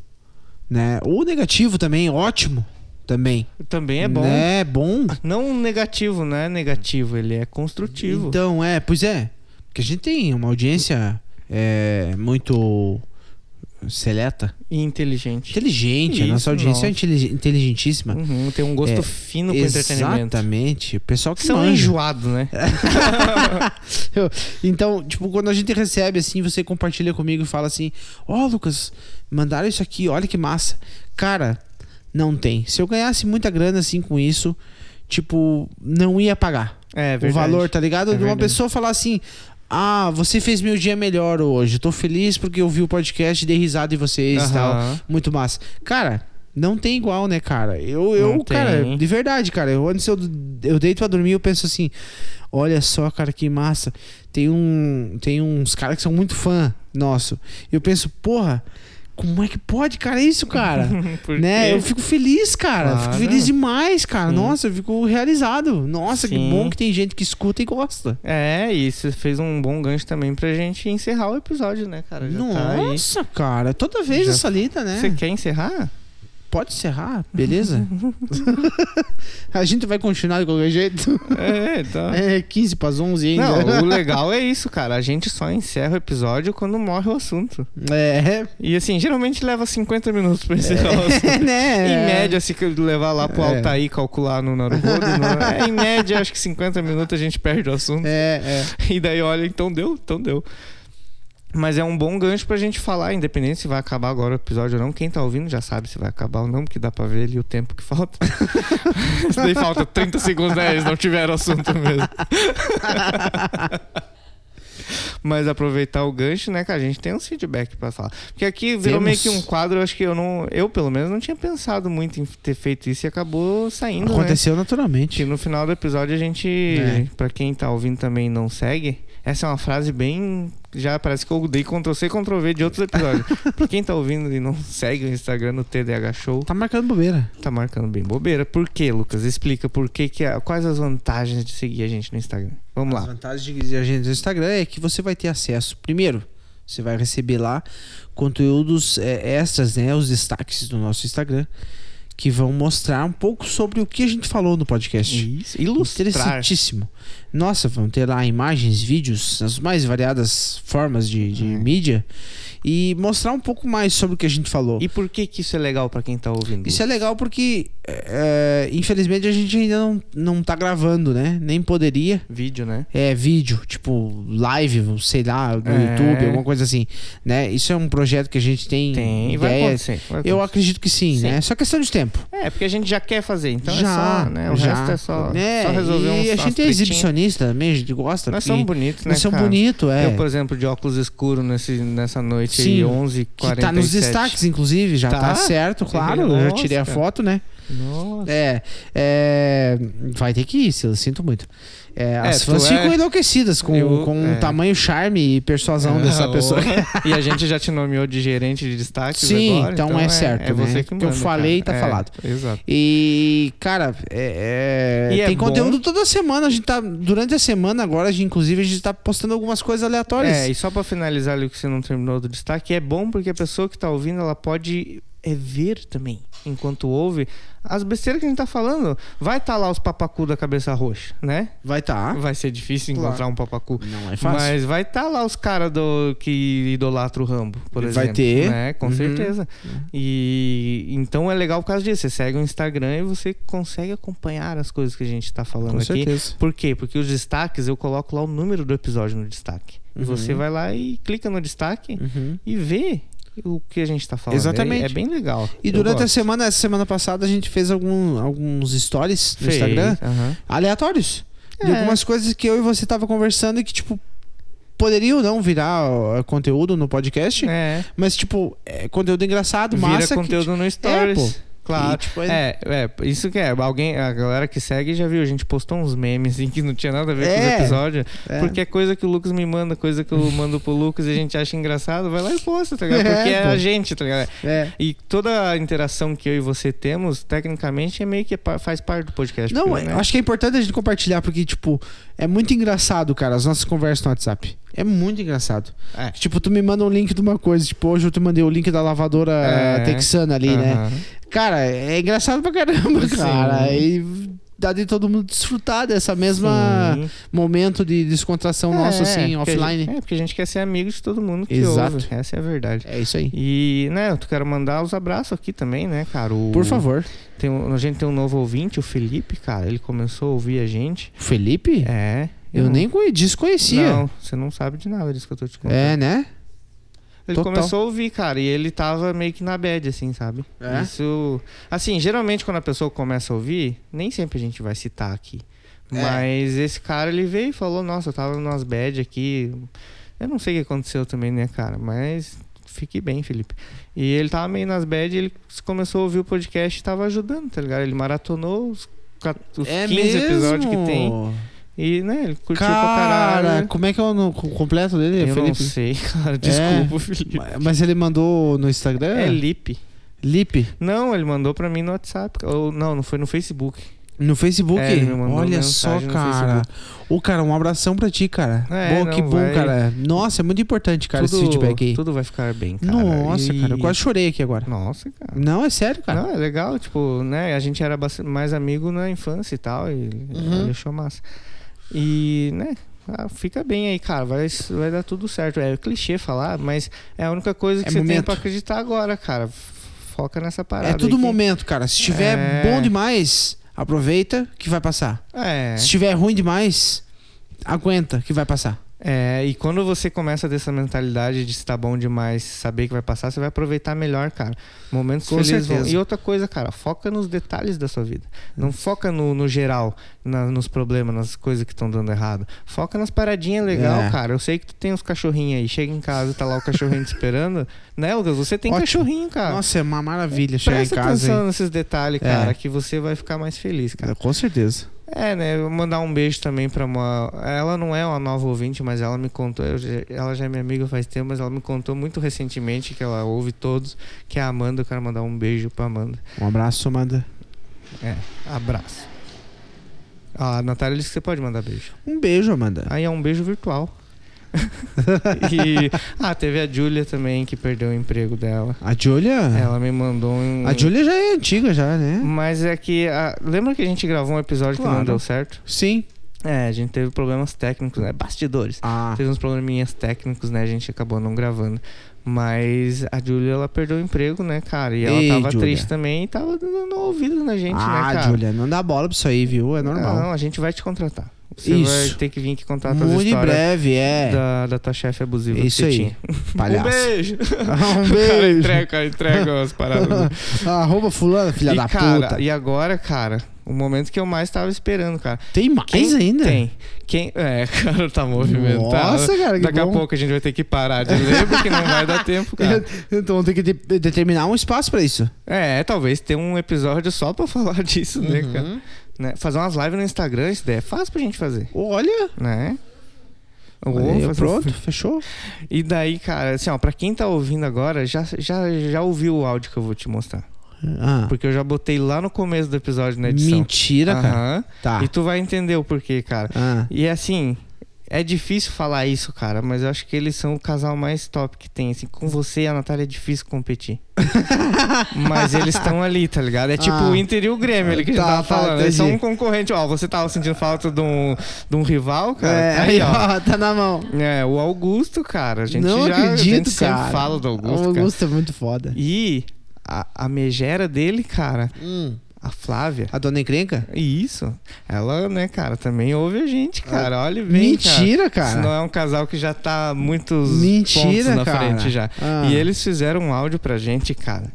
Speaker 6: né? Ou negativo também, ótimo também.
Speaker 7: Também é bom.
Speaker 6: Né? É bom.
Speaker 7: Não negativo, não é negativo, ele é construtivo.
Speaker 6: Então, é, pois é. Porque a gente tem uma audiência é, muito seleta.
Speaker 7: E inteligente.
Speaker 6: Inteligente, a
Speaker 7: Isso,
Speaker 6: nossa audiência é
Speaker 7: nossa.
Speaker 6: intelig- inteligentíssima.
Speaker 7: Uhum, tem um gosto
Speaker 6: É,
Speaker 7: fino pro entretenimento.
Speaker 6: Exatamente. O pessoal que
Speaker 7: São
Speaker 6: manja.
Speaker 7: enjoados, né?
Speaker 6: É. Eu- Então, tipo, quando a gente recebe assim, você compartilha comigo e fala assim: Ó, Lucas, mandaram isso aqui, olha que massa. Cara, não tem. Se eu ganhasse muita grana assim com isso, tipo, não ia pagar
Speaker 7: É,
Speaker 6: o valor, tá ligado?
Speaker 7: É
Speaker 6: De uma
Speaker 7: verdade.
Speaker 6: pessoa falar assim: Ah, você fez meu dia melhor hoje. Eu tô feliz porque eu vi o podcast, dei risada em vocês e
Speaker 7: Aham.
Speaker 6: tal. Muito massa. Cara, Não tem igual, né, cara? Eu, eu
Speaker 7: Não
Speaker 6: cara,
Speaker 7: tem.
Speaker 6: de verdade, cara. Eu, antes eu, eu deito pra dormir, eu penso assim: olha só, cara, que massa. Tem, um, tem uns caras que são muito fã nosso. Eu penso, porra, como é que pode, cara, isso, cara?
Speaker 7: Por
Speaker 6: né?
Speaker 7: quê?
Speaker 6: Eu fico feliz, cara. Eu Fico
Speaker 7: Claro.
Speaker 6: feliz demais, cara. Nossa, eu fico realizado. Nossa, que
Speaker 7: Sim.
Speaker 6: bom que tem gente que escuta e gosta.
Speaker 7: É, e você fez um bom gancho também pra gente encerrar o episódio, né, cara? Já tá aí.
Speaker 6: Nossa, cara, toda vez
Speaker 7: Já-
Speaker 6: essa lida, né?
Speaker 7: Você quer encerrar?
Speaker 6: Pode encerrar, beleza? a gente vai continuar de qualquer jeito.
Speaker 7: É, então.
Speaker 6: É 15 para 11 ainda.
Speaker 7: Não, o legal é isso, cara. A gente só encerra o episódio quando morre o assunto.
Speaker 6: É,
Speaker 7: E assim, geralmente leva 50 minutos pra encerrar o
Speaker 6: é,
Speaker 7: assunto.
Speaker 6: né?
Speaker 7: Em média, se que levar lá pro
Speaker 6: É.
Speaker 7: Altair calcular no Naruhodo, no- é, em média, acho que 50 minutos a gente perde o assunto.
Speaker 6: É,
Speaker 7: E daí olha, então deu, então deu. Mas é um bom gancho pra gente falar, independente se vai acabar agora o episódio ou não. Quem tá ouvindo já sabe se vai acabar ou não, porque dá pra ver ali o tempo que falta. Isso daí falta 30 segundos, né? Eles não tiveram assunto mesmo. Mas aproveitar o gancho, né, cara? A gente tem uns feedback pra falar. Porque aqui virou
Speaker 6: Temos.
Speaker 7: meio que um quadro, eu acho que eu não. Eu, pelo menos, não tinha pensado muito em ter feito isso e acabou
Speaker 6: é.
Speaker 7: saindo. né?
Speaker 6: Aconteceu
Speaker 7: Que
Speaker 6: naturalmente.
Speaker 7: no final do episódio a gente,
Speaker 6: É.
Speaker 7: pra quem tá ouvindo também e não segue, essa é uma frase bem. Já parece que eu dei Ctrl C e Ctrl V de outros episódios. pra quem tá ouvindo e não segue o Instagram no TDH Show,
Speaker 6: Tá marcando bobeira.
Speaker 7: tá marcando bem bobeira. Por quê, Lucas? Explica por que, que a- quais as vantagens de seguir a gente no Instagram. Vamos
Speaker 6: As
Speaker 7: lá.
Speaker 6: vantagens de seguir a gente no Instagram é que você vai ter acesso, primeiro, você vai receber lá conteúdos é, extras, né? Os destaques do nosso Instagram, que vão mostrar um pouco sobre o que a gente falou no podcast.
Speaker 7: Isso. Ilustrar.
Speaker 6: Interessantíssimo. Nossa, vão ter lá imagens, vídeos, as mais variadas formas de, de
Speaker 7: É.
Speaker 6: mídia e mostrar um pouco mais sobre o que a gente falou.
Speaker 7: E por que que isso é legal pra quem tá ouvindo?
Speaker 6: Isso é legal porque, é, é, infelizmente, a gente ainda não, não tá gravando, né? Nem poderia.
Speaker 7: Vídeo, né?
Speaker 6: É, vídeo, tipo, live, sei lá, no
Speaker 7: É.
Speaker 6: YouTube, alguma coisa assim, né? Isso é um projeto que a gente tem,
Speaker 7: Tem. E vai
Speaker 6: Hum, ideia.
Speaker 7: acontecer. vai
Speaker 6: Eu
Speaker 7: acontecer.
Speaker 6: acredito que sim, né? É só questão de tempo.
Speaker 7: É, porque a gente já quer fazer, então é
Speaker 6: já,
Speaker 7: só, né? O
Speaker 6: já.
Speaker 7: resto é só,
Speaker 6: É,
Speaker 7: só resolver uns
Speaker 6: E a
Speaker 7: umas
Speaker 6: gente é
Speaker 7: tretinhas.
Speaker 6: exibicionista também, a gente gosta.
Speaker 7: Nós
Speaker 6: porque
Speaker 7: somos bonitos, né,
Speaker 6: Nós somos
Speaker 7: cara?
Speaker 6: bonitos, é.
Speaker 7: Eu, por exemplo, de óculos escuros nesse, nessa noite
Speaker 6: Sim,
Speaker 7: aí, 11
Speaker 6: que tá nos destaques, inclusive, já tá,
Speaker 7: Tá?
Speaker 6: certo, claro. eu já tirei a
Speaker 7: Nossa.
Speaker 6: foto, né?
Speaker 7: Nossa.
Speaker 6: É, é, Vai ter que ir, eu sinto muito. É, as
Speaker 7: tu
Speaker 6: fãs
Speaker 7: é-
Speaker 6: ficam enlouquecidas com,
Speaker 7: Eu-
Speaker 6: com
Speaker 7: é.
Speaker 6: o tamanho, charme e persuasão É um dessa pessoa.
Speaker 7: e a gente já te nomeou de gerente de destaques
Speaker 6: Sim,
Speaker 7: agora,
Speaker 6: então é certo,
Speaker 7: É você
Speaker 6: né?
Speaker 7: que
Speaker 6: Que eu
Speaker 7: manda,
Speaker 6: falei,
Speaker 7: cara.
Speaker 6: tá
Speaker 7: É,
Speaker 6: falado.
Speaker 7: Exato.
Speaker 6: E, cara, é, é-
Speaker 7: E é
Speaker 6: tem
Speaker 7: bom.
Speaker 6: conteúdo toda semana. A gente tá. Durante a semana agora, a gente, inclusive, a gente tá postando algumas coisas aleatórias.
Speaker 7: É, e só pra finalizar ali o que você não terminou do destaque, é bom porque a pessoa que tá ouvindo, ela pode é, ver também, enquanto ouve, as besteiras que a gente tá falando. Vai tá lá os papacu da cabeça roxa, né?
Speaker 6: Vai tá.
Speaker 7: Vai ser difícil
Speaker 6: Claro.
Speaker 7: encontrar um papacu.
Speaker 6: Não é fácil.
Speaker 7: Mas vai estar lá os caras do que idolatra o Rambo, por
Speaker 6: Vai
Speaker 7: exemplo.
Speaker 6: ter.
Speaker 7: Né? Com
Speaker 6: Uhum.
Speaker 7: certeza. E então é legal por causa disso. Você segue o Instagram e você consegue acompanhar as coisas que a gente tá falando
Speaker 6: Com
Speaker 7: aqui.
Speaker 6: certeza.
Speaker 7: Por quê? Porque os destaques, eu coloco lá o número do episódio no destaque.
Speaker 6: Uhum.
Speaker 7: E você vai lá e clica no destaque e vê o que a gente tá falando.
Speaker 6: Exatamente.
Speaker 7: É, é bem legal.
Speaker 6: E
Speaker 7: Eu
Speaker 6: durante a
Speaker 7: gosto.
Speaker 6: semana, essa semana passada, a gente fez algum- alguns stories no
Speaker 7: Fez,
Speaker 6: Instagram
Speaker 7: aham.
Speaker 6: aleatórios. De
Speaker 7: É.
Speaker 6: algumas coisas que eu e você tava conversando e que, tipo, poderiam não virar ó, conteúdo no podcast.
Speaker 7: É.
Speaker 6: Mas, tipo, é conteúdo engraçado,
Speaker 7: Vira
Speaker 6: massa. que,
Speaker 7: conteúdo no
Speaker 6: É,
Speaker 7: Stories.
Speaker 6: pô.
Speaker 7: Claro.
Speaker 6: E, tipo,
Speaker 7: é, é, isso que é. Alguém, a galera que segue já viu, a gente postou uns memes assim, que não tinha nada a ver com
Speaker 6: É,
Speaker 7: os episódios.
Speaker 6: é.
Speaker 7: Porque é coisa que o Lucas me manda, coisa que eu mando pro Lucas e a gente acha engraçado, vai lá e posta, tá ligado?
Speaker 6: É,
Speaker 7: Porque é,
Speaker 6: pô.
Speaker 7: a gente, tá ligado?
Speaker 6: É.
Speaker 7: E toda a interação que eu e você temos, tecnicamente, é meio que pa- faz parte do podcast.
Speaker 6: Não,
Speaker 7: porque, né?
Speaker 6: eu acho que é importante a gente compartilhar, porque, tipo, é muito engraçado, cara, as nossas conversas no WhatsApp. É muito engraçado.
Speaker 7: É.
Speaker 6: Tipo, tu me manda um link de uma coisa, tipo, hoje eu te mandei o link da lavadora
Speaker 7: É.
Speaker 6: eh, texana ali, né?
Speaker 7: Aham.
Speaker 6: Cara, é engraçado pra caramba,
Speaker 7: Sim.
Speaker 6: cara. E dá de todo mundo desfrutar dessa mesma
Speaker 7: Sim.
Speaker 6: momento de descontração Tipo, ah, nosso,
Speaker 7: porque
Speaker 6: assim,
Speaker 7: a
Speaker 6: offline.
Speaker 7: gente- é, porque a gente quer ser amigo de todo mundo que
Speaker 6: Exato.
Speaker 7: ouve. Essa é a verdade.
Speaker 6: É isso aí.
Speaker 7: E, né, eu quero mandar os abraços aqui também, né, cara? O-
Speaker 6: Por favor.
Speaker 7: Tem um- a gente tem um novo ouvinte, o Felipe, cara. Ele começou a ouvir a gente.
Speaker 6: Felipe?
Speaker 7: É.
Speaker 6: Eu nem conhe- desconhecia.
Speaker 7: Não, você não sabe de nada disso que eu tô te contando.
Speaker 6: É, né?
Speaker 7: ele
Speaker 6: total.
Speaker 7: começou a ouvir, cara, e ele tava meio que na bad, assim, sabe?
Speaker 6: É?
Speaker 7: Isso. Assim, geralmente quando a pessoa começa a ouvir, nem sempre a gente vai citar aqui.
Speaker 6: É.
Speaker 7: Mas esse cara, ele veio e falou: Nossa, eu tava numas bad aqui. Eu não sei o que aconteceu também, né, cara? Mas fique bem, Felipe. E ele tava meio nas bad, ele começou a ouvir o podcast e tava ajudando, tá ligado? Ele maratonou os, quat-
Speaker 6: É.
Speaker 7: os 15 episódios que tem. E, né, ele curtiu pra caralho.
Speaker 6: Cara, como é que é o no- co- completo dele?
Speaker 7: Eu não
Speaker 6: Felipe? É.
Speaker 7: sei, cara. Desculpa, Felipe.
Speaker 6: Ma- Mas ele mandou no Instagram?
Speaker 7: É Lipe.
Speaker 6: Lipe.
Speaker 7: Não, ele mandou pra mim no WhatsApp. Ou, não, não foi no Facebook.
Speaker 6: No Facebook?
Speaker 7: É, ele me mandou
Speaker 6: Olha só,
Speaker 7: mensagem no
Speaker 6: cara. Ô, cara, um abração pra ti, cara.
Speaker 7: É,
Speaker 6: bom,
Speaker 7: não,
Speaker 6: que bom,
Speaker 7: vai-
Speaker 6: cara. Nossa, é muito importante, cara, esse feedback aí.
Speaker 7: Tudo vai ficar bem, cara.
Speaker 6: Nossa,
Speaker 7: E-
Speaker 6: cara, eu quase chorei aqui agora.
Speaker 7: Nossa, cara.
Speaker 6: Não, é sério, cara.
Speaker 7: Não, é legal, tipo, né? A gente era bast- mais amigo na infância e tal, e ele achou massa. E, né? ah, fica bem aí, cara. Vai, vai dar tudo certo. É clichê falar, mas é a única coisa que
Speaker 6: É
Speaker 7: você tem
Speaker 6: momento.
Speaker 7: pra acreditar agora, cara. F- Foca nessa parada.
Speaker 6: é
Speaker 7: aí
Speaker 6: tudo
Speaker 7: que-
Speaker 6: momento, cara. Se estiver
Speaker 7: É.
Speaker 6: bom demais, aproveita que vai passar.
Speaker 7: É.
Speaker 6: Se estiver ruim demais, aguenta que vai passar.
Speaker 7: É, e quando você começa a ter essa mentalidade de estar bom demais, saber que vai passar, você vai aproveitar melhor, cara. Momentos
Speaker 6: Com
Speaker 7: felizes vão.
Speaker 6: certeza.
Speaker 7: E outra coisa, cara, foca nos detalhes da sua vida. Não foca no, no geral, na- nos problemas, nas coisas que estão dando errado. Foca nas paradinhas legal,
Speaker 6: É.
Speaker 7: cara. Eu sei que tu tem uns cachorrinhos aí. Chega em casa e tá lá o cachorrinho te esperando. Né, Lucas? Você tem
Speaker 6: Ótimo.
Speaker 7: cachorrinho, cara.
Speaker 6: Nossa, é uma maravilha chegar
Speaker 7: Ah. Presta
Speaker 6: em casa.
Speaker 7: atenção né?
Speaker 6: hein?
Speaker 7: nesses detalhes,
Speaker 6: É.
Speaker 7: cara, que você vai ficar mais feliz, cara.
Speaker 6: Cara, com certeza.
Speaker 7: É, né? Eu Vou mandar um beijo também pra uma. Ela não é uma nova ouvinte, mas ela me contou. eu já- ela já é minha amiga faz tempo, mas ela me contou muito recentemente que ela ouve todos, que é a Amanda. Eu quero mandar um beijo pra Amanda.
Speaker 6: Um abraço, Amanda.
Speaker 7: É, abraço. Ah, A Natália disse que você pode mandar beijo.
Speaker 6: Um beijo, Amanda.
Speaker 7: Aí é um beijo virtual. e. Ah, teve a Júlia também que perdeu o emprego dela.
Speaker 6: A Julia?
Speaker 7: Ela me mandou um.
Speaker 6: A Julia já é antiga, já, né?
Speaker 7: Mas é que. a- Lembra que a gente gravou um episódio que não
Speaker 6: Claro.
Speaker 7: deu certo?
Speaker 6: Sim.
Speaker 7: É, a gente teve problemas técnicos, né? Bastidores.
Speaker 6: Ah.
Speaker 7: Teve uns probleminhas técnicos, né? A gente acabou não gravando. Mas a Julia, ela perdeu o emprego, né, cara? E ela
Speaker 6: Ei,
Speaker 7: tava
Speaker 6: Julia.
Speaker 7: triste também e tava dando ouvido na gente, né,
Speaker 6: ah,
Speaker 7: cara?
Speaker 6: Julia, não dá bola pra isso aí, viu? É normal.
Speaker 7: Não, a gente vai te contratar. Você
Speaker 6: Isso.
Speaker 7: vai ter que vir aqui contar as
Speaker 6: Muito em
Speaker 7: histórias
Speaker 6: breve, é.
Speaker 7: da, da tua chefe abusiva que
Speaker 6: Isso
Speaker 7: você
Speaker 6: aí.
Speaker 7: tinha. Um
Speaker 6: Palhaço.
Speaker 7: beijo!
Speaker 6: um
Speaker 7: Cara,
Speaker 6: beijo.
Speaker 7: entrega, cara, entrega as paradas.
Speaker 6: Arroba fulano, filha
Speaker 7: e,
Speaker 6: da
Speaker 7: cara,
Speaker 6: puta.
Speaker 7: e agora, cara, o momento que eu mais tava esperando, cara.
Speaker 6: Tem mais ainda?
Speaker 7: Tem. Quem, é, cara, tá movimentado.
Speaker 6: Nossa, cara, que
Speaker 7: Daqui a
Speaker 6: bom.
Speaker 7: pouco a gente vai ter que parar de ler, porque não vai dar tempo, cara.
Speaker 6: Então tem que de- determinar um espaço pra isso.
Speaker 7: É, talvez ter um episódio só pra falar disso, né,
Speaker 6: Uhum.
Speaker 7: cara? Né? Fazer umas lives no Instagram, isso daí é fácil pra gente fazer,
Speaker 6: Olha.
Speaker 7: né? Ou
Speaker 6: Olha aí,
Speaker 7: fazer-
Speaker 6: pronto, fechou.
Speaker 7: E daí, cara, assim, ó, pra quem tá ouvindo agora, já, já, já ouviu o áudio que eu vou te mostrar.
Speaker 6: Ah,
Speaker 7: Porque eu já botei lá no começo do episódio na edição.
Speaker 6: mentira, cara.
Speaker 7: Aham.
Speaker 6: Tá.
Speaker 7: E tu vai entender o porquê, cara.
Speaker 6: Ah.
Speaker 7: E assim, é difícil falar isso, cara, mas eu acho que eles são o casal mais top que tem. Assim, com você e a Natália é difícil competir. mas eles estão ali, tá ligado? É tipo
Speaker 6: Ah.
Speaker 7: o Inter e o Grêmio, ele que a gente
Speaker 6: Tá,
Speaker 7: tava
Speaker 6: tá,
Speaker 7: falando. Eles são um
Speaker 6: entendi.
Speaker 7: concorrente. Ó, você tava sentindo falta de um, de um rival, cara?
Speaker 6: É,
Speaker 7: Tá
Speaker 6: aí, ó, tá na mão.
Speaker 7: É, o Augusto, cara. A gente
Speaker 6: não
Speaker 7: já
Speaker 6: acredito,
Speaker 7: a gente sempre
Speaker 6: cara.
Speaker 7: fala do Augusto,
Speaker 6: O
Speaker 7: cara.
Speaker 6: Augusto é muito foda.
Speaker 7: E a, a megera dele, cara,
Speaker 6: Hum,
Speaker 7: a Flávia.
Speaker 6: a dona encrenca?
Speaker 7: Isso. Ela, né, cara, também ouve a gente, cara. Olha bem,
Speaker 6: Ah, Mentira, cara.
Speaker 7: Se não é um casal que já tá muitos
Speaker 6: Mentira,
Speaker 7: pontos na
Speaker 6: cara.
Speaker 7: frente já.
Speaker 6: Ah.
Speaker 7: E eles fizeram um áudio pra gente, cara,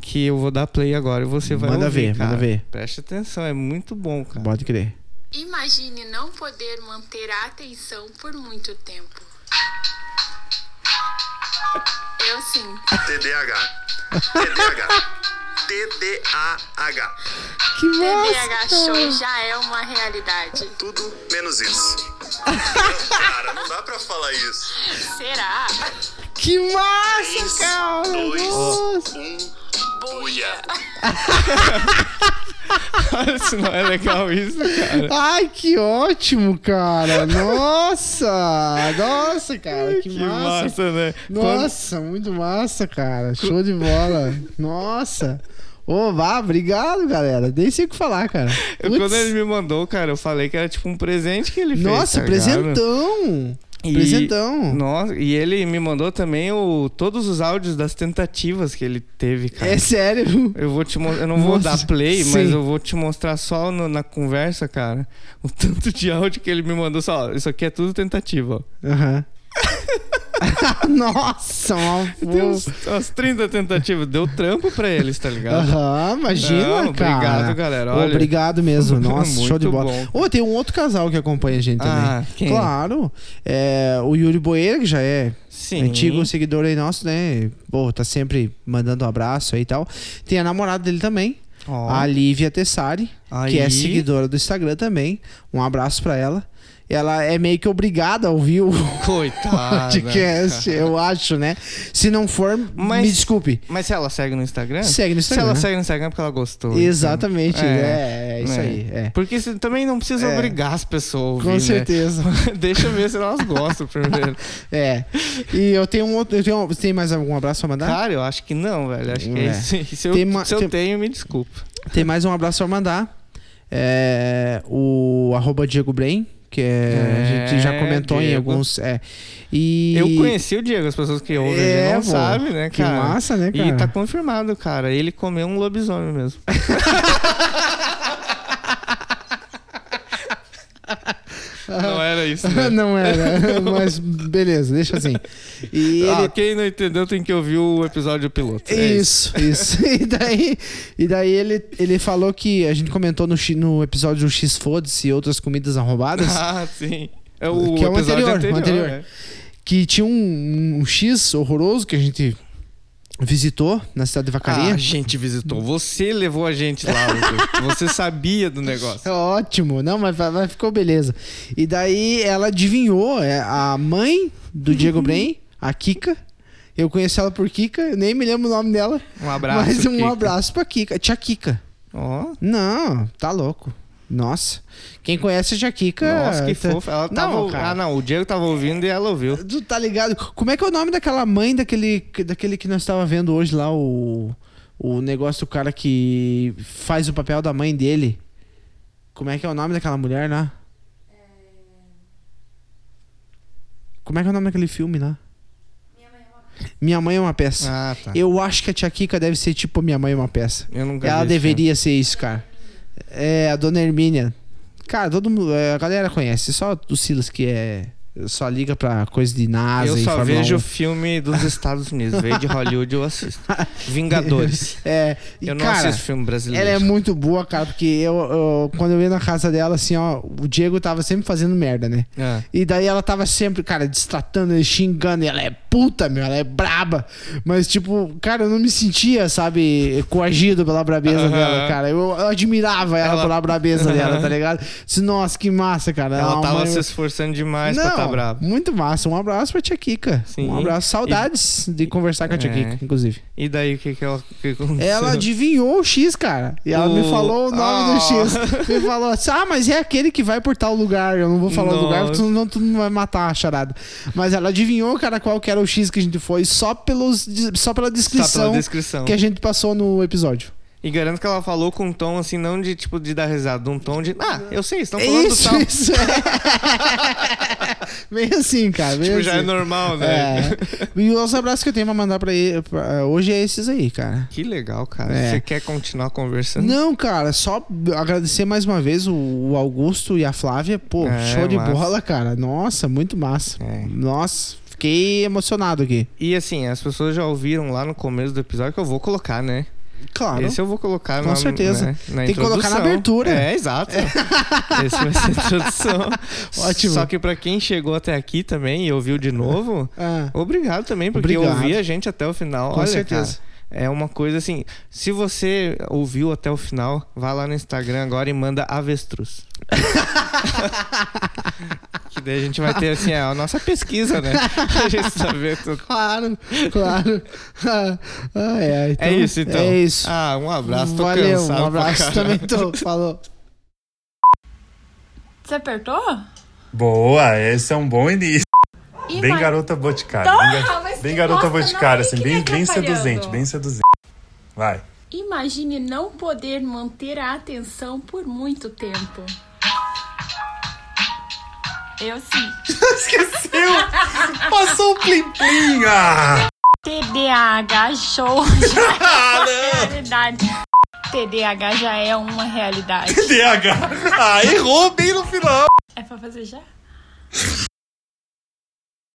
Speaker 7: que eu vou dar play agora e você vai
Speaker 6: Manda
Speaker 7: ouvir,
Speaker 6: ver,
Speaker 7: cara.
Speaker 6: manda ver.
Speaker 7: Preste atenção, é muito bom, cara.
Speaker 6: Pode crer.
Speaker 1: Imagine não poder manter a atenção por muito tempo. Eu sim.
Speaker 4: TDAH. TDAH. TDAH.
Speaker 6: Que
Speaker 1: TDAH Show já é uma realidade.
Speaker 4: Tudo menos isso. Não, cara, não dá pra falar isso.
Speaker 1: Será?
Speaker 6: Que massa, cara!
Speaker 4: Dois,
Speaker 6: Nossa.
Speaker 4: um, buia.
Speaker 7: Se não é legal isso, cara.
Speaker 6: Ai, que ótimo, cara! Nossa! Nossa, cara, que,
Speaker 7: Que
Speaker 6: massa!
Speaker 7: massa, né?
Speaker 6: Nossa, muito massa, cara! Show de bola! Nossa! Ô, vá, obrigado, galera! Nem sei o que falar, cara.
Speaker 7: Quando, quando
Speaker 6: Putz.
Speaker 7: ele me mandou, cara, eu falei que era tipo um presente que ele fez.
Speaker 6: Nossa,
Speaker 7: tá ligado?
Speaker 6: presentão!
Speaker 7: E-
Speaker 6: Presentão!
Speaker 7: Nossa, e ele me mandou também o, todos os áudios das tentativas que ele teve, cara.
Speaker 6: É sério!
Speaker 7: Eu vou te mon- eu não vou
Speaker 6: Nossa,
Speaker 7: dar play, mas
Speaker 6: sim.
Speaker 7: eu vou te mostrar só no- na conversa, cara. O tanto de áudio que ele me mandou só, ó, isso aqui é tudo tentativa, ó.
Speaker 6: Aham. Nossa, um
Speaker 7: Tem
Speaker 6: avô.
Speaker 7: uns, umas 30 tentativas. Deu trampo pra eles, tá ligado?
Speaker 6: Aham, imagina,
Speaker 7: Não,
Speaker 6: cara.
Speaker 7: obrigado, galera, olha.
Speaker 6: Obrigado mesmo. Nossa,
Speaker 7: Muito
Speaker 6: show de bola.
Speaker 7: bom.
Speaker 6: Ô, tem um outro casal que acompanha a gente também.
Speaker 7: Ah, quem?
Speaker 6: Claro. É, o Yuri Boeira, que já é
Speaker 7: Sim.
Speaker 6: antigo seguidor aí nosso, né? Pô, tá sempre mandando um abraço aí e tal. Tem a namorada dele também.
Speaker 7: Ó.
Speaker 6: A Lívia Tessari, que é
Speaker 7: Aí.
Speaker 6: seguidora do Instagram também. Um abraço pra ela. Ela é meio que obrigada a ouvir o
Speaker 7: Coitada.
Speaker 6: podcast, eu acho, né? Se não for,
Speaker 7: Mas-
Speaker 6: me desculpe.
Speaker 7: Mas se ela segue no Instagram?
Speaker 6: Segue no Instagram.
Speaker 7: Se ela segue no Instagram é porque ela gostou.
Speaker 6: Exatamente,
Speaker 7: então.
Speaker 6: é, é isso aí, é.
Speaker 7: Porque você também não precisa
Speaker 6: É.
Speaker 7: obrigar as pessoas a ouvir,
Speaker 6: Com
Speaker 7: né?
Speaker 6: certeza.
Speaker 7: Deixa eu ver se elas gostam primeiro.
Speaker 6: É. E eu tenho um outro. Eu tenho, um- você tem mais algum abraço pra mandar?
Speaker 7: Cara, eu acho que não, velho. Acho que
Speaker 6: É.
Speaker 7: é isso. aí. Se eu,
Speaker 6: Tem uma-
Speaker 7: se eu
Speaker 6: tem-
Speaker 7: tenho, me desculpa.
Speaker 6: Tem mais um abraço pra mandar. É, o arroba Diego Brain, que é,
Speaker 7: É,
Speaker 6: a gente já comentou em
Speaker 7: Diego.
Speaker 6: alguns. É. E.
Speaker 7: Eu conheci o Diego, as pessoas que ouvem
Speaker 6: É,
Speaker 7: ele não
Speaker 6: pô.
Speaker 7: sabem, né,
Speaker 6: Que
Speaker 7: cara?
Speaker 6: massa, né, cara?
Speaker 7: E tá confirmado, cara. Ele comeu um lobisomem mesmo. não era isso, né?
Speaker 6: Não era, mas beleza, deixa assim. E
Speaker 7: Ah,
Speaker 6: ele
Speaker 7: quem não entendeu tem que ouvir o episódio piloto. É
Speaker 6: Isso, isso. E daí, e daí ele, ele falou que a gente comentou no, X- no episódio do X Fodes e outras comidas arrombadas
Speaker 7: Ah, sim. É o
Speaker 6: Que é o
Speaker 7: episódio
Speaker 6: anterior,
Speaker 7: anterior.
Speaker 6: o anterior.
Speaker 7: né?
Speaker 6: que tinha um, um X horroroso que a gente visitou na cidade de
Speaker 7: Ah,
Speaker 6: Vacaria.
Speaker 7: a gente visitou. Você levou a gente lá, Lucas. Você sabia do negócio.
Speaker 6: É Ótimo, não, mas, mas ficou beleza. E daí ela adivinhou, é, a mãe do Diego Bren, a Kika. Eu conheci ela por Kika, eu nem me lembro o nome dela.
Speaker 7: Um abraço,
Speaker 6: Mas um
Speaker 7: Kika.
Speaker 6: abraço pra Kika. Tia Kika.
Speaker 7: Ó.
Speaker 6: Não, tá louco. Nossa. Quem conhece a Jaquica.
Speaker 7: Nossa, que
Speaker 6: tá-
Speaker 7: fofa. Ela tava.
Speaker 6: Não,
Speaker 7: ah,
Speaker 6: cara.
Speaker 7: não. O Diego tava ouvindo e ela ouviu.
Speaker 6: Tu tá ligado? Como é que é o nome daquela mãe daquele, daquele que nós tava vendo hoje lá, o, o negócio do cara que faz o papel da mãe dele? Como é que é o nome daquela mulher lá? É. Como é que é o nome daquele filme lá? Minha mãe é uma peça.
Speaker 7: Ah, tá.
Speaker 6: Eu acho que a Tia Kika deve ser tipo Minha Mãe é uma Peça.
Speaker 7: Eu nunca vi
Speaker 6: Ela
Speaker 7: esse
Speaker 6: deveria ser isso, cara. É, a Dona Hermínia. Cara, todo mundo, é, a galera conhece. Só o Silas que é... Só liga pra coisa de NASA
Speaker 7: Eu
Speaker 6: e
Speaker 7: só
Speaker 6: Fórmula
Speaker 7: vejo
Speaker 6: 1.
Speaker 7: filme dos Estados Unidos. Veio de Hollywood, eu assisto. Vingadores.
Speaker 6: É, e
Speaker 7: Eu não
Speaker 6: cara,
Speaker 7: assisto filme brasileiro.
Speaker 6: ela é muito boa, cara, porque eu, eu- quando eu ia na casa dela, assim, ó, o Diego tava sempre fazendo merda, né?
Speaker 7: É.
Speaker 6: E daí ela tava sempre, cara, destratando ele, xingando, e ela é puta, meu, ela é braba. Mas, tipo, cara, eu não me sentia, sabe, coagido pela brabeza
Speaker 7: Aham.
Speaker 6: dela, cara. Eu, eu admirava ela,
Speaker 7: Ela-
Speaker 6: pela brabeza dela, tá ligado? Disse, Nossa, que massa, cara. é
Speaker 7: Ela
Speaker 6: uma
Speaker 7: tava
Speaker 6: mãe-
Speaker 7: se esforçando demais
Speaker 6: não,
Speaker 7: pra tá brava.
Speaker 6: muito massa. Um abraço pra Tia Kika.
Speaker 7: Sim.
Speaker 6: Um abraço. Saudades de conversar com a Tia
Speaker 7: É.
Speaker 6: Kika, inclusive.
Speaker 7: E daí o que que ela... o que aconteceu?
Speaker 6: Ela adivinhou o X, cara. E ela me
Speaker 7: O-
Speaker 6: falou o nome
Speaker 7: Ah.
Speaker 6: do X. Me falou assim: ah, mas é aquele que vai por tal lugar. Eu não vou falar o lugar, porque
Speaker 7: Nossa.
Speaker 6: senão tu não vai matar a charada. Mas ela adivinhou, cara, qual que era o X que a gente foi só, pelos, só pela descrição,
Speaker 7: Só Tá pela descrição.
Speaker 6: que a gente passou no episódio.
Speaker 7: E garanto que ela falou com um tom assim, não de tipo de dar risada, um tom de. Ah, eu sei, estão
Speaker 6: É
Speaker 7: falando
Speaker 6: isso,
Speaker 7: tal.
Speaker 6: isso. Meio assim, cara. meio
Speaker 7: Tipo, já é
Speaker 6: assim.
Speaker 7: normal, né?
Speaker 6: É. E os abraços que eu tenho pra mandar pra ele pra- hoje é esses aí, cara.
Speaker 7: Que legal, cara.
Speaker 6: É.
Speaker 7: Você quer continuar conversando?
Speaker 6: Não, cara, só agradecer mais uma vez o- o Augusto e a Flávia. Pô,
Speaker 7: É,
Speaker 6: show de
Speaker 7: massa.
Speaker 6: bola, cara. Nossa, muito massa.
Speaker 7: É.
Speaker 6: Nossa, fiquei emocionado aqui.
Speaker 7: E assim, as pessoas já ouviram lá no começo do episódio que eu vou colocar, né?
Speaker 6: Claro.
Speaker 7: Esse eu vou colocar
Speaker 6: Com
Speaker 7: na,
Speaker 6: certeza.
Speaker 7: né, na
Speaker 6: Tem que colocar na
Speaker 7: introdução.
Speaker 6: abertura. É.
Speaker 7: É, exato. Esse vai ser a introdução.
Speaker 6: Ótimo.
Speaker 7: Só que pra quem chegou até aqui também e ouviu de novo,
Speaker 6: Ah.
Speaker 7: obrigado também, porque
Speaker 6: Obrigado.
Speaker 7: ouvir a gente até o final.
Speaker 6: Com
Speaker 7: Olha,
Speaker 6: certeza.
Speaker 7: cara, é uma coisa assim. Se você ouviu até o final, vá lá no Instagram agora e manda avestruz. que daí a gente vai ter assim a nossa pesquisa, né? A gente saber tudo.
Speaker 6: Claro, claro. Ah, é, então,
Speaker 7: É isso então.
Speaker 6: É isso.
Speaker 7: Ah, um abraço, tô
Speaker 6: Valeu,
Speaker 7: cansado.
Speaker 6: um
Speaker 7: pra
Speaker 6: abraço
Speaker 7: caralho.
Speaker 6: também tô. Falou.
Speaker 9: Você apertou?
Speaker 2: Boa, esse é um bom início.
Speaker 9: Ih,
Speaker 2: Bem
Speaker 9: mas-
Speaker 2: garota boticária.
Speaker 9: Toma,
Speaker 2: bem, ga-
Speaker 9: mas
Speaker 2: bem
Speaker 9: que tá
Speaker 2: garota
Speaker 9: bosta,
Speaker 2: boticária,
Speaker 9: não,
Speaker 2: assim,
Speaker 9: fique me
Speaker 2: bem, bem
Speaker 9: atrapalhando.
Speaker 2: seduzente, bem seduzente. Vai.
Speaker 1: Imagine não poder manter a atenção por muito tempo. Eu sim.
Speaker 2: Esqueceu! Passou o plim-plim! Ah!
Speaker 1: TDAH show já é
Speaker 2: Ah,
Speaker 1: uma
Speaker 2: não!
Speaker 1: realidade. TDAH já é uma realidade.
Speaker 2: DH! Ah, errou bem no final!
Speaker 1: É pra fazer já?